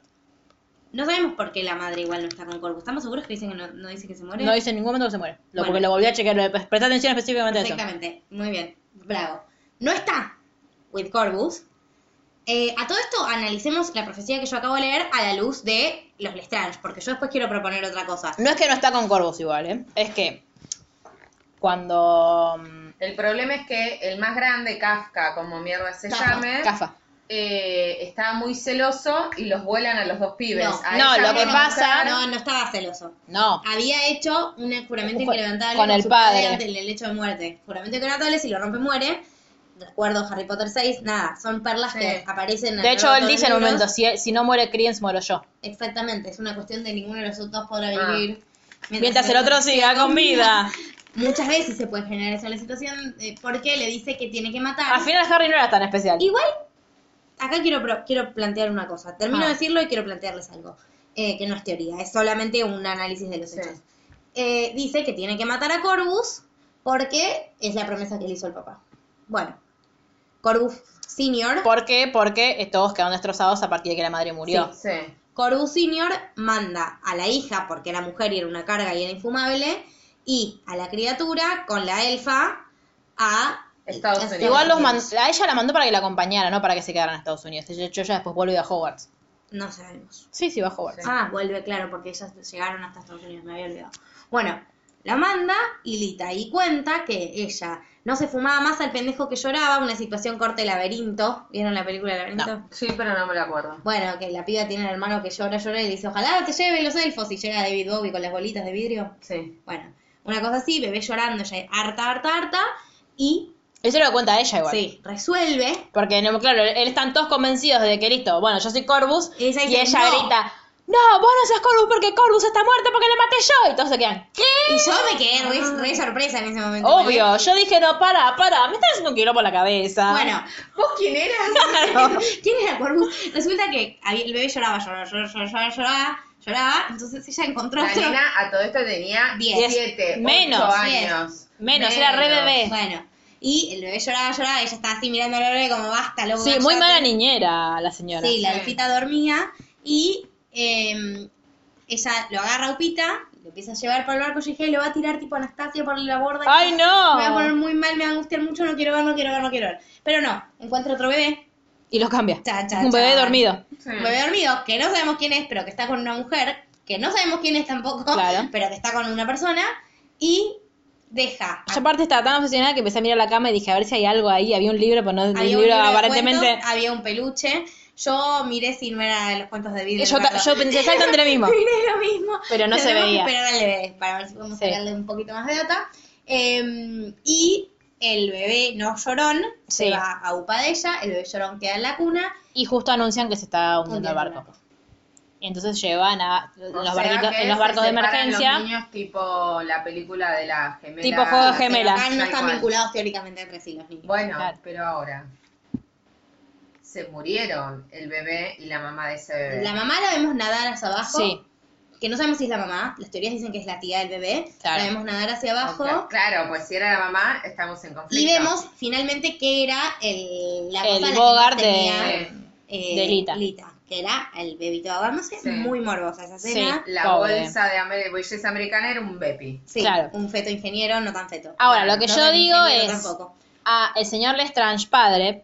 Speaker 2: No sabemos por qué la madre igual no está con Corbus. Estamos seguros que dicen que no, no dice que se muere.
Speaker 1: No dice en ningún momento que se muere. Lo,
Speaker 2: Bueno.
Speaker 1: Porque lo volví a chequear, lo- presta atención específicamente a eso.
Speaker 2: Perfectamente, muy bien, bravo. No está with Corbus. Eh, a todo esto analicemos la profecía que yo acabo de leer a la luz de los Lestrange, porque yo después quiero proponer otra cosa.
Speaker 1: No es que no está con Corvus igual, ¿eh? Es que cuando... mm,
Speaker 3: El problema es que el más grande, Kafka, como mierda se llame,
Speaker 1: Cafa.
Speaker 3: eh, estaba muy celoso y los vuelan a los dos pibes.
Speaker 2: No,
Speaker 3: A
Speaker 1: no,
Speaker 3: ella
Speaker 1: lo que
Speaker 3: misma
Speaker 1: pasa-
Speaker 3: mujer,
Speaker 2: No, no estaba celoso.
Speaker 1: No,
Speaker 2: Había hecho un juramento
Speaker 1: Con-
Speaker 2: inquebrantable
Speaker 1: con el
Speaker 2: su
Speaker 1: padre.
Speaker 2: ante el hecho de muerte. Juramento inquebrantable, si lo rompe, muere. Recuerdo Harry Potter 6, nada, son perlas
Speaker 3: Sí.
Speaker 2: que aparecen en
Speaker 1: de hecho él
Speaker 2: todos los
Speaker 1: dice en un
Speaker 2: libros.
Speaker 1: momento, si, si no muere Credence, muero yo.
Speaker 2: Exactamente, es una cuestión de ninguno de los otros podrá
Speaker 3: Ah.
Speaker 2: vivir.
Speaker 1: Mientras el otro siga con vida.
Speaker 2: Muchas veces se puede generar esa la situación eh, porque le dice que tiene que matar.
Speaker 1: Al final Harry no era tan especial.
Speaker 2: Igual, acá quiero, pro- quiero plantear una cosa. Termino
Speaker 1: Ah.
Speaker 2: de decirlo y quiero plantearles algo, eh, que no es teoría, es solamente un análisis de los
Speaker 3: Sí.
Speaker 2: hechos. Eh, dice que tiene que matar a Corbus porque es la promesa que le hizo el papá. Bueno, Corbus Senior,
Speaker 1: ¿Por qué? Porque todos quedaron destrozados a partir de que la madre murió.
Speaker 3: Sí.
Speaker 2: Corbus Senior manda a la hija, porque era mujer y era una carga y era infumable, y a la criatura con la elfa a...
Speaker 3: Estados Unidos.
Speaker 1: Igual los man-
Speaker 2: mandó
Speaker 1: a ella la mandó para que la acompañara, no para que se quedaran en Estados Unidos. De hecho, ella después vuelve a Hogwarts.
Speaker 2: No sabemos.
Speaker 1: Sí, sí, va a Hogwarts.
Speaker 2: Ah, vuelve, claro, porque ellas llegaron hasta Estados Unidos, me había olvidado. Bueno, la manda y Lita y cuenta que ella no se fumaba más al pendejo que lloraba, una situación corte laberinto. ¿Vieron la película Laberinto?
Speaker 3: Sí, pero no me lo acuerdo.
Speaker 2: Bueno, que la piba tiene un hermano que llora, llora y le dice, ojalá te lleven los elfos y llega David Bowie con las bolitas de vidrio.
Speaker 3: Sí.
Speaker 2: Bueno, una cosa así, bebé llorando, ya harta, harta, harta, y
Speaker 1: Eso lo cuenta ella igual.
Speaker 2: sí, resuelve.
Speaker 1: Porque, no, claro, él están todos convencidos de que listo, bueno, yo soy Corvus.
Speaker 2: Y ella
Speaker 1: y
Speaker 2: dice,
Speaker 1: ella
Speaker 2: "No".
Speaker 1: grita, no, vos no seas Corvus porque Corvus está muerto porque le maté yo. Y todos se quedan, ¿qué?
Speaker 2: Y yo me quedé re, re sorpresa en ese momento.
Speaker 1: Obvio, yo dije, no, para, para, me estás haciendo un quilombo en la cabeza.
Speaker 2: Bueno,
Speaker 3: ¿Vos quién eras?
Speaker 2: ¿Quién era Corbus? Resulta que había- el bebé lloraba, lloraba, lloraba, lloraba, lloraba, lloraba. Entonces ella encontró
Speaker 3: La
Speaker 2: otro.
Speaker 3: nena a todo esto tenía
Speaker 2: Diez.
Speaker 3: 17,
Speaker 1: Menos.
Speaker 3: 8
Speaker 2: Diez.
Speaker 3: años.
Speaker 1: Menos, era re bebé.
Speaker 2: Bueno, y el bebé lloraba, lloraba. Ella estaba así mirando al bebé como basta, loco.
Speaker 1: sí, muy mala niñera la señora.
Speaker 2: Sí, la
Speaker 3: Sí.
Speaker 2: Lupita dormía y eh, ella lo agarra a Upita, lo empieza a llevar por el barco y lo va a tirar tipo Anastasia por la borda.
Speaker 1: ¡Ay, no!
Speaker 2: Me va a poner muy mal, me va a angustiar mucho, no quiero ver, no quiero ver, no quiero ver. Pero no, encuentra otro bebé,
Speaker 1: Y los cambia.
Speaker 2: Cha, cha,
Speaker 1: un bebé
Speaker 2: cha.
Speaker 1: dormido.
Speaker 3: Sí.
Speaker 2: Un bebé dormido, que no sabemos quién es, pero que está con una mujer, que no sabemos quién es tampoco,
Speaker 1: Claro.
Speaker 2: pero que está con una persona, y deja.
Speaker 1: Yo aparte estaba tan obsesionada que empecé a mirar la cama y dije, a ver si hay algo ahí. Había un libro, pero no el libro,
Speaker 2: un libro de
Speaker 1: aparentemente...
Speaker 2: cuentos, había un peluche. Yo miré si no era de los cuentos de
Speaker 1: yo,
Speaker 2: vidrio.
Speaker 1: ta-
Speaker 2: Ricardo.
Speaker 1: yo pensé exactamente lo mismo.
Speaker 2: miré lo mismo.
Speaker 1: Pero no se
Speaker 2: Tendremos
Speaker 1: veía.
Speaker 2: que esperar al bebé para ver si podemos
Speaker 1: Sí.
Speaker 2: sacarle un poquito más de data. Eh, y el bebé no llorón se
Speaker 1: Sí.
Speaker 2: va a upa de ella, el bebé llorón queda en la cuna.
Speaker 1: Y justo anuncian que se está hundiendo el barco. Y entonces llevan a en
Speaker 3: O
Speaker 1: los,
Speaker 3: sea
Speaker 1: barquitos,
Speaker 3: que
Speaker 1: en los
Speaker 3: se
Speaker 1: barcos de
Speaker 3: separan
Speaker 1: emergencia.
Speaker 3: Los niños tipo la película de la gemela.
Speaker 1: Tipo juego de
Speaker 2: Pero
Speaker 1: Gemela.
Speaker 2: Acá no
Speaker 3: Tal
Speaker 2: están
Speaker 3: cual.
Speaker 2: vinculados teóricamente entre sí los niños.
Speaker 3: Bueno,
Speaker 1: Claro.
Speaker 3: pero ahora. Se murieron el bebé y la mamá de ese bebé.
Speaker 2: La mamá la vemos nadar hacia abajo.
Speaker 1: Sí.
Speaker 2: Que no sabemos si es la mamá. Las teorías dicen que es la tía del bebé.
Speaker 1: Claro.
Speaker 2: La vemos nadar hacia abajo.
Speaker 3: Ok, Claro, pues si era la mamá, estamos en conflicto.
Speaker 2: Y vemos finalmente que era el, la cosa
Speaker 1: El
Speaker 2: la que
Speaker 1: Bogart
Speaker 2: más
Speaker 1: de-
Speaker 2: tenía, eh,
Speaker 1: de Lita.
Speaker 2: Que era el bebito ahogándose.
Speaker 3: Sí.
Speaker 2: Muy morbosa esa
Speaker 1: Sí.
Speaker 2: escena.
Speaker 3: La
Speaker 1: Pobre.
Speaker 3: bolsa de Amer- belleza americana era un bepi.
Speaker 2: Sí,
Speaker 1: Claro.
Speaker 2: un feto ingeniero, no tan feto.
Speaker 1: Ahora, lo que
Speaker 2: No
Speaker 1: yo
Speaker 2: tan
Speaker 1: digo
Speaker 2: ingeniero
Speaker 1: es-
Speaker 2: tampoco.
Speaker 1: a el señor Lestrange padre,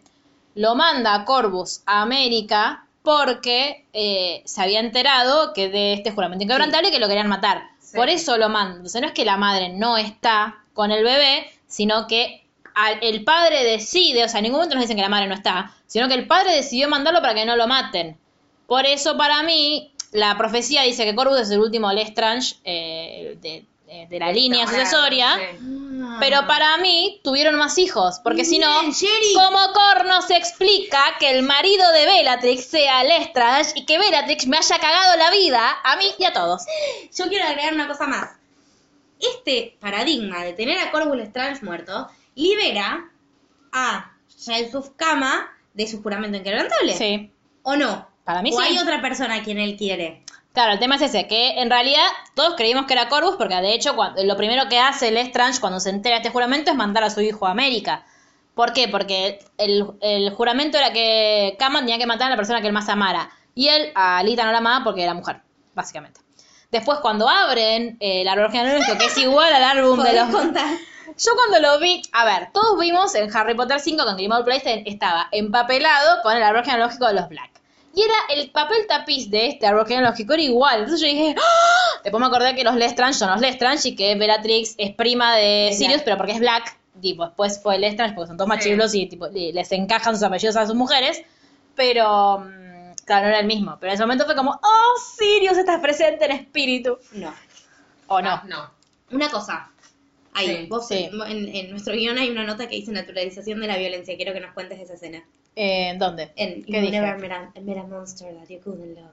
Speaker 1: lo manda a Corbus a América porque eh, se había enterado que de este juramento inquebrantable y que lo querían matar.
Speaker 3: Sí.
Speaker 1: Por eso lo manda. Entonces no es que la madre no está con el bebé, sino que al- el padre decide, o sea, en ningún momento nos dicen que la madre no está, sino que el padre decidió mandarlo para que no lo maten. Por eso para mí la profecía dice que Corbus es el último Lestrange eh, de, eh, de la línea
Speaker 3: Claro,
Speaker 1: sucesoria.
Speaker 3: sí.
Speaker 1: Pero para mí tuvieron más hijos, porque si no,
Speaker 2: Ah. Bien, Jerry.
Speaker 1: ¿cómo corno se explica que el marido de Bellatrix sea Lestrange y que Bellatrix me haya cagado la vida a mí y a todos?
Speaker 2: Yo quiero agregar una cosa más. Este paradigma de tener a Corbus Lestrange muerto libera a Yusuf Kama de su juramento inquebrantable.
Speaker 1: Sí.
Speaker 2: ¿O no?
Speaker 1: Para mí
Speaker 2: o
Speaker 1: sí.
Speaker 2: hay otra persona a quien él quiere.
Speaker 1: Claro, el tema es ese, que en realidad todos creímos que era Corbus, porque de hecho cuando- lo primero que hace Lestrange cuando se entera de este juramento es mandar a su hijo a América. ¿Por qué? Porque el, el juramento era que Kama tenía que matar a la persona que él más amara. Y él a Lita no la amaba porque era mujer, básicamente. Después, cuando abren eh, el árbol genealógico, que es igual al álbum de
Speaker 2: ¿Podés
Speaker 1: los...
Speaker 2: contar?
Speaker 1: Yo cuando lo vi, a ver, todos vimos en Harry Potter 5 con Grimald Place estaba empapelado con el árbol genealógico de los Black. Y era el papel tapiz de este árbol genealógico, era igual. Entonces yo dije, ¡Ah! después me acordé que los Lestrange son los Lestrange y que Bellatrix es prima de
Speaker 2: Es
Speaker 1: Sirius,
Speaker 2: Black.
Speaker 1: pero porque es Black. Tipo, después fue Lestrange porque son dos machirulos y tipo, le- les encajan sus apellidos a sus mujeres. Pero, mm, claro, no era el mismo. Pero en ese momento fue como, oh, Sirius, estás presente en espíritu.
Speaker 2: No.
Speaker 1: O no.
Speaker 3: No.
Speaker 2: Una cosa. Ahí,
Speaker 3: Sí,
Speaker 2: vos,
Speaker 1: sí.
Speaker 2: en, en nuestro guión hay una nota que dice naturalización de la violencia. Quiero que nos cuentes esa escena.
Speaker 1: Eh, ¿Dónde?
Speaker 2: En
Speaker 1: ¿Qué
Speaker 2: You
Speaker 1: dije?
Speaker 2: Never met a, met a monster that you couldn't love.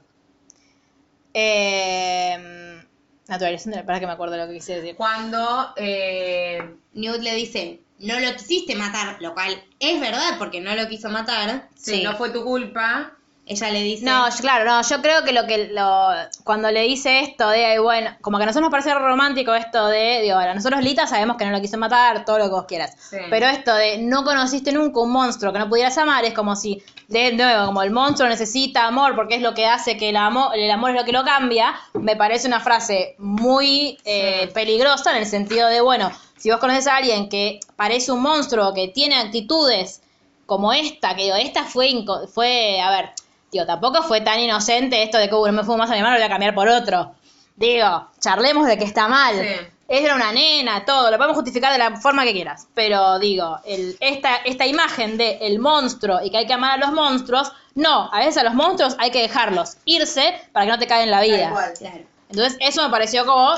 Speaker 1: Eh, naturalización de la- para que me acuerdo lo que quise decir.
Speaker 3: Cuando eh,
Speaker 2: Newt le dice, no lo quisiste matar, lo cual es verdad porque no lo quiso matar.
Speaker 3: sí, no fue tu culpa,
Speaker 2: Ella le dice,
Speaker 1: No, yo- claro, no, yo creo que lo que lo, cuando le dice esto de, "Ay, bueno, como que a nosotros nos parece romántico esto de, digo, ahora nosotros Lita sabemos que no lo quiso matar, todo lo que vos quieras,
Speaker 3: Sí.
Speaker 1: pero esto de no conociste nunca un monstruo que no pudieras amar es como si, de nuevo, como el monstruo necesita amor porque es lo que hace que el amor, el amor es lo que lo cambia, me parece una frase muy eh, peligrosa en el sentido de, bueno, si vos conoces a alguien que parece un monstruo, que tiene actitudes como esta, que digo, esta fue, inco- fue a ver, digo, tampoco fue tan inocente esto de que "Uh, no me fumo más animal, lo voy a cambiar por otro. Digo, charlemos de que está mal.
Speaker 3: Sí.
Speaker 1: Era una nena, todo, lo podemos justificar de la forma que quieras. Pero digo, el- esta, esta imagen de el monstruo y que hay que amar a los monstruos, no, a veces a los monstruos hay que dejarlos irse para que no te caigan la vida.
Speaker 2: claro.
Speaker 1: Entonces, eso me pareció como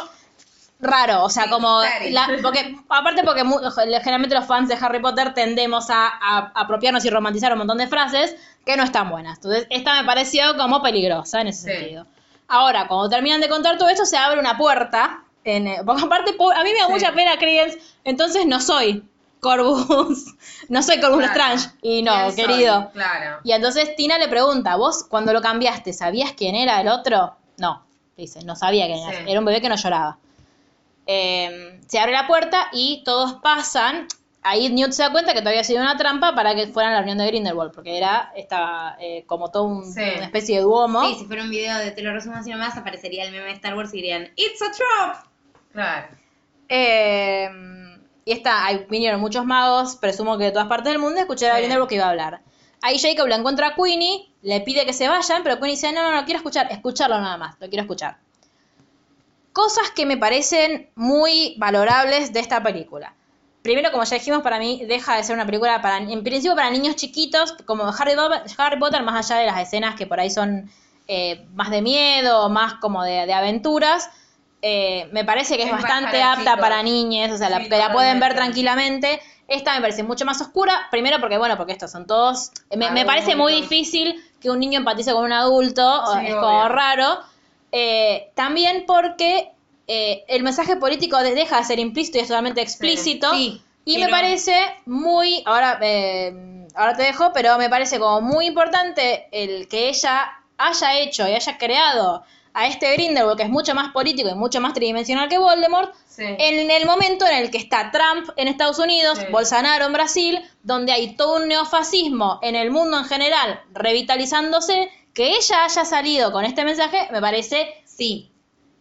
Speaker 1: raro, o sea, como...
Speaker 3: claro.
Speaker 1: la- porque Aparte porque mu- generalmente los fans de Harry Potter tendemos a, a apropiarnos y romantizar un montón de frases que no están buenas. Entonces, esta me pareció como peligrosa en ese
Speaker 3: Sí.
Speaker 1: sentido. Ahora, cuando terminan de contar todo esto, se abre una puerta. En, eh, porque aparte, po- a mí me da
Speaker 3: Sí.
Speaker 1: mucha pena Credence, entonces no soy Corbus, no soy Corbus
Speaker 3: Claro.
Speaker 1: Strange. Y no,
Speaker 3: ¿Quién soy?
Speaker 1: querido.
Speaker 3: Claro.
Speaker 1: Y entonces Tina le pregunta, vos cuando lo cambiaste, ¿sabías quién era el otro? No, le dice, no sabía quién era.
Speaker 3: Sí.
Speaker 1: Era un bebé que no lloraba. Eh, se abre la puerta y todos pasan. Ahí Newt se da cuenta que todavía ha sido una trampa para que fueran a la reunión de Grindelwald, porque era estaba eh, como todo un-
Speaker 3: Sí.
Speaker 1: una especie de duomo.
Speaker 2: Sí, si fuera un video de te lo resumo así nomás, aparecería el meme de Star Wars y dirían, ¡It's a trap!
Speaker 3: Claro.
Speaker 1: Eh, y está, ahí vinieron muchos magos, presumo que de todas partes del mundo, escuché a
Speaker 3: Sí.
Speaker 1: Grindelwald que iba a hablar. Ahí Jacob la encuentra a Queenie, le pide que se vayan, pero Queenie dice, no, no, no quiero escuchar, escucharlo nada más, lo quiero escuchar. Cosas que me parecen muy valorables de esta película. Primero, como ya dijimos, para mí deja de ser una película para, en principio para niños chiquitos, como Harry Potter, Harry Potter, más allá de las escenas que por ahí son eh, más de miedo, más como de, de aventuras, eh, me parece que es,
Speaker 3: Es más
Speaker 1: bastante
Speaker 3: para
Speaker 1: apta
Speaker 3: chicos.
Speaker 1: para niñes, o sea, la-
Speaker 3: Sí,
Speaker 1: que la pueden ver
Speaker 3: totalmente.
Speaker 1: tranquilamente. Esta me parece mucho más oscura, primero porque, bueno, porque estos son todos, me, me parece muy
Speaker 3: Adultos.
Speaker 1: difícil que un niño empatice con un adulto, o-
Speaker 3: Sí,
Speaker 1: es como
Speaker 3: obvio.
Speaker 1: raro. Eh, también porque eh, el mensaje político de- deja de ser implícito y es totalmente explícito.
Speaker 2: Sí,
Speaker 1: y me
Speaker 2: pero-
Speaker 1: parece muy, ahora, eh, ahora te dejo, pero me parece como muy importante el que ella haya hecho y haya creado a este Grindelwald, que es mucho más político y mucho más tridimensional que Voldemort,
Speaker 3: Sí.
Speaker 1: en el momento en el que está Trump en Estados Unidos,
Speaker 3: Sí.
Speaker 1: Bolsonaro en Brasil, donde hay todo un neofascismo en el mundo en general revitalizándose, que ella haya salido con este mensaje me parece
Speaker 2: Sí.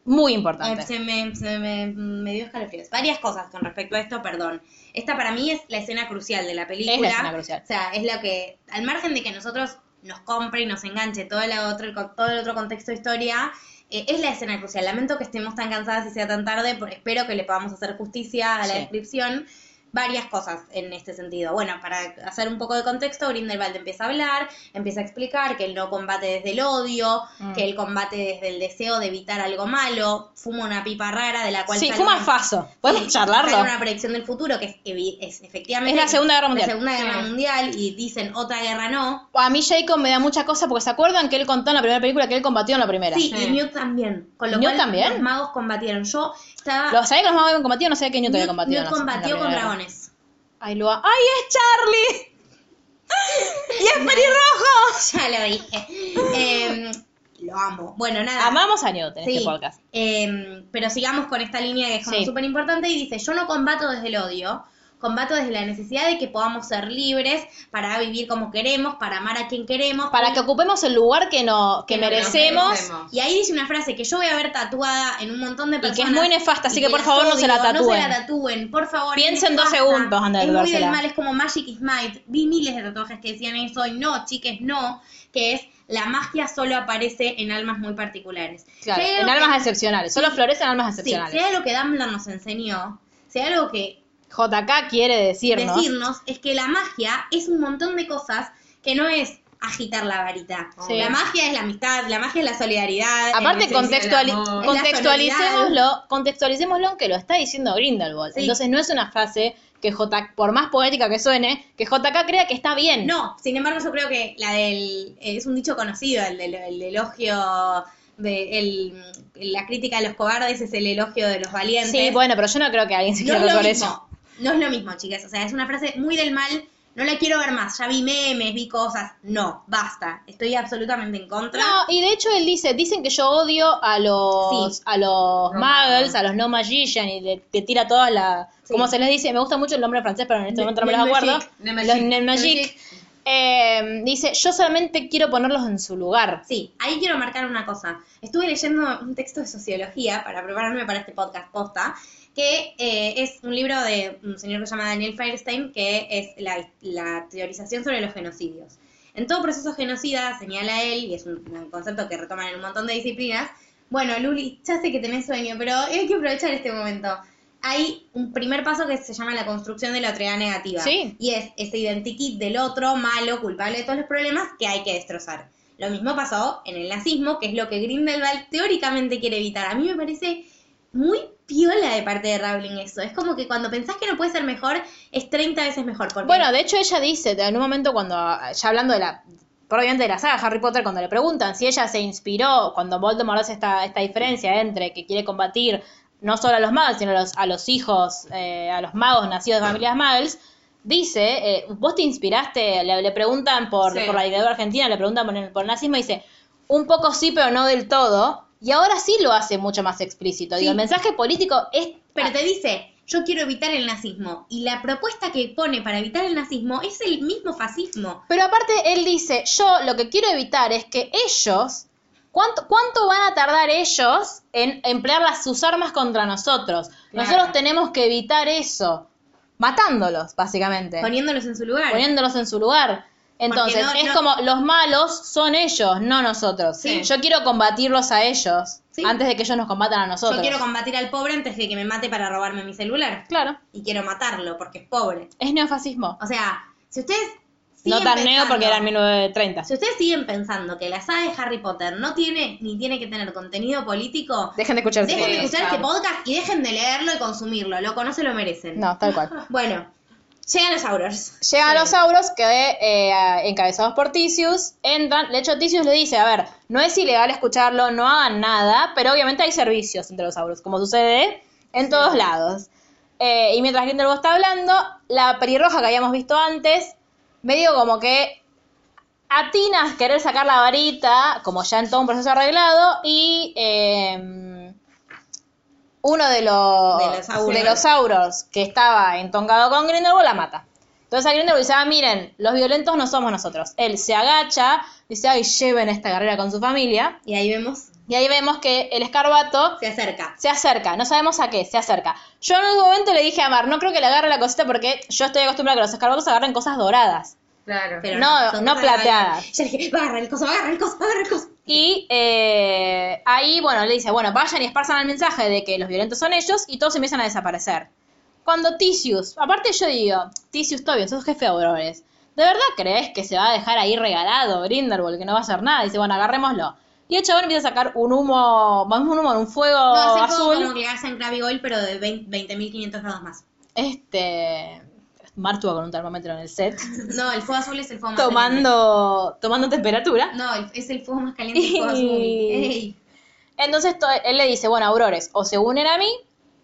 Speaker 1: Muy
Speaker 2: Eh,
Speaker 1: importante.
Speaker 2: se me, se me- me dio escalofríos. Varias cosas con respecto a esto, perdón. Esta para mí es la escena crucial de la película.
Speaker 1: Es la escena crucial.
Speaker 2: O sea, es lo que, al margen de que nosotros nos compre y nos enganche todo el otro, el con- todo el otro contexto de historia, eh, es la escena crucial. Lamento que estemos tan cansadas y sea tan tarde, porque espero que le podamos hacer justicia a la
Speaker 1: Sí.
Speaker 2: descripción. Varias cosas en este sentido. Bueno, para hacer un poco de contexto, Grindelwald empieza a hablar, empieza a explicar que él no combate desde el odio,
Speaker 1: Mm.
Speaker 2: que él combate desde el deseo de evitar algo malo, fuma una pipa rara de la cual
Speaker 1: Sí,
Speaker 2: sale
Speaker 1: fuma
Speaker 2: una-
Speaker 1: faso. ¿Podemos
Speaker 2: Sí,
Speaker 1: charlarlo?
Speaker 2: sale una predicción del futuro que es, evi- es efectivamente
Speaker 1: Es la Segunda Guerra Mundial.
Speaker 2: La Segunda Guerra Mundial y dicen otra guerra no.
Speaker 1: A mí Jacob me da mucha cosa porque se acuerdan que él contó en la primera película que él combatió en la primera.
Speaker 2: Sí, y Newt también. Con lo
Speaker 1: ¿Newt
Speaker 2: cual
Speaker 1: también?
Speaker 2: los magos combatieron. Yo estaba
Speaker 1: ¿Lo sabía que los más habían combatido? No sabía que Newt había
Speaker 2: Newt,
Speaker 1: combatido.
Speaker 2: Newt
Speaker 1: en la- en la
Speaker 2: combatió con
Speaker 1: primera guerra.
Speaker 2: dragones.
Speaker 1: Ay, lo a- ¡Ay, es Charlie! ¡Y es pelirrojo!
Speaker 2: Ya lo dije. Em, lo amo. Bueno, nada.
Speaker 1: Amamos a Newt en
Speaker 2: Ah. Sí,
Speaker 1: este podcast.
Speaker 2: eh, pero sigamos con esta línea que es como
Speaker 1: Sí.
Speaker 2: súper importante y dice, yo no combato desde el odio, combato desde la necesidad de que podamos ser libres para vivir como queremos, para amar a quien queremos.
Speaker 1: Para que ocupemos el lugar que, no, que
Speaker 3: Que nos
Speaker 1: merecemos.
Speaker 3: merecemos.
Speaker 2: Y ahí dice una frase que yo voy a ver tatuada en un montón de
Speaker 1: que
Speaker 2: personas.
Speaker 1: es muy nefasta, así
Speaker 2: y
Speaker 1: que por
Speaker 2: las
Speaker 1: favor no se la
Speaker 2: No se la
Speaker 1: tatúen.
Speaker 2: tatúen, por favor. es
Speaker 1: Piensen dos
Speaker 2: nefasta,
Speaker 1: segundos antes de
Speaker 2: Es muy del
Speaker 1: tatuársela.
Speaker 2: mal, es como Magic is Might. Vi miles de tatuajes que decían eso y no, chiques, no. Que es la magia solo aparece en almas muy particulares.
Speaker 1: Claro,
Speaker 2: Creo
Speaker 1: en
Speaker 2: que-
Speaker 1: almas excepcionales. Solo florecen almas
Speaker 2: Sí, si
Speaker 1: excepcionales.
Speaker 2: hay algo que Dumbledore nos enseñó, si hay algo que
Speaker 1: JK quiere decirnos.
Speaker 2: decirnos, es que la magia es un montón de cosas que no es agitar la varita.
Speaker 1: Sí.
Speaker 2: La magia es la amistad, la magia es la solidaridad.
Speaker 1: Aparte,
Speaker 2: es-
Speaker 1: contextuali-
Speaker 3: del amor.
Speaker 2: Es
Speaker 1: contextualicémoslo, contextualicémoslo en que lo está diciendo Grindelwald.
Speaker 2: Sí.
Speaker 1: Entonces no es una frase que J por más poética que suene, que JK crea que está bien.
Speaker 2: No, sin embargo, yo creo que la del. Es un dicho conocido, el del el elogio. De, el- la crítica de los cobardes es el elogio de los valientes.
Speaker 1: Sí, bueno, pero yo no creo que alguien se
Speaker 2: no
Speaker 1: quiera
Speaker 2: es lo
Speaker 1: tatuar
Speaker 2: mismo.
Speaker 1: eso.
Speaker 2: No es lo mismo, chicas. O sea, es una frase muy del mal. No la quiero ver más. Ya vi memes, vi cosas. No, basta. Estoy absolutamente en contra.
Speaker 1: No, y de hecho él dice, dicen que yo odio a los
Speaker 2: Sí.
Speaker 1: a los muggles, a los no magician y le, te tira todas las,
Speaker 2: Sí.
Speaker 1: como se les dice, me gusta mucho el nombre en francés, pero en este
Speaker 2: Ne-
Speaker 1: momento no me lo acuerdo.
Speaker 3: Nemagic.
Speaker 1: Los
Speaker 3: Nemagic.
Speaker 1: Nemagic. Eh, dice, yo solamente quiero ponerlos en su lugar.
Speaker 2: Sí, ahí quiero marcar una cosa. Estuve leyendo un texto de sociología para prepararme para este podcast posta, que eh, es un libro de un señor que se llama Daniel Firestein, que es la, la teorización sobre los genocidios. En todo proceso genocida, señala él, y es un, un concepto que retoman en un montón de disciplinas, bueno, Luli, ya sé que tenés sueño, pero hay que aprovechar este momento. Hay un primer paso que se llama la construcción de la otredad negativa.
Speaker 1: Sí.
Speaker 2: Y es ese identikit del otro, malo, culpable de todos los problemas, que hay que destrozar. Lo mismo pasó en el nazismo, que es lo que Grindelwald teóricamente quiere evitar. A mí me parece muy piola de parte de Rowling eso. Es como que cuando pensás que no puede ser mejor, es 30 veces mejor. Porque
Speaker 1: Bueno, de hecho ella dice, en un momento cuando, ya hablando de la, probablemente de la saga Harry Potter, cuando le preguntan si ella se inspiró, cuando Voldemort hace esta, esta diferencia entre que quiere combatir no solo a los magos, sino a los, a los hijos, eh, a los magos nacidos de familias muggles, dice, eh, vos te inspiraste, le, le preguntan por,
Speaker 3: Sí.
Speaker 1: por la dictadura argentina, le preguntan por el, por el nazismo, y dice, un poco sí, pero no del todo, y ahora sí lo hace mucho más explícito. Digo,
Speaker 2: Sí.
Speaker 1: el mensaje político es...
Speaker 2: Pero te dice, yo quiero evitar el nazismo. Y la propuesta que pone para evitar el nazismo es el mismo fascismo.
Speaker 1: Pero aparte él dice, yo lo que quiero evitar es que ellos, ¿cuánto, cuánto van a tardar ellos en emplear las, sus armas contra nosotros? Nosotros tenemos que evitar eso, matándolos, básicamente,
Speaker 2: Poniéndolos en su lugar.
Speaker 1: poniéndolos en su lugar. Entonces,
Speaker 2: no-
Speaker 1: es
Speaker 2: no-
Speaker 1: como los malos son ellos, no nosotros.
Speaker 2: Sí.
Speaker 1: Yo quiero combatirlos a ellos
Speaker 2: Sí.
Speaker 1: antes de que ellos nos combatan a nosotros.
Speaker 2: Yo quiero combatir al pobre antes de que me mate para robarme mi celular.
Speaker 1: Claro,
Speaker 2: Y quiero matarlo porque es pobre.
Speaker 1: es neofascismo.
Speaker 2: O sea, si ustedes.
Speaker 1: No
Speaker 2: siguen
Speaker 1: tan neo
Speaker 2: pensando-
Speaker 1: porque era en 1930.
Speaker 2: Si ustedes siguen pensando que la saga de Harry Potter no tiene ni tiene que tener contenido político,
Speaker 1: Dejen de escuchar.
Speaker 2: dejen de
Speaker 3: sí,
Speaker 2: escuchar
Speaker 3: chao.
Speaker 2: este podcast y dejen de leerlo y consumirlo. Loco, no se lo merecen.
Speaker 1: No, tal cual.
Speaker 2: Bueno, llegan los Aurors.
Speaker 1: Llegan los auros que eh, encabezados por Tisius entran. De hecho, Tisius le dice, a ver, no es ilegal escucharlo, no hagan nada, pero obviamente hay servicios entre los auros, como sucede en todos lados. Eh, y mientras Grindelwald está hablando, la pelirroja que habíamos visto antes, medio como que atinas querer sacar la varita, como ya en todo un proceso arreglado, y eh, uno de los,
Speaker 2: De los auros.
Speaker 1: de los auros que estaba entongado con Grindelwald la mata. Entonces a Grindelwald dice, ah, miren, los violentos no somos nosotros. Él se agacha, dice, ay, lleven esta carrera con su familia.
Speaker 2: Y ahí vemos
Speaker 1: Y ahí vemos que el escarbato
Speaker 2: Se acerca.
Speaker 1: se acerca, no sabemos a qué, se acerca. Yo en algún momento le dije a Mar, no creo que le agarre la cosita porque yo estoy acostumbrada a que los escarbatos agarren cosas doradas.
Speaker 3: Claro.
Speaker 2: Pero
Speaker 1: No,
Speaker 2: son
Speaker 1: no
Speaker 2: cosas que
Speaker 1: plateadas.
Speaker 2: bailan. Ya le dije, agarra el coso, agarra el coso, agarra el coso.
Speaker 1: Y eh, ahí, bueno, le dice, bueno, vayan y esparzan el mensaje de que los violentos son ellos y todos empiezan a desaparecer. Cuando Tisius, aparte yo digo, Tisius Tobias, sos jefe de aurores, ¿de verdad crees que se va a dejar ahí regalado Grindelwald, que no va a hacer nada? Dice, bueno, agarrémoslo. Y el chabón empieza a sacar un humo, más un humo, no, un fuego
Speaker 2: No, hace el
Speaker 1: azul.
Speaker 2: fuego nuclear en Cravigol, pero de 20- 20.500 grados más.
Speaker 1: Este, Martua con un termómetro en el set,
Speaker 2: No, el fuego azul es el fuego más
Speaker 1: tomando, tomando temperatura.
Speaker 2: caliente. No, el- es el fuego más caliente, el fuego azul. Ey.
Speaker 1: Entonces to- él le dice, bueno, aurores, o se unen a mí,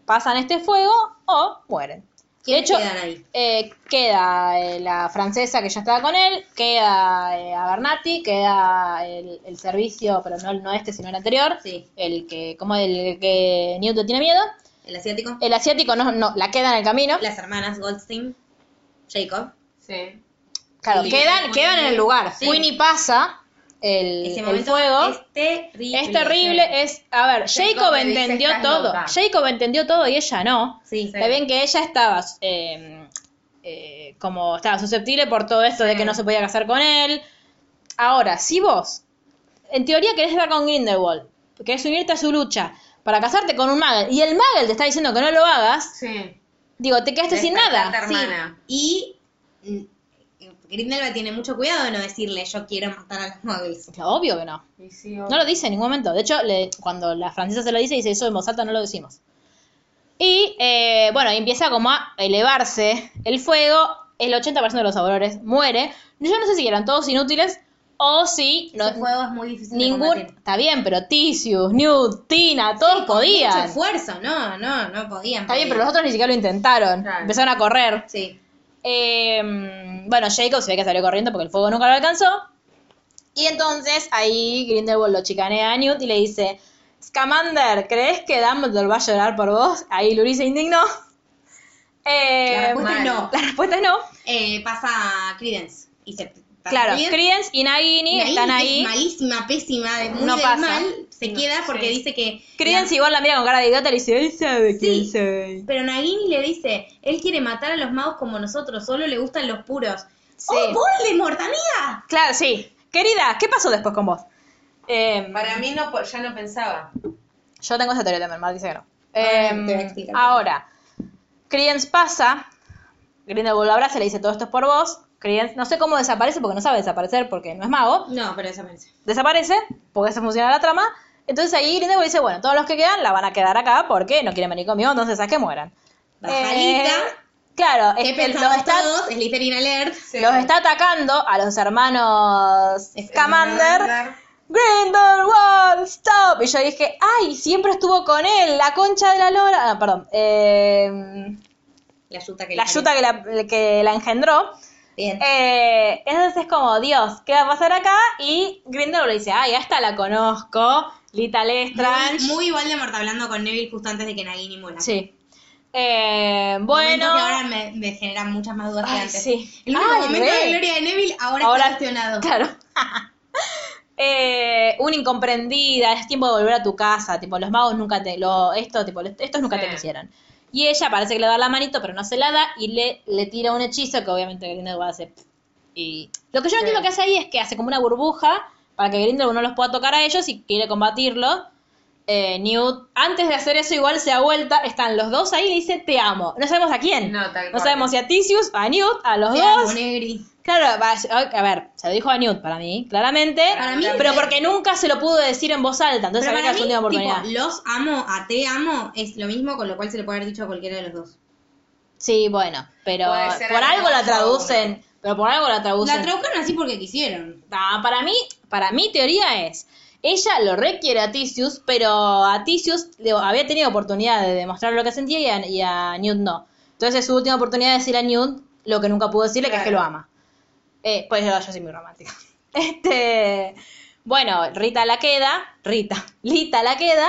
Speaker 1: pasan este fuego, o mueren. De
Speaker 2: ¿Quiénes
Speaker 1: hecho,
Speaker 2: quedan ahí?
Speaker 1: eh, queda eh, la francesa que ya estaba con él, queda eh, Abernathy, queda el, el servicio, pero no, no este, sino el anterior,
Speaker 2: Sí.
Speaker 1: el que, como el que Newton tiene miedo,
Speaker 2: El asiático.
Speaker 1: el asiático no, no, la queda en el camino,
Speaker 2: Las hermanas Goldstein. Jacob.
Speaker 3: Sí.
Speaker 1: claro,
Speaker 2: Sí.
Speaker 1: quedan, quedan en el lugar.
Speaker 2: Sí.
Speaker 1: Queenie pasa el,
Speaker 2: Ese
Speaker 1: el
Speaker 2: momento
Speaker 1: fuego.
Speaker 2: es terrible.
Speaker 1: Es terrible, es, a ver,
Speaker 3: Jacob
Speaker 1: Jacob
Speaker 3: le dice,
Speaker 1: entendió
Speaker 3: "Estás
Speaker 1: todo,
Speaker 3: loca".
Speaker 1: Jacob entendió todo y ella no.
Speaker 2: Sí.
Speaker 1: Está bien que ella estaba eh, eh, como estaba susceptible por todo esto
Speaker 3: Mm.
Speaker 1: de que no se podía casar con él. Ahora, si vos, en teoría querés estar con Grindelwald, querés unirte a su lucha para casarte con un Magel, y el Magel te está diciendo que no lo hagas,
Speaker 3: Sí.
Speaker 1: digo, te quedaste sin
Speaker 3: Despertate,
Speaker 1: nada.
Speaker 2: Sí,
Speaker 3: hermana.
Speaker 2: Y mm, Grindelwald tiene mucho cuidado de no decirle yo quiero matar a los muggles.
Speaker 1: Obvio que no.
Speaker 3: Y sí,
Speaker 1: No lo dice en ningún momento. De hecho, le- cuando la francesa se lo dice, dice eso en voz alta, no lo decimos. Y eh, bueno, empieza como a elevarse el fuego. El 80% de los aurores muere. Yo no sé si eran todos inútiles o si no,
Speaker 2: Ese fuego es muy difícil de
Speaker 1: ningún.
Speaker 2: combatir.
Speaker 1: Está bien, pero Tisius, Newt, Tina, todos
Speaker 2: Mucho
Speaker 1: podían.
Speaker 2: esfuerzo, no, no, no podían.
Speaker 1: Está bien, pero los
Speaker 2: podían.
Speaker 1: otros ni siquiera lo intentaron.
Speaker 3: Claro.
Speaker 1: Empezaron a correr.
Speaker 2: Sí.
Speaker 1: Eh, bueno, Jacob se ve que salió corriendo porque el fuego nunca lo alcanzó. Y entonces ahí Grindelwald lo chicanea a Newt y le dice, Scamander, ¿crees que Dumbledore va a llorar por vos? Ahí Luri se indignó. Eh,
Speaker 2: La respuesta es no.
Speaker 1: La respuesta es no.
Speaker 2: Eh, pasa Credence. Y se,
Speaker 1: Claro,
Speaker 2: Credence-
Speaker 1: Credence y Nagini
Speaker 2: Nagini,
Speaker 1: están
Speaker 2: que es
Speaker 1: ahí.
Speaker 2: malísima, pésima, de muy
Speaker 1: No
Speaker 2: del
Speaker 1: pasa.
Speaker 2: mal, se queda porque dice que.
Speaker 1: Credence igual la mira con cara de idiota y le dice, él sabe quién
Speaker 2: Sí.
Speaker 1: soy.
Speaker 2: Pero Nagini le dice, él quiere matar a los magos como nosotros, solo le gustan los puros.
Speaker 1: Sí.
Speaker 2: ¡Oh, Voldemort, amiga!
Speaker 1: Claro, sí. Querida, ¿qué pasó después con vos? Eh,
Speaker 3: Para mí no, po- ya no pensaba.
Speaker 1: Yo tengo esa teoría también, Mar dice que no.
Speaker 2: Ahora te voy a
Speaker 1: Eh,
Speaker 2: explicar.
Speaker 1: ahora, Credence pasa, Grindelwald lo abraza y le dice, todo esto es por vos. Credence, no sé cómo desaparece, porque no sabe desaparecer, porque no es mago.
Speaker 2: No, pero eso parece.
Speaker 1: Desaparece, porque se funciona la trama. Entonces ahí Grindelwald dice, bueno, todos los que quedan la van a quedar acá porque no quieren venir conmigo, entonces a que mueran. Eh,
Speaker 2: Bajarita.
Speaker 1: claro,
Speaker 2: ¿Qué
Speaker 1: es que los
Speaker 2: pensamos
Speaker 1: está,
Speaker 2: todos? Slytherin alert.
Speaker 1: los está atacando a los hermanos
Speaker 2: Eh,
Speaker 1: Scamander.
Speaker 3: Commander.
Speaker 1: Grindelwald, stop. Y yo dije, ay, siempre estuvo con él, la concha de la lora. Ah, perdón. eh,
Speaker 2: La yuta que
Speaker 1: la
Speaker 2: le
Speaker 1: yuta que la, que la engendró.
Speaker 2: Bien.
Speaker 1: Eh, entonces es como, Dios, ¿qué va a pasar acá? Y Grindelwald le dice, ay, a esta la conozco, Lita Lestrange.
Speaker 2: Muy, muy Voldemort hablando con Neville justo antes de que Nagini muera.
Speaker 1: Sí. Eh,
Speaker 2: Momento
Speaker 1: bueno.
Speaker 2: Que ahora me, me generan muchas más dudas que
Speaker 1: Ay,
Speaker 2: antes.
Speaker 1: sí.
Speaker 2: El único
Speaker 1: Ay,
Speaker 2: momento
Speaker 1: re.
Speaker 2: de gloria de Neville ahora,
Speaker 1: Ahora-
Speaker 2: está cuestionado.
Speaker 1: Claro. Eh, una incomprendida, es tiempo de volver a tu casa, tipo, los magos nunca te, lo, esto, tipo, los- estos nunca
Speaker 3: Sí.
Speaker 1: te quisieron. Y ella parece que le da la manito, pero no se la da, y le, le tira un hechizo que obviamente Grindelwald hace. pf, Y lo que yo no entiendo que hace ahí es que hace como una burbuja para que Grindelwald no los pueda tocar a ellos y quiere combatirlo. Eh, Newt, antes de hacer eso, igual se da vuelta, están los dos ahí y le dice te amo. No sabemos a quién.
Speaker 3: No, tal cual.
Speaker 1: sabemos si a Tisius, a Newt, a los
Speaker 2: Te
Speaker 1: dos.
Speaker 2: amo, Negri.
Speaker 1: Claro, va- a ver, se lo dijo a Newt para mí, claramente.
Speaker 2: Para mí,
Speaker 1: pero
Speaker 2: sí.
Speaker 1: porque nunca se lo pudo decir en voz alta, entonces
Speaker 2: Pero
Speaker 1: había
Speaker 2: para
Speaker 1: que
Speaker 2: mí,
Speaker 1: hacer una oportunidad.
Speaker 2: tipo, los amo, a te amo, es lo mismo, con lo cual se le puede haber dicho a cualquiera de los dos.
Speaker 1: Sí, bueno, pero
Speaker 3: Puede ser
Speaker 1: por
Speaker 3: algo
Speaker 1: algo la
Speaker 3: más maduro.
Speaker 1: traducen, pero por algo la traducen.
Speaker 2: La tradujeron así porque quisieron.
Speaker 1: Ah, para mí, para mi teoría es, ella lo requiere a Tisius, pero a Tisius digo, había tenido oportunidad de demostrar lo que sentía y a, y a Newt no. Entonces es su última oportunidad de decir a Newt lo que nunca pudo decirle, que es que lo ama. Eh, pues yo, yo soy muy romántica. Este, bueno, Rita la queda, Rita, Lita la queda,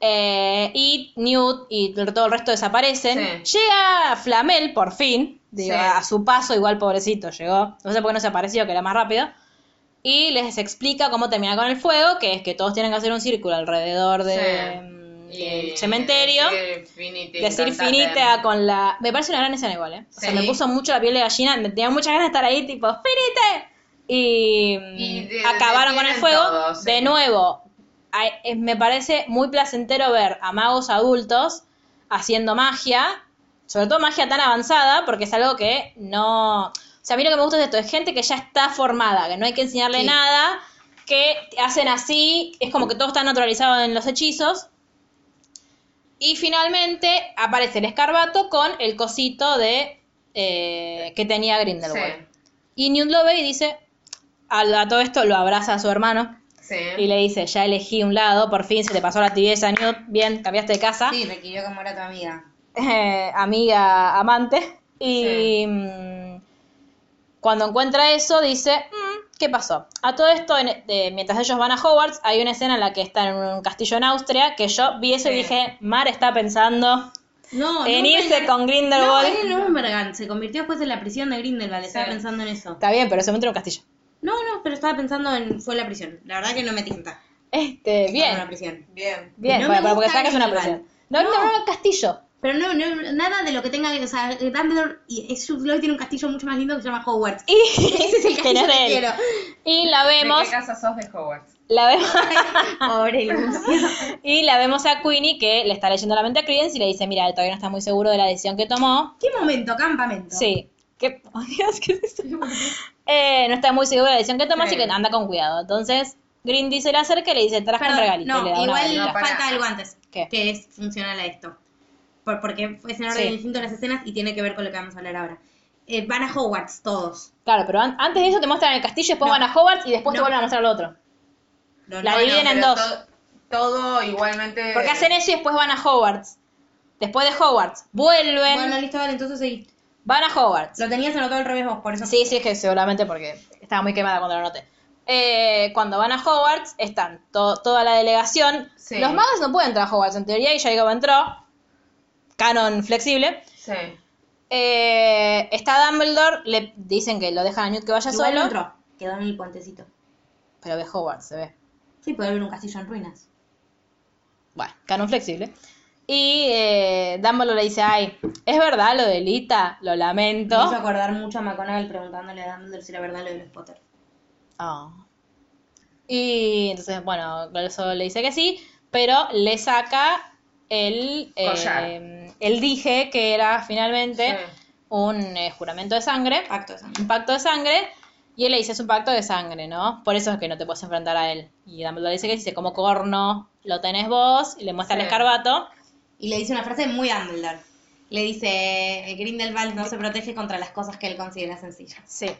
Speaker 1: eh, y Newt y todo el resto desaparecen. Llega Flamel, por fin, digo,
Speaker 3: Sí.
Speaker 1: a su paso, igual pobrecito llegó. No sé por qué no se apareció, que era más rápido. y les explica cómo terminar con el fuego, que es que todos tienen que hacer un círculo alrededor de,
Speaker 3: Sí.
Speaker 1: mm, del
Speaker 3: Y
Speaker 1: cementerio.
Speaker 3: Decir finite. em,
Speaker 1: Decir
Speaker 3: cantate.
Speaker 1: finita con la... Me parece una gran escena igual, ¿eh? O sea,
Speaker 3: Sí.
Speaker 1: me puso mucho la piel de gallina, me tenía muchas ganas de estar ahí tipo, ¡finite! Y, mm,
Speaker 3: Y de-
Speaker 1: acabaron con el
Speaker 3: detienen
Speaker 1: fuego.
Speaker 3: todo, sí.
Speaker 1: De nuevo, ay, eh, me parece muy placentero ver a magos adultos haciendo magia, sobre todo magia tan avanzada, porque es algo que no... O sea, a mí lo que me gusta es esto, es gente que ya está formada, que no hay que enseñarle nada, que hacen así, es como que todo está naturalizado en los hechizos. Y finalmente aparece el escarbato con el cosito de eh, que tenía Grindelwald. Y Newt lo ve y dice, a, a todo esto lo abraza a su hermano
Speaker 3: Sí.
Speaker 1: y le dice, ya elegí un lado, por fin se te pasó la tibieza, Newt, bien, cambiaste de casa.
Speaker 2: Sí, requirió como era tu amiga.
Speaker 1: eh, amiga, amante. Y
Speaker 3: Sí.
Speaker 1: mm, cuando encuentra eso, dice, "Mm, ¿qué pasó? A todo esto, en- de- mientras ellos van a Hogwarts, hay una escena en la que están en un castillo en Austria, que yo vi eso y
Speaker 3: Sí.
Speaker 1: dije, Mar está pensando
Speaker 2: No,
Speaker 1: en
Speaker 2: no,
Speaker 1: irse
Speaker 2: Nuremberg-
Speaker 1: con
Speaker 2: No,
Speaker 1: Grindelwald.
Speaker 2: él en Nuremberg se convirtió después en la prisión de Grindelwald, estaba
Speaker 3: Sí.
Speaker 2: pensando en eso.
Speaker 1: Está bien, pero se mete en un castillo.
Speaker 2: No, no, pero estaba pensando en fue la prisión. La verdad que no me tinta.
Speaker 1: Este,
Speaker 2: Fue la
Speaker 1: bien,
Speaker 2: prisión.
Speaker 3: Bien.
Speaker 1: bien,
Speaker 2: No
Speaker 1: bueno,
Speaker 2: me
Speaker 1: pero porque
Speaker 2: gusta
Speaker 1: sacas una
Speaker 2: Grindelwald.
Speaker 1: presión. No, no,
Speaker 2: No.
Speaker 1: no, castillo.
Speaker 2: Pero no, no, nada de lo que tenga, o sea, Dumbledore y es- Jude Law tiene un castillo mucho más lindo que se llama Hogwarts.
Speaker 1: Y,
Speaker 2: Ese es el
Speaker 1: que no
Speaker 2: castillo
Speaker 1: es
Speaker 2: que
Speaker 1: de él.
Speaker 2: quiero.
Speaker 1: Y la
Speaker 3: ¿De
Speaker 1: vemos,
Speaker 3: qué casa sos de Hogwarts?
Speaker 1: la vemos.
Speaker 2: Pobre Lucio.
Speaker 1: Y la vemos a Queenie que le está leyendo la mente a Credence y le dice, mira, todavía no está muy seguro de la decisión que tomó.
Speaker 2: ¿Qué momento? Campamento.
Speaker 1: Sí. ¿Qué? oh, Dios, ¿qué es eso? Eh, no está muy seguro de la decisión que tomó,
Speaker 3: Sí.
Speaker 1: así que anda con cuidado. Entonces, Grindy se le acerca y le dice, traje un
Speaker 2: Perdón,
Speaker 1: regalito. y
Speaker 2: no,
Speaker 1: le da una
Speaker 2: igual
Speaker 1: varita.
Speaker 3: varita.
Speaker 2: falta
Speaker 3: No, pará.
Speaker 2: algo antes
Speaker 1: ¿Qué?
Speaker 2: que es funcional a esto. Por, porque es en orden
Speaker 1: Sí.
Speaker 2: distinto de las escenas y tiene que ver con lo que vamos a hablar ahora. Eh, van a Hogwarts todos.
Speaker 1: Claro, pero an- antes de eso te muestran el castillo, después
Speaker 2: No.
Speaker 1: van a Hogwarts y después te
Speaker 2: No.
Speaker 1: vuelven a mostrar lo otro.
Speaker 2: No,
Speaker 1: La
Speaker 2: no,
Speaker 1: dividen
Speaker 3: pero
Speaker 1: en dos.
Speaker 3: to- todo igualmente.
Speaker 2: Eh.
Speaker 1: Porque hacen eso y después van a Hogwarts. Después de Hogwarts, vuelven,
Speaker 2: Bueno, listo, vale, entonces seguí.
Speaker 1: van a Hogwarts.
Speaker 2: Lo tenías anotado al revés vos, por eso.
Speaker 1: Sí, sí, es que seguramente porque estaba muy quemada cuando lo noté. Eh, cuando van a Hogwarts, están to- toda la delegación.
Speaker 3: Sí.
Speaker 1: Los magos no pueden entrar a Hogwarts, en teoría, y Jacob entró. Canon flexible.
Speaker 3: Sí.
Speaker 1: Eh, está Dumbledore, le dicen que lo dejan a Newt que vaya
Speaker 2: Igual
Speaker 1: solo.
Speaker 2: no entró. Quedó en el puentecito.
Speaker 1: Pero ve Hogwarts, se ve.
Speaker 2: Sí, puede haber un castillo en ruinas.
Speaker 1: Bueno, canon flexible. Y eh, Dumbledore le dice, ay, es verdad lo de Lita, lo
Speaker 2: Me hizo
Speaker 1: lamento.
Speaker 2: acordar mucho a McGonagall preguntándole a Dumbledore si era verdad lo de los Potter.
Speaker 1: Oh. Y entonces, bueno, Glorioso le dice que sí, pero le saca el, eh,
Speaker 3: Collar.
Speaker 1: el dije, que era finalmente
Speaker 3: Sí.
Speaker 1: un eh, juramento de sangre,
Speaker 2: Pacto de sangre.
Speaker 1: un pacto de sangre, y él le dice, es un pacto de sangre, ¿no? Por eso es que no te puedes enfrentar a él. Y Dumbledore dice que dice, como corno, lo tenés vos, y le muestra el
Speaker 3: Sí.
Speaker 1: escarbato.
Speaker 2: Y le dice una frase muy Dumbledore. Le dice, eh, Grindelwald no se protege contra las cosas que él considera sencillas.
Speaker 1: Sí.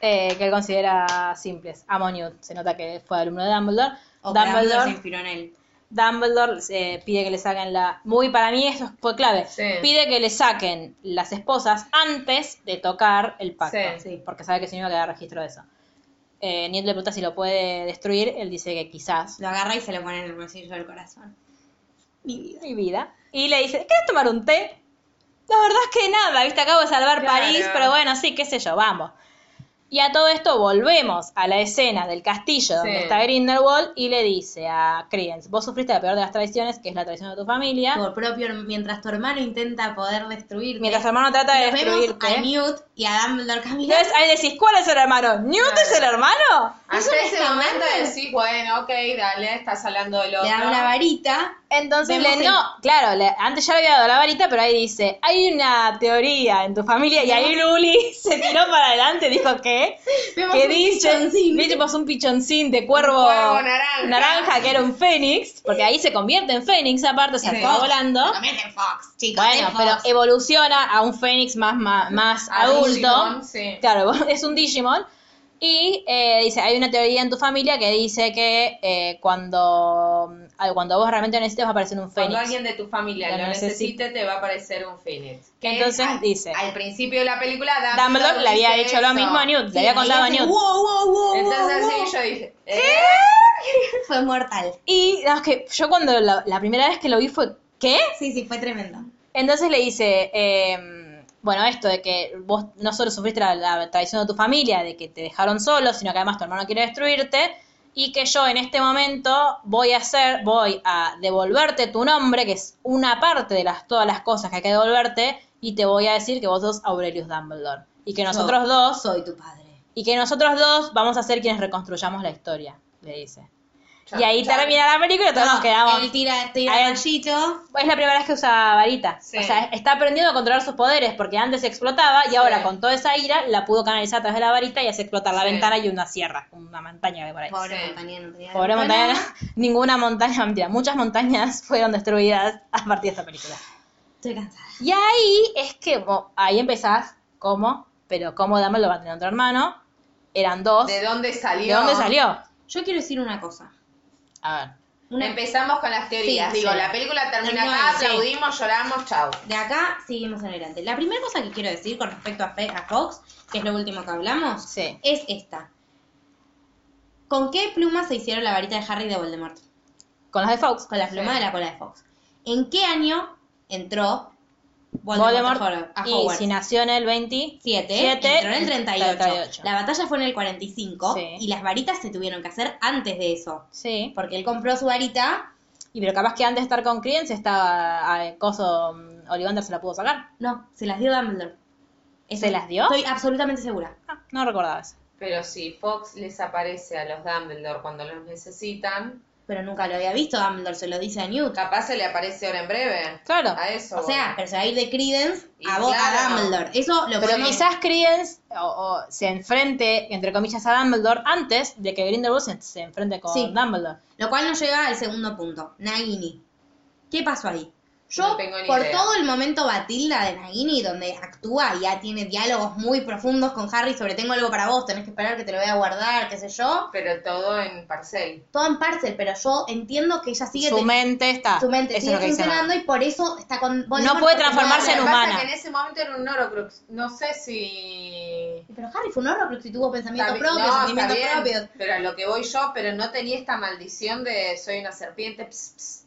Speaker 1: Eh, que él considera simples. Amo Newt. Se nota que fue alumno de Dumbledore.
Speaker 2: O que
Speaker 1: Dumbledore,
Speaker 2: Dumbledore se inspiró en él.
Speaker 1: Dumbledore eh, pide que le saquen la. Muy para mí eso fue clave.
Speaker 3: Sí.
Speaker 1: Pide que le saquen las esposas antes de tocar el pacto.
Speaker 3: Sí.
Speaker 1: Sí, Porque sabe que si no iba a quedar registro de eso. Eh, Newt le pregunta si lo puede destruir. Él dice que quizás.
Speaker 2: Lo agarra y se lo pone en el bolsillo del corazón. Mi vida.
Speaker 1: Mi vida. Y le dice: ¿Quieres tomar un té? La verdad es que nada, viste, acabo de salvar
Speaker 3: Claro.
Speaker 1: París, pero bueno, sí, qué sé yo, vamos. Y a todo esto volvemos a la escena del castillo donde
Speaker 3: Sí.
Speaker 1: está Grindelwald y le dice a Credence, vos sufriste la peor de las traiciones, que es la traición de tu familia.
Speaker 2: Por propio, mientras tu hermano intenta poder destruirte.
Speaker 1: Mientras tu hermano trata de
Speaker 2: nos vemos a
Speaker 1: destruirte. ¿eh?
Speaker 2: Newt y a Dumbledore caminando.
Speaker 1: Entonces ahí decís, ¿cuál es el hermano? ¿Newt es el hermano?
Speaker 2: ¿Es
Speaker 3: Hasta
Speaker 2: un
Speaker 3: ese momento
Speaker 2: escándalo?
Speaker 3: decís, bueno, ok, dale, estás hablando del
Speaker 2: Le
Speaker 3: otro.
Speaker 2: da una varita.
Speaker 1: Entonces
Speaker 2: Vemos
Speaker 1: le
Speaker 2: el-
Speaker 1: no, claro, le- antes ya le había dado la varita, pero ahí dice, hay una teoría en tu familia y ahí Luli se tiró para adelante, dijo que
Speaker 2: Vemos
Speaker 1: que
Speaker 2: un
Speaker 1: dice,
Speaker 2: pichoncín.
Speaker 1: vimos un pichoncín de cuervo,
Speaker 3: Un cuervo naranja.
Speaker 1: naranja, que era un fénix, porque ahí se convierte en fénix aparte, o sea,
Speaker 2: Sí.
Speaker 1: va volando.
Speaker 2: Se convierte en Fox, chicos.
Speaker 1: Bueno,
Speaker 2: en
Speaker 1: pero eh,
Speaker 2: Fox.
Speaker 1: evoluciona a un fénix más, más, más
Speaker 3: A
Speaker 1: adulto.
Speaker 3: Digimon, sí.
Speaker 1: Claro, es un Digimon. Y eh, dice, hay una teoría en tu familia que dice que eh, cuando, ah, cuando vos realmente necesites va a aparecer un
Speaker 3: Cuando
Speaker 1: fénix.
Speaker 3: alguien de tu familia
Speaker 1: Lo
Speaker 3: lo
Speaker 1: necesite.
Speaker 3: necesite, te va a aparecer un Phoenix.
Speaker 1: Que entonces
Speaker 3: al-
Speaker 1: dice-
Speaker 3: Al principio de la película,
Speaker 1: Dumbledore le había
Speaker 3: dice
Speaker 1: hecho lo
Speaker 3: eso.
Speaker 1: mismo a Newt,
Speaker 2: Sí,
Speaker 1: le había
Speaker 2: ahí
Speaker 1: contado a
Speaker 2: hace,
Speaker 1: Newt.
Speaker 2: "Wow, wow, wow,
Speaker 3: Entonces
Speaker 2: wow,
Speaker 3: sí,
Speaker 2: wow".
Speaker 3: yo dije, ¿eh?
Speaker 2: Fue mortal.
Speaker 1: Y no, es que yo cuando la, la primera vez que lo vi fue, ¿qué?
Speaker 2: Sí, sí, fue tremendo.
Speaker 1: Entonces le dice, eh, bueno, esto de que vos no solo sufriste la, la traición de tu familia, de que te dejaron solo, sino que además tu hermano quiere destruirte, y que yo en este momento voy a hacer, voy a devolverte tu nombre, que es una parte de las, todas las cosas que hay que devolverte, y te voy a decir que vos sos Aurelius Dumbledore. Y que nosotros
Speaker 2: Yo
Speaker 1: dos
Speaker 2: Soy tu padre.
Speaker 1: y que nosotros dos vamos a ser quienes reconstruyamos la historia, le dice. y ahí termina la película y todos nos quedamos.
Speaker 2: El tira, tira
Speaker 1: Ahí-
Speaker 2: ganchito.
Speaker 1: Es la primera vez que usa varita.
Speaker 3: Sí.
Speaker 1: O sea, está aprendiendo a controlar sus poderes porque antes explotaba y ahora con toda esa ira la pudo canalizar a través de la varita y hace explotar la
Speaker 3: Sí.
Speaker 1: ventana y una sierra, una montaña de por ahí.
Speaker 2: Pobre
Speaker 3: Sí.
Speaker 2: montaña, no tenía
Speaker 1: Pobre
Speaker 2: nada.
Speaker 1: montaña, ninguna montaña, mentira, muchas montañas fueron destruidas a partir de esta película.
Speaker 2: Estoy cansada.
Speaker 1: Y ahí es que bo- ahí empezás como, pero como Dumbledore va a tener otro hermano, eran dos.
Speaker 3: ¿De dónde
Speaker 1: ¿De
Speaker 3: salió?
Speaker 1: dónde salió?
Speaker 2: Yo quiero decir una cosa.
Speaker 1: A ver.
Speaker 2: Una-
Speaker 3: Empezamos con las teorías.
Speaker 2: Sí,
Speaker 3: Digo,
Speaker 2: sí.
Speaker 3: la película termina
Speaker 2: Terminó
Speaker 3: acá,
Speaker 2: ahí, sí.
Speaker 3: aplaudimos, lloramos, chau.
Speaker 2: De acá seguimos en adelante. La primera cosa que quiero decir con respecto a, Fe- a Fox, que es lo último que hablamos,
Speaker 1: Sí.
Speaker 2: es esta. ¿Con qué pluma se hicieron la varita de Harry y de Voldemort?
Speaker 1: Con las de Fox.
Speaker 2: Con la pluma de la cola de Fox. ¿En qué año entró Voldemort,
Speaker 1: Voldemort.
Speaker 2: a Hor- a
Speaker 1: y
Speaker 2: Hogwarts?
Speaker 1: si nació en el 20.
Speaker 2: 7,
Speaker 1: Siete,
Speaker 2: entró en el 38.
Speaker 1: 38.
Speaker 2: La batalla fue en el 45
Speaker 1: Sí.
Speaker 2: y las varitas se tuvieron que hacer antes de eso.
Speaker 1: Sí.
Speaker 2: Porque él compró su varita.
Speaker 1: Y pero capaz que antes de estar con Credence estaba a- a- Coso mm, Ollivander se la pudo sacar.
Speaker 2: No, se las dio Dumbledore.
Speaker 1: ¿Se las dio?
Speaker 2: Estoy absolutamente segura.
Speaker 1: Ah, no recordaba eso.
Speaker 3: Pero si Fox les aparece a los Dumbledore cuando los necesitan,
Speaker 2: Pero nunca lo había visto. Dumbledore se lo dice a Newt.
Speaker 3: capaz se le aparece ahora en breve.
Speaker 1: Claro.
Speaker 3: A eso.
Speaker 2: O sea,
Speaker 3: voy.
Speaker 2: pero se va a ir de Credence
Speaker 3: Y
Speaker 2: a, Bo- a
Speaker 3: claro.
Speaker 2: Dumbledore. Eso lo
Speaker 1: Pero
Speaker 2: podemos-
Speaker 1: quizás Credence o- o se enfrente, entre comillas, a Dumbledore antes de que Grindelwald se, se enfrente con
Speaker 2: Sí.
Speaker 1: Dumbledore.
Speaker 2: Lo cual nos lleva al segundo punto. Nagini. ¿Qué pasó ahí? Yo,
Speaker 3: No tengo ni
Speaker 2: por
Speaker 3: idea.
Speaker 2: todo el momento Batilda de Nagini, donde actúa y ya tiene diálogos muy profundos con Harry sobre tengo algo para vos, tenés que esperar que te lo voy a guardar, qué sé yo.
Speaker 3: Pero todo en parcel.
Speaker 2: Todo en parcel, pero yo entiendo que ella sigue
Speaker 1: Su
Speaker 2: teniendo-
Speaker 1: mente está.
Speaker 2: su mente
Speaker 1: Eso es
Speaker 2: sigue
Speaker 1: lo que dice
Speaker 2: funcionando
Speaker 1: Nora.
Speaker 2: y por eso está con Voldemort,
Speaker 1: puede
Speaker 2: porque
Speaker 1: transformarse
Speaker 3: Lo
Speaker 1: en
Speaker 3: que pasa
Speaker 1: humana.
Speaker 3: es que en ese momento era un Horocrux. No sé si...
Speaker 2: Pero Harry fue un horror si tuvo pensamiento
Speaker 3: Está bi-
Speaker 2: propio,
Speaker 3: no,
Speaker 2: sentimiento
Speaker 3: está bien,
Speaker 2: propio.
Speaker 3: Pero a lo que voy yo, pero no tenía esta maldición de soy una serpiente. ps, ps.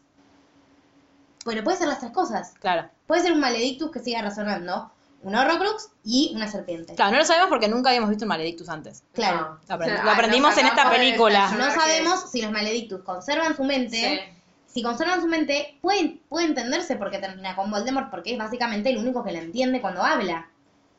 Speaker 2: Pero puede ser las tres cosas.
Speaker 1: Claro.
Speaker 2: Puede ser un maledictus que siga razonando, un horrocrux y una serpiente.
Speaker 1: Claro, no lo sabemos porque nunca habíamos visto un Maledictus antes.
Speaker 2: Claro.
Speaker 1: Lo, aprend-
Speaker 3: O sea,
Speaker 1: lo
Speaker 3: ah,
Speaker 1: aprendimos
Speaker 3: nos
Speaker 1: en esta
Speaker 3: acabamos de
Speaker 1: película.
Speaker 3: desayunar.
Speaker 2: No
Speaker 3: Claro Ah, que-
Speaker 2: sabemos si los maledictus conservan su mente.
Speaker 3: Sí.
Speaker 2: Si conservan su mente, puede, puede entenderse por qué termina con Voldemort, porque es básicamente el único que la entiende cuando habla.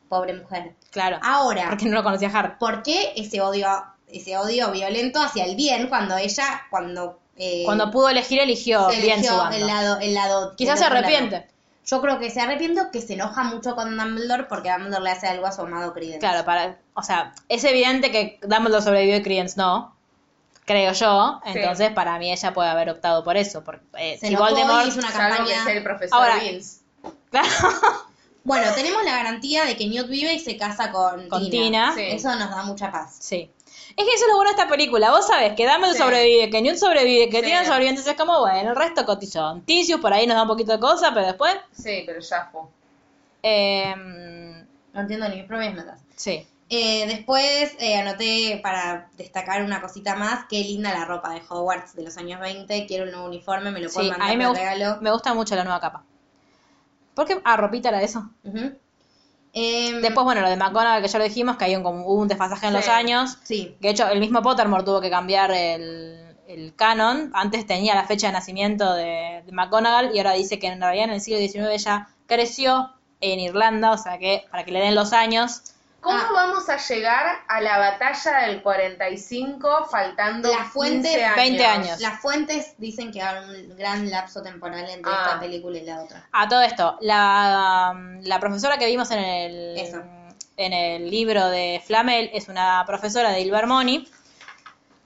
Speaker 2: Pobre mujer.
Speaker 1: Claro.
Speaker 2: Ahora,
Speaker 1: Porque no lo conocía Harry.
Speaker 2: ¿por qué ese odio, ese odio violento hacia el bien cuando ella, cuando... eh,
Speaker 1: Cuando pudo elegir, eligió
Speaker 2: se
Speaker 1: bien
Speaker 2: eligió
Speaker 1: su bando.
Speaker 2: el lado, el lado...
Speaker 1: Quizás
Speaker 2: el
Speaker 1: se
Speaker 2: otro lado.
Speaker 1: arrepiente.
Speaker 2: Yo creo que se arrepiente o que se enoja mucho con Dumbledore porque Dumbledore le hace algo a su amado Credence.
Speaker 1: Claro, para, o sea, es evidente que Dumbledore sobrevivió y Credence no, creo yo.
Speaker 3: Sí.
Speaker 1: Entonces, para mí ella puede haber optado por eso, porque eh,
Speaker 2: Se
Speaker 1: si
Speaker 2: enojó y
Speaker 1: Voldemort,
Speaker 2: hizo una
Speaker 3: Salvo que
Speaker 2: campaña.
Speaker 3: sea el profesor
Speaker 1: Ahora-
Speaker 3: Vince.
Speaker 1: claro,
Speaker 2: Bueno, tenemos la garantía de que Newt vive y se casa con,
Speaker 1: Con Tina.
Speaker 3: Sí.
Speaker 2: Eso nos da mucha paz.
Speaker 1: sí. Es que eso es lo bueno de esta película. Vos sabés que Dumbledore
Speaker 3: Sí.
Speaker 1: sobrevive, que Newt sobrevive, que
Speaker 3: Sí.
Speaker 1: Tina sobrevive, entonces es como, bueno, el resto cotillón. Tisius por ahí nos da un poquito de cosa, pero después,
Speaker 3: Sí, pero ya fue.
Speaker 1: eh,
Speaker 2: No entiendo ni mis propias notas.
Speaker 1: sí.
Speaker 2: Eh, después eh, anoté para destacar una cosita más, qué linda la ropa de Hogwarts de los años 20, quiero un nuevo uniforme, me lo
Speaker 1: Sí,
Speaker 2: pueden
Speaker 1: a mí
Speaker 2: mandar
Speaker 1: me,
Speaker 2: por
Speaker 1: gust-
Speaker 2: regalo.
Speaker 1: me gusta mucho la nueva capa. ¿Por qué? Ah, ropita era eso.
Speaker 2: Ujú. Em,
Speaker 1: Después, bueno, lo de McGonagall, que ya lo dijimos, que hay un, como- hubo un desfasaje en
Speaker 3: Sí.
Speaker 1: los años.
Speaker 2: Sí,
Speaker 1: Que de hecho, el mismo Pottermore tuvo que cambiar el, el canon. Antes tenía la fecha de nacimiento de, de McGonagall y ahora dice que en realidad en el siglo XIX ella creció en Irlanda, o sea que para que le den los años.
Speaker 3: ¿Cómo
Speaker 2: Ah.
Speaker 3: vamos a llegar a la batalla del 45 faltando
Speaker 2: La fuente,
Speaker 3: 15 años?
Speaker 1: 20 años.
Speaker 2: las fuentes dicen que hay un gran lapso temporal entre
Speaker 3: Ah.
Speaker 2: esta película y la otra.
Speaker 1: A Ah, todo esto, la, la profesora que vimos en el,
Speaker 2: Eso.
Speaker 1: en el libro de Flamel es una profesora de Ilvermoni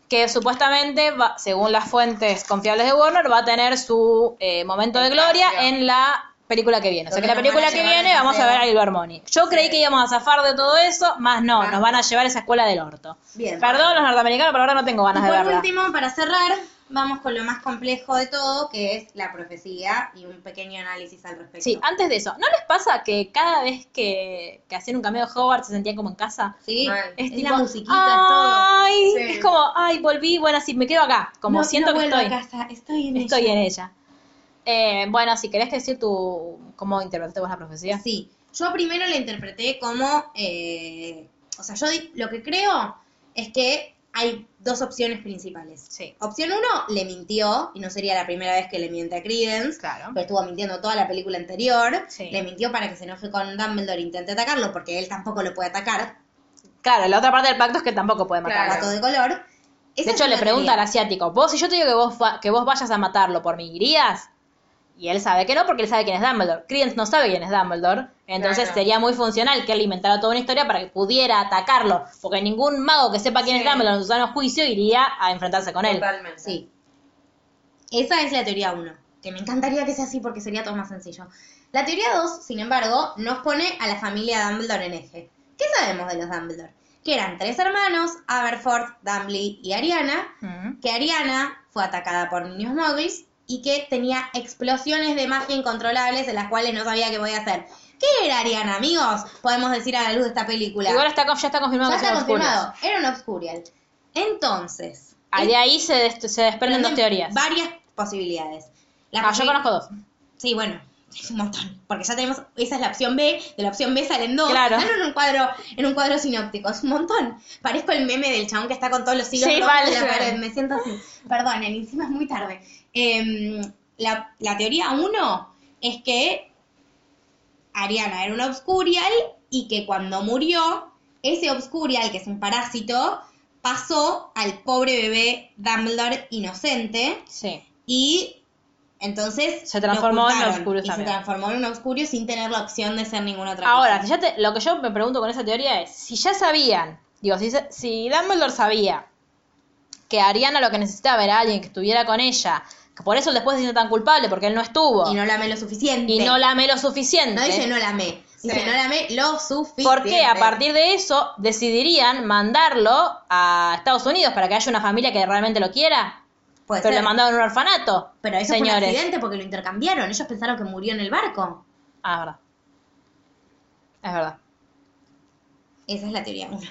Speaker 1: que supuestamente, va- según las fuentes confiables de Warner, va a tener su eh, momento de gloria
Speaker 3: Exacto.
Speaker 1: en la película que viene. O sea que la
Speaker 2: Donde nos
Speaker 1: película
Speaker 2: van a
Speaker 1: que
Speaker 2: llevar
Speaker 1: viene
Speaker 2: el
Speaker 1: vamos a ver
Speaker 2: paseo.
Speaker 1: a Ilvermoni. Yo creí que íbamos a zafar de todo eso, más no,
Speaker 3: Más
Speaker 1: nos van a llevar a esa escuela del orto.
Speaker 2: Bien.
Speaker 1: Perdón los norteamericanos, pero ahora no tengo
Speaker 2: Y
Speaker 1: ganas de
Speaker 2: por
Speaker 1: verla.
Speaker 2: último, para cerrar, vamos con lo más complejo de todo, que es la profecía y un pequeño análisis al respecto.
Speaker 1: Sí, antes de eso, ¿no les pasa que cada vez que, que hacían un cameo de Howard se sentían como en casa?
Speaker 2: Sí,
Speaker 3: Mal.
Speaker 2: es,
Speaker 1: tipo,
Speaker 2: la musiquita, es todo.
Speaker 1: ay,
Speaker 3: Sí.
Speaker 1: es Ah, como, ay, volví, bueno, sí, me quedo acá, como
Speaker 2: No,
Speaker 1: siento
Speaker 2: no
Speaker 1: que
Speaker 2: vuelvo
Speaker 1: estoy,
Speaker 2: a casa, estoy en
Speaker 1: estoy
Speaker 2: ella.
Speaker 1: en ella. Eh, bueno, si querés decir tu, cómo interpretaste vos la profecía.
Speaker 2: Sí, yo primero la interpreté como, eh, o sea, yo di- lo que creo es que hay dos opciones principales.
Speaker 1: Sí.
Speaker 2: Opción uno, le mintió, y no sería la primera vez que le miente a Credence,
Speaker 1: Claro.
Speaker 2: pero estuvo mintiendo toda la película anterior,
Speaker 1: Sí.
Speaker 2: le mintió para que se enoje con Dumbledore e intente atacarlo, porque él tampoco lo puede atacar,
Speaker 1: Claro, la otra parte del pacto es que tampoco puede
Speaker 3: Claro.
Speaker 1: matarlo.
Speaker 2: gato de color.
Speaker 1: De
Speaker 2: Esa
Speaker 1: hecho,
Speaker 2: es
Speaker 1: le
Speaker 2: una
Speaker 1: pregunta al
Speaker 2: teoría.
Speaker 1: asiático, vos, si yo te digo que vos, fa- que vos vayas a matarlo por mí, ¿irías? Y él sabe que no, porque él sabe quién es Dumbledore. Credence no sabe quién es Dumbledore. Entonces
Speaker 3: Claro.
Speaker 1: sería muy funcional que él inventara toda una historia para que pudiera atacarlo. Porque ningún mago que sepa quién
Speaker 3: Sí.
Speaker 1: es Dumbledore en su sano juicio iría a enfrentarse con él.
Speaker 3: Totalmente.
Speaker 2: Sí. Esa es la teoría 1, que me encantaría que sea así porque sería todo más sencillo. La teoría 2, sin embargo, nos pone a la familia Dumbledore en eje. ¿Qué sabemos de los Dumbledore? Que eran tres hermanos, Aberforth, Dumbly y Ariana,
Speaker 1: Mm.
Speaker 2: que Ariana fue atacada por niños muggles y que tenía explosiones de magia incontrolables de las cuales no sabía qué podía hacer. ¿Qué era Ariana, amigos? Podemos decir a la luz de esta película.
Speaker 1: Igual está, con- ya está confirmado
Speaker 2: ya
Speaker 1: que
Speaker 2: está
Speaker 1: son oscuros.
Speaker 2: confirmado, era un Obscurial. Entonces,
Speaker 1: Ah, De ahí se, des- se desprenden dos teorías.
Speaker 2: varias posibilidades. La
Speaker 1: Ah, yo
Speaker 2: posibil-
Speaker 1: conozco dos.
Speaker 2: Sí, bueno, es un montón. Porque ya tenemos, esa es la opción B, de la opción B salen dos.
Speaker 1: Claro.
Speaker 2: Están en un cuadro, en un cuadro sinóptico, es un montón. Parezco el meme del chabón que está con todos los hilos
Speaker 1: Sí,
Speaker 2: rojos
Speaker 1: vale,
Speaker 2: en la
Speaker 1: vale.
Speaker 2: pared. Me siento así. Perdonen, encima es muy tarde. Em, la, la teoría uno es que Ariana era una obscurial y que cuando murió, ese obscurial, que es un parásito, pasó al pobre bebé Dumbledore inocente.
Speaker 1: Sí.
Speaker 2: Y entonces
Speaker 1: Se transformó
Speaker 2: lo
Speaker 1: en
Speaker 2: ocultaron,
Speaker 1: Obscurus
Speaker 2: y
Speaker 1: también.
Speaker 2: se transformó en un oscuro sin tener la opción de ser ninguna otra
Speaker 1: Ahora, si
Speaker 2: cosa.
Speaker 1: ya te- lo que yo me pregunto con esa teoría es, si ya sabían, digo, si, se- si Dumbledore sabía que Ariana lo que necesitaba era alguien que estuviera con ella, que por eso él después se siente tan culpable, porque él no estuvo,
Speaker 2: y no la amé lo suficiente.
Speaker 1: y no la amé lo suficiente,
Speaker 2: No dice no la amé, dice
Speaker 3: Sí.
Speaker 2: no la amé lo suficiente.
Speaker 1: porque a partir de eso decidirían mandarlo a Estados Unidos para que haya una familia que realmente lo quiera,
Speaker 2: Puede
Speaker 1: pero
Speaker 2: ser.
Speaker 1: lo mandaron a un orfanato,
Speaker 2: Pero eso fue un
Speaker 1: señores.
Speaker 2: accidente porque lo intercambiaron, ellos pensaron que murió en el barco.
Speaker 1: Ah, es verdad. Es verdad.
Speaker 2: Esa es la teoría uno.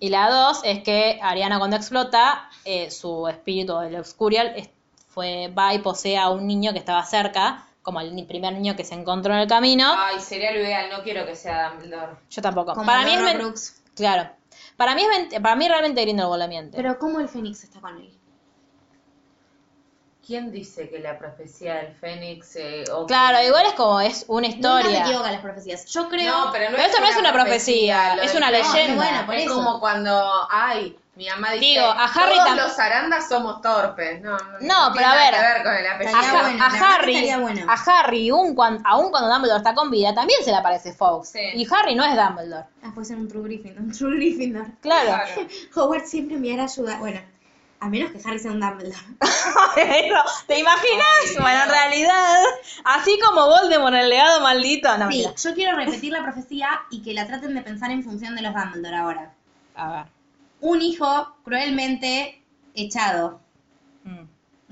Speaker 1: Y la dos es que Ariana cuando explota, eh, su espíritu del Obscurial es- fue, va y posee a un niño que estaba cerca, como el ni- primer niño que se encontró en el camino.
Speaker 3: Ay, sería lo ideal, no quiero que sea Dumbledore.
Speaker 1: Yo tampoco.
Speaker 2: Ah. Como
Speaker 1: para mí es
Speaker 2: Laura
Speaker 1: men-
Speaker 2: Brooks.
Speaker 1: Claro. Para mí es men- para mí realmente Grindelwald la miente.
Speaker 2: Pero ¿cómo el Fénix está con él?
Speaker 3: ¿Quién dice que la profecía del Fénix eh, o-
Speaker 1: claro, igual es como es una
Speaker 2: Nunca se
Speaker 1: historia.
Speaker 2: equivocan las profecías. Yo creo
Speaker 3: No, pero no
Speaker 1: Pero
Speaker 3: es
Speaker 1: esto no
Speaker 3: una
Speaker 1: es una profecía,
Speaker 3: lo
Speaker 1: es
Speaker 3: del
Speaker 1: una
Speaker 3: Fénix.
Speaker 1: leyenda.
Speaker 2: Bueno, por
Speaker 3: es
Speaker 2: eso.
Speaker 3: como cuando, ay, mi mamá dice,
Speaker 1: Digo, a Harry
Speaker 3: todos
Speaker 1: tam-
Speaker 3: los arandas somos torpes. No, no,
Speaker 1: No,
Speaker 3: no
Speaker 1: pero
Speaker 3: tiene
Speaker 1: a
Speaker 3: nada
Speaker 1: ver.
Speaker 3: que ver con el apellido.
Speaker 1: A,
Speaker 2: Estaría
Speaker 1: Ha-
Speaker 2: bueno,
Speaker 1: a
Speaker 2: la verdad que
Speaker 1: Harry,
Speaker 2: estaría bueno.
Speaker 1: a Harry, un cuan- aún cuando Dumbledore está con vida, también se le aparece Fox.
Speaker 3: Sí.
Speaker 1: Y Harry no es Dumbledore.
Speaker 2: Ah, puede ser un True Gryffindor, un True Gryffindor.
Speaker 1: Claro.
Speaker 3: Claro.
Speaker 2: Howard siempre me hará ayuda. Bueno, a menos que Harry sea un Dumbledore.
Speaker 1: Eso, ¿Te imaginas? Bueno, en realidad, así como Voldemort, el legado maldito. No,
Speaker 2: Sí,
Speaker 1: mentira.
Speaker 2: yo quiero repetir la profecía y que la traten de pensar en función de los Dumbledore ahora.
Speaker 1: A ver.
Speaker 2: Un hijo cruelmente echado,
Speaker 1: Mm,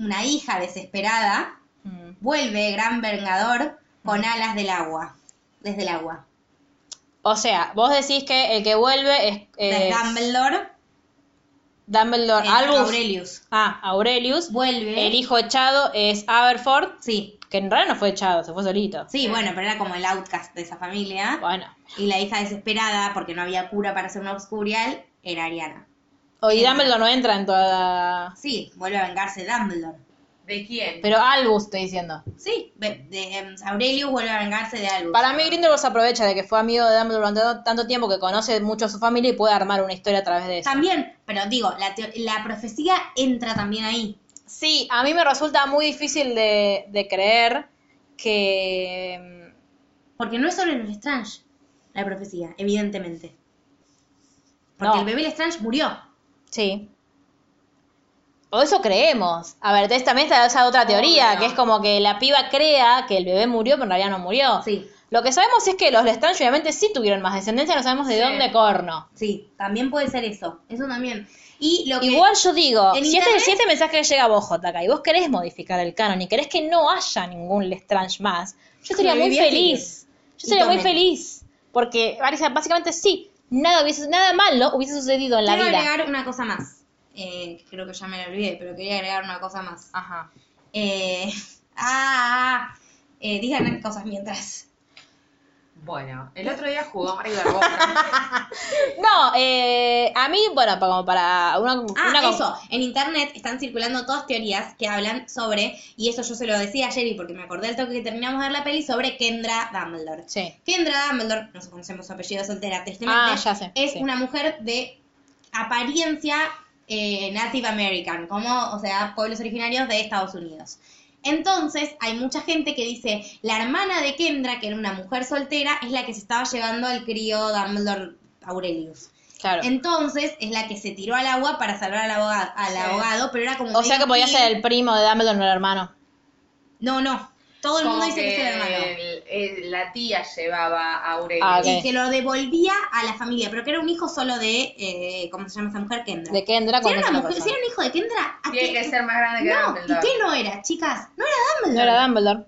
Speaker 2: una hija desesperada,
Speaker 1: mm.
Speaker 2: vuelve gran vengador con alas del agua, desde el agua.
Speaker 1: O sea, vos decís que el que vuelve es,
Speaker 2: Desde
Speaker 1: es
Speaker 2: Dumbledore,
Speaker 1: Dumbledore.
Speaker 2: eh,
Speaker 1: Albus.
Speaker 2: Aurelius.
Speaker 1: Ah, Aurelius.
Speaker 2: Vuelve.
Speaker 1: El hijo echado es Aberford,
Speaker 2: Sí,
Speaker 1: que en realidad no fue echado, se fue solito.
Speaker 2: sí, bueno, pero era como el outcast de esa familia.
Speaker 1: Bueno.
Speaker 2: Y la hija desesperada, porque no había cura para hacer una obscurial, era Ariana.
Speaker 1: O y Dumbledore no entra en toda...
Speaker 2: Sí, vuelve a vengarse Dumbledore.
Speaker 3: ¿De quién?
Speaker 1: Pero Albus, estoy diciendo.
Speaker 2: Sí, ve- de, em, Aurelius vuelve a vengarse de Albus.
Speaker 1: Para mí Grindelwald se aprovecha de que fue amigo de Dumbledore durante tanto tiempo que conoce mucho a su familia y puede armar una historia a través de eso.
Speaker 2: También, pero digo, la, teo- la profecía entra también ahí.
Speaker 1: Sí, a mí me resulta muy difícil de, de creer que... mm,
Speaker 2: Porque no es solo en el Strange la profecía, evidentemente. Porque
Speaker 1: No.
Speaker 2: el bebé Strange murió.
Speaker 1: Sí. O eso creemos. A ver, entonces también está esa otra teoría, que es como que la piba crea que el bebé murió, pero en realidad no murió.
Speaker 2: Sí,
Speaker 1: Lo que sabemos es que los Lestrange obviamente sí tuvieron más descendencia, no sabemos de dónde corno.
Speaker 2: sí, también puede ser eso. Eso también. Y lo que.
Speaker 1: Igual yo digo,
Speaker 2: En
Speaker 1: si este,
Speaker 2: internet-
Speaker 1: si este mensaje le llega a vos, Jotaka, y vos querés modificar el canon y querés que no haya ningún Lestrange más, yo sería muy
Speaker 2: Escribiría
Speaker 1: feliz. Yo
Speaker 2: Y
Speaker 1: sería muy
Speaker 2: tomen.
Speaker 1: feliz. Porque básica- básicamente sí, nada, hubiese, nada malo hubiese sucedido en la
Speaker 2: Quiero
Speaker 1: vida.
Speaker 2: agregar una cosa más. Eh, creo que ya me la olvidé, pero quería agregar una cosa más.
Speaker 1: Ajá.
Speaker 2: Eh, Ah, ah. Eh, digan cosas mientras.
Speaker 3: Bueno, el otro día jugó River Boca.
Speaker 1: No, eh, a mí, bueno, pa- como para una,
Speaker 2: Ah,
Speaker 1: una con-
Speaker 2: eso. En internet están circulando todas teorías que hablan sobre, y eso yo se lo decía ayer y porque me acordé del toque que terminamos de ver la peli, sobre Kendra Dumbledore.
Speaker 1: Sí.
Speaker 2: Kendra Dumbledore, no conocemos su apellido soltera, tristemente,
Speaker 1: Ah, ya sé,
Speaker 2: es
Speaker 1: sí.
Speaker 2: una mujer de apariencia eh, Native American, como, o sea, pueblos originarios de Estados Unidos. Entonces, hay mucha gente que dice, la hermana de Kendra, que era una mujer soltera, es la que se estaba llevando al crío Dumbledore Aurelius.
Speaker 1: Claro.
Speaker 2: Entonces es la que se tiró al agua para salvar al abogado, al
Speaker 3: Sí.
Speaker 2: abogado pero era como.
Speaker 1: o sea que
Speaker 2: medio
Speaker 1: podía
Speaker 2: hostil.
Speaker 1: ser el primo de Dumbledore, no el hermano.
Speaker 2: No, no. Todo el mundo dice que, es el hermano.
Speaker 3: la tía llevaba a Aurelio.
Speaker 1: Ah, ok.
Speaker 2: Y que lo devolvía a la familia, pero que era un hijo solo de. Eh, ¿Cómo se llama esa mujer? Kendra.
Speaker 1: De Kendra
Speaker 2: si,
Speaker 1: con
Speaker 2: era una
Speaker 1: otra
Speaker 2: mujer, si
Speaker 1: persona.
Speaker 2: era un hijo de Kendra, ¿a
Speaker 3: Tiene
Speaker 2: qué?
Speaker 3: que ser más grande que
Speaker 2: no, ¿y
Speaker 3: Dumbledore.
Speaker 2: qué no era, chicas? No era
Speaker 1: No
Speaker 2: Dumbledore.
Speaker 1: era Dumbledore.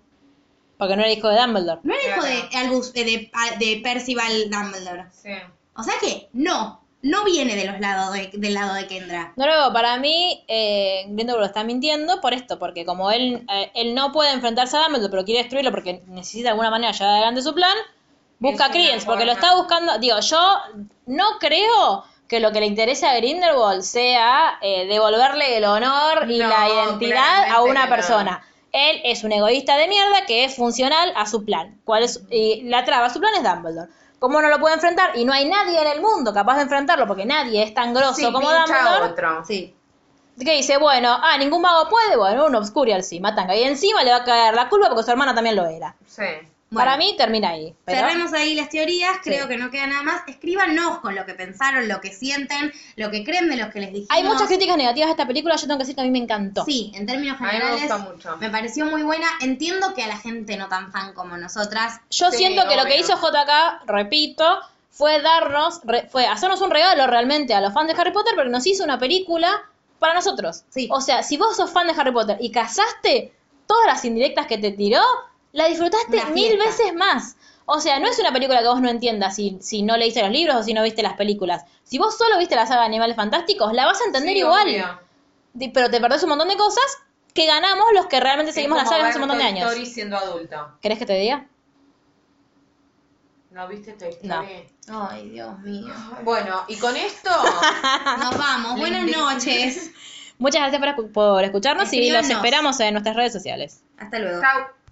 Speaker 1: Porque no era hijo de Dumbledore.
Speaker 2: No era hijo
Speaker 3: Claro.
Speaker 2: de, Albus- eh, de, ah, de Percival Dumbledore.
Speaker 3: Sí.
Speaker 2: O sea que no, no viene de los lados de- del lado de Kendra.
Speaker 1: No, luego, para mí, eh, Grindelwald está mintiendo por esto, porque como él, eh, él no puede enfrentarse a Dumbledore, pero quiere destruirlo porque necesita de alguna manera llevar adelante su plan, busca
Speaker 3: Es
Speaker 1: a
Speaker 3: una
Speaker 1: Credence, porque lo
Speaker 3: forma.
Speaker 1: está buscando. Digo, yo no creo que lo que le interese a Grindelwald sea eh, devolverle el honor y
Speaker 3: No,
Speaker 1: la identidad a
Speaker 3: claramente que
Speaker 1: una
Speaker 3: no.
Speaker 1: persona. Él es un egoísta de mierda que es funcional a su plan. ¿Cuál es? Y la traba, su plan es Dumbledore. ¿Cómo no lo puede enfrentar? Y no hay nadie en el mundo capaz de enfrentarlo porque nadie es tan grosso
Speaker 3: Sí,
Speaker 1: como
Speaker 3: pincha a
Speaker 1: Dumbledore.
Speaker 3: otro.
Speaker 2: Sí.
Speaker 1: Que dice, bueno, ah, ningún mago puede, bueno, un obscurial sí, matanga. Y encima le va a caer la culpa porque su hermana también lo era.
Speaker 3: Sí.
Speaker 2: Bueno.
Speaker 1: Para mí termina ahí. Pero
Speaker 2: Cerremos ahí las teorías, creo que no queda nada más. Escríbanos con lo que pensaron, lo que sienten, lo que creen de los que les dijimos.
Speaker 1: hay muchas críticas negativas a esta película, yo tengo que decir que a mí me encantó.
Speaker 2: Sí, en términos
Speaker 3: A mí me
Speaker 2: generales.
Speaker 3: gustó mucho.
Speaker 2: me pareció muy buena. Entiendo que a la gente no tan fan como nosotras.
Speaker 1: Yo
Speaker 3: Sí,
Speaker 1: siento que lo que
Speaker 3: obvio.
Speaker 1: hizo JK, repito, fue darnos, re- fue hacernos un regalo realmente a los fans de Harry Potter porque nos hizo una película para nosotros.
Speaker 2: Sí.
Speaker 1: O sea, si vos sos fan de Harry Potter y cazaste todas las indirectas que te tiró, la disfrutaste
Speaker 2: Una
Speaker 1: mil
Speaker 2: fiesta.
Speaker 1: veces más. O sea, no es una película que vos no entiendas si, si no leíste los libros o si no viste las películas. Si vos solo viste la saga de Animales Fantásticos, la vas a entender
Speaker 3: Sí,
Speaker 1: igual.
Speaker 3: obvio.
Speaker 1: Di- Pero te perdés un montón de cosas que ganamos los que realmente seguimos
Speaker 3: Es
Speaker 1: la
Speaker 3: como
Speaker 1: saga
Speaker 3: ver
Speaker 1: hace un montón de
Speaker 3: Toy
Speaker 1: años.
Speaker 3: Story siendo adulto.
Speaker 1: ¿Querés que te diga?
Speaker 3: ¿No viste Toy Story?
Speaker 1: No.
Speaker 2: Ay, Dios mío.
Speaker 3: Bueno, y con esto
Speaker 2: Nos vamos. Buenas
Speaker 3: Lindísimo.
Speaker 2: noches.
Speaker 1: Muchas gracias por, escu- por escucharnos y los
Speaker 2: Escríbanos.
Speaker 1: esperamos en nuestras redes sociales.
Speaker 2: Hasta luego.
Speaker 3: Chau.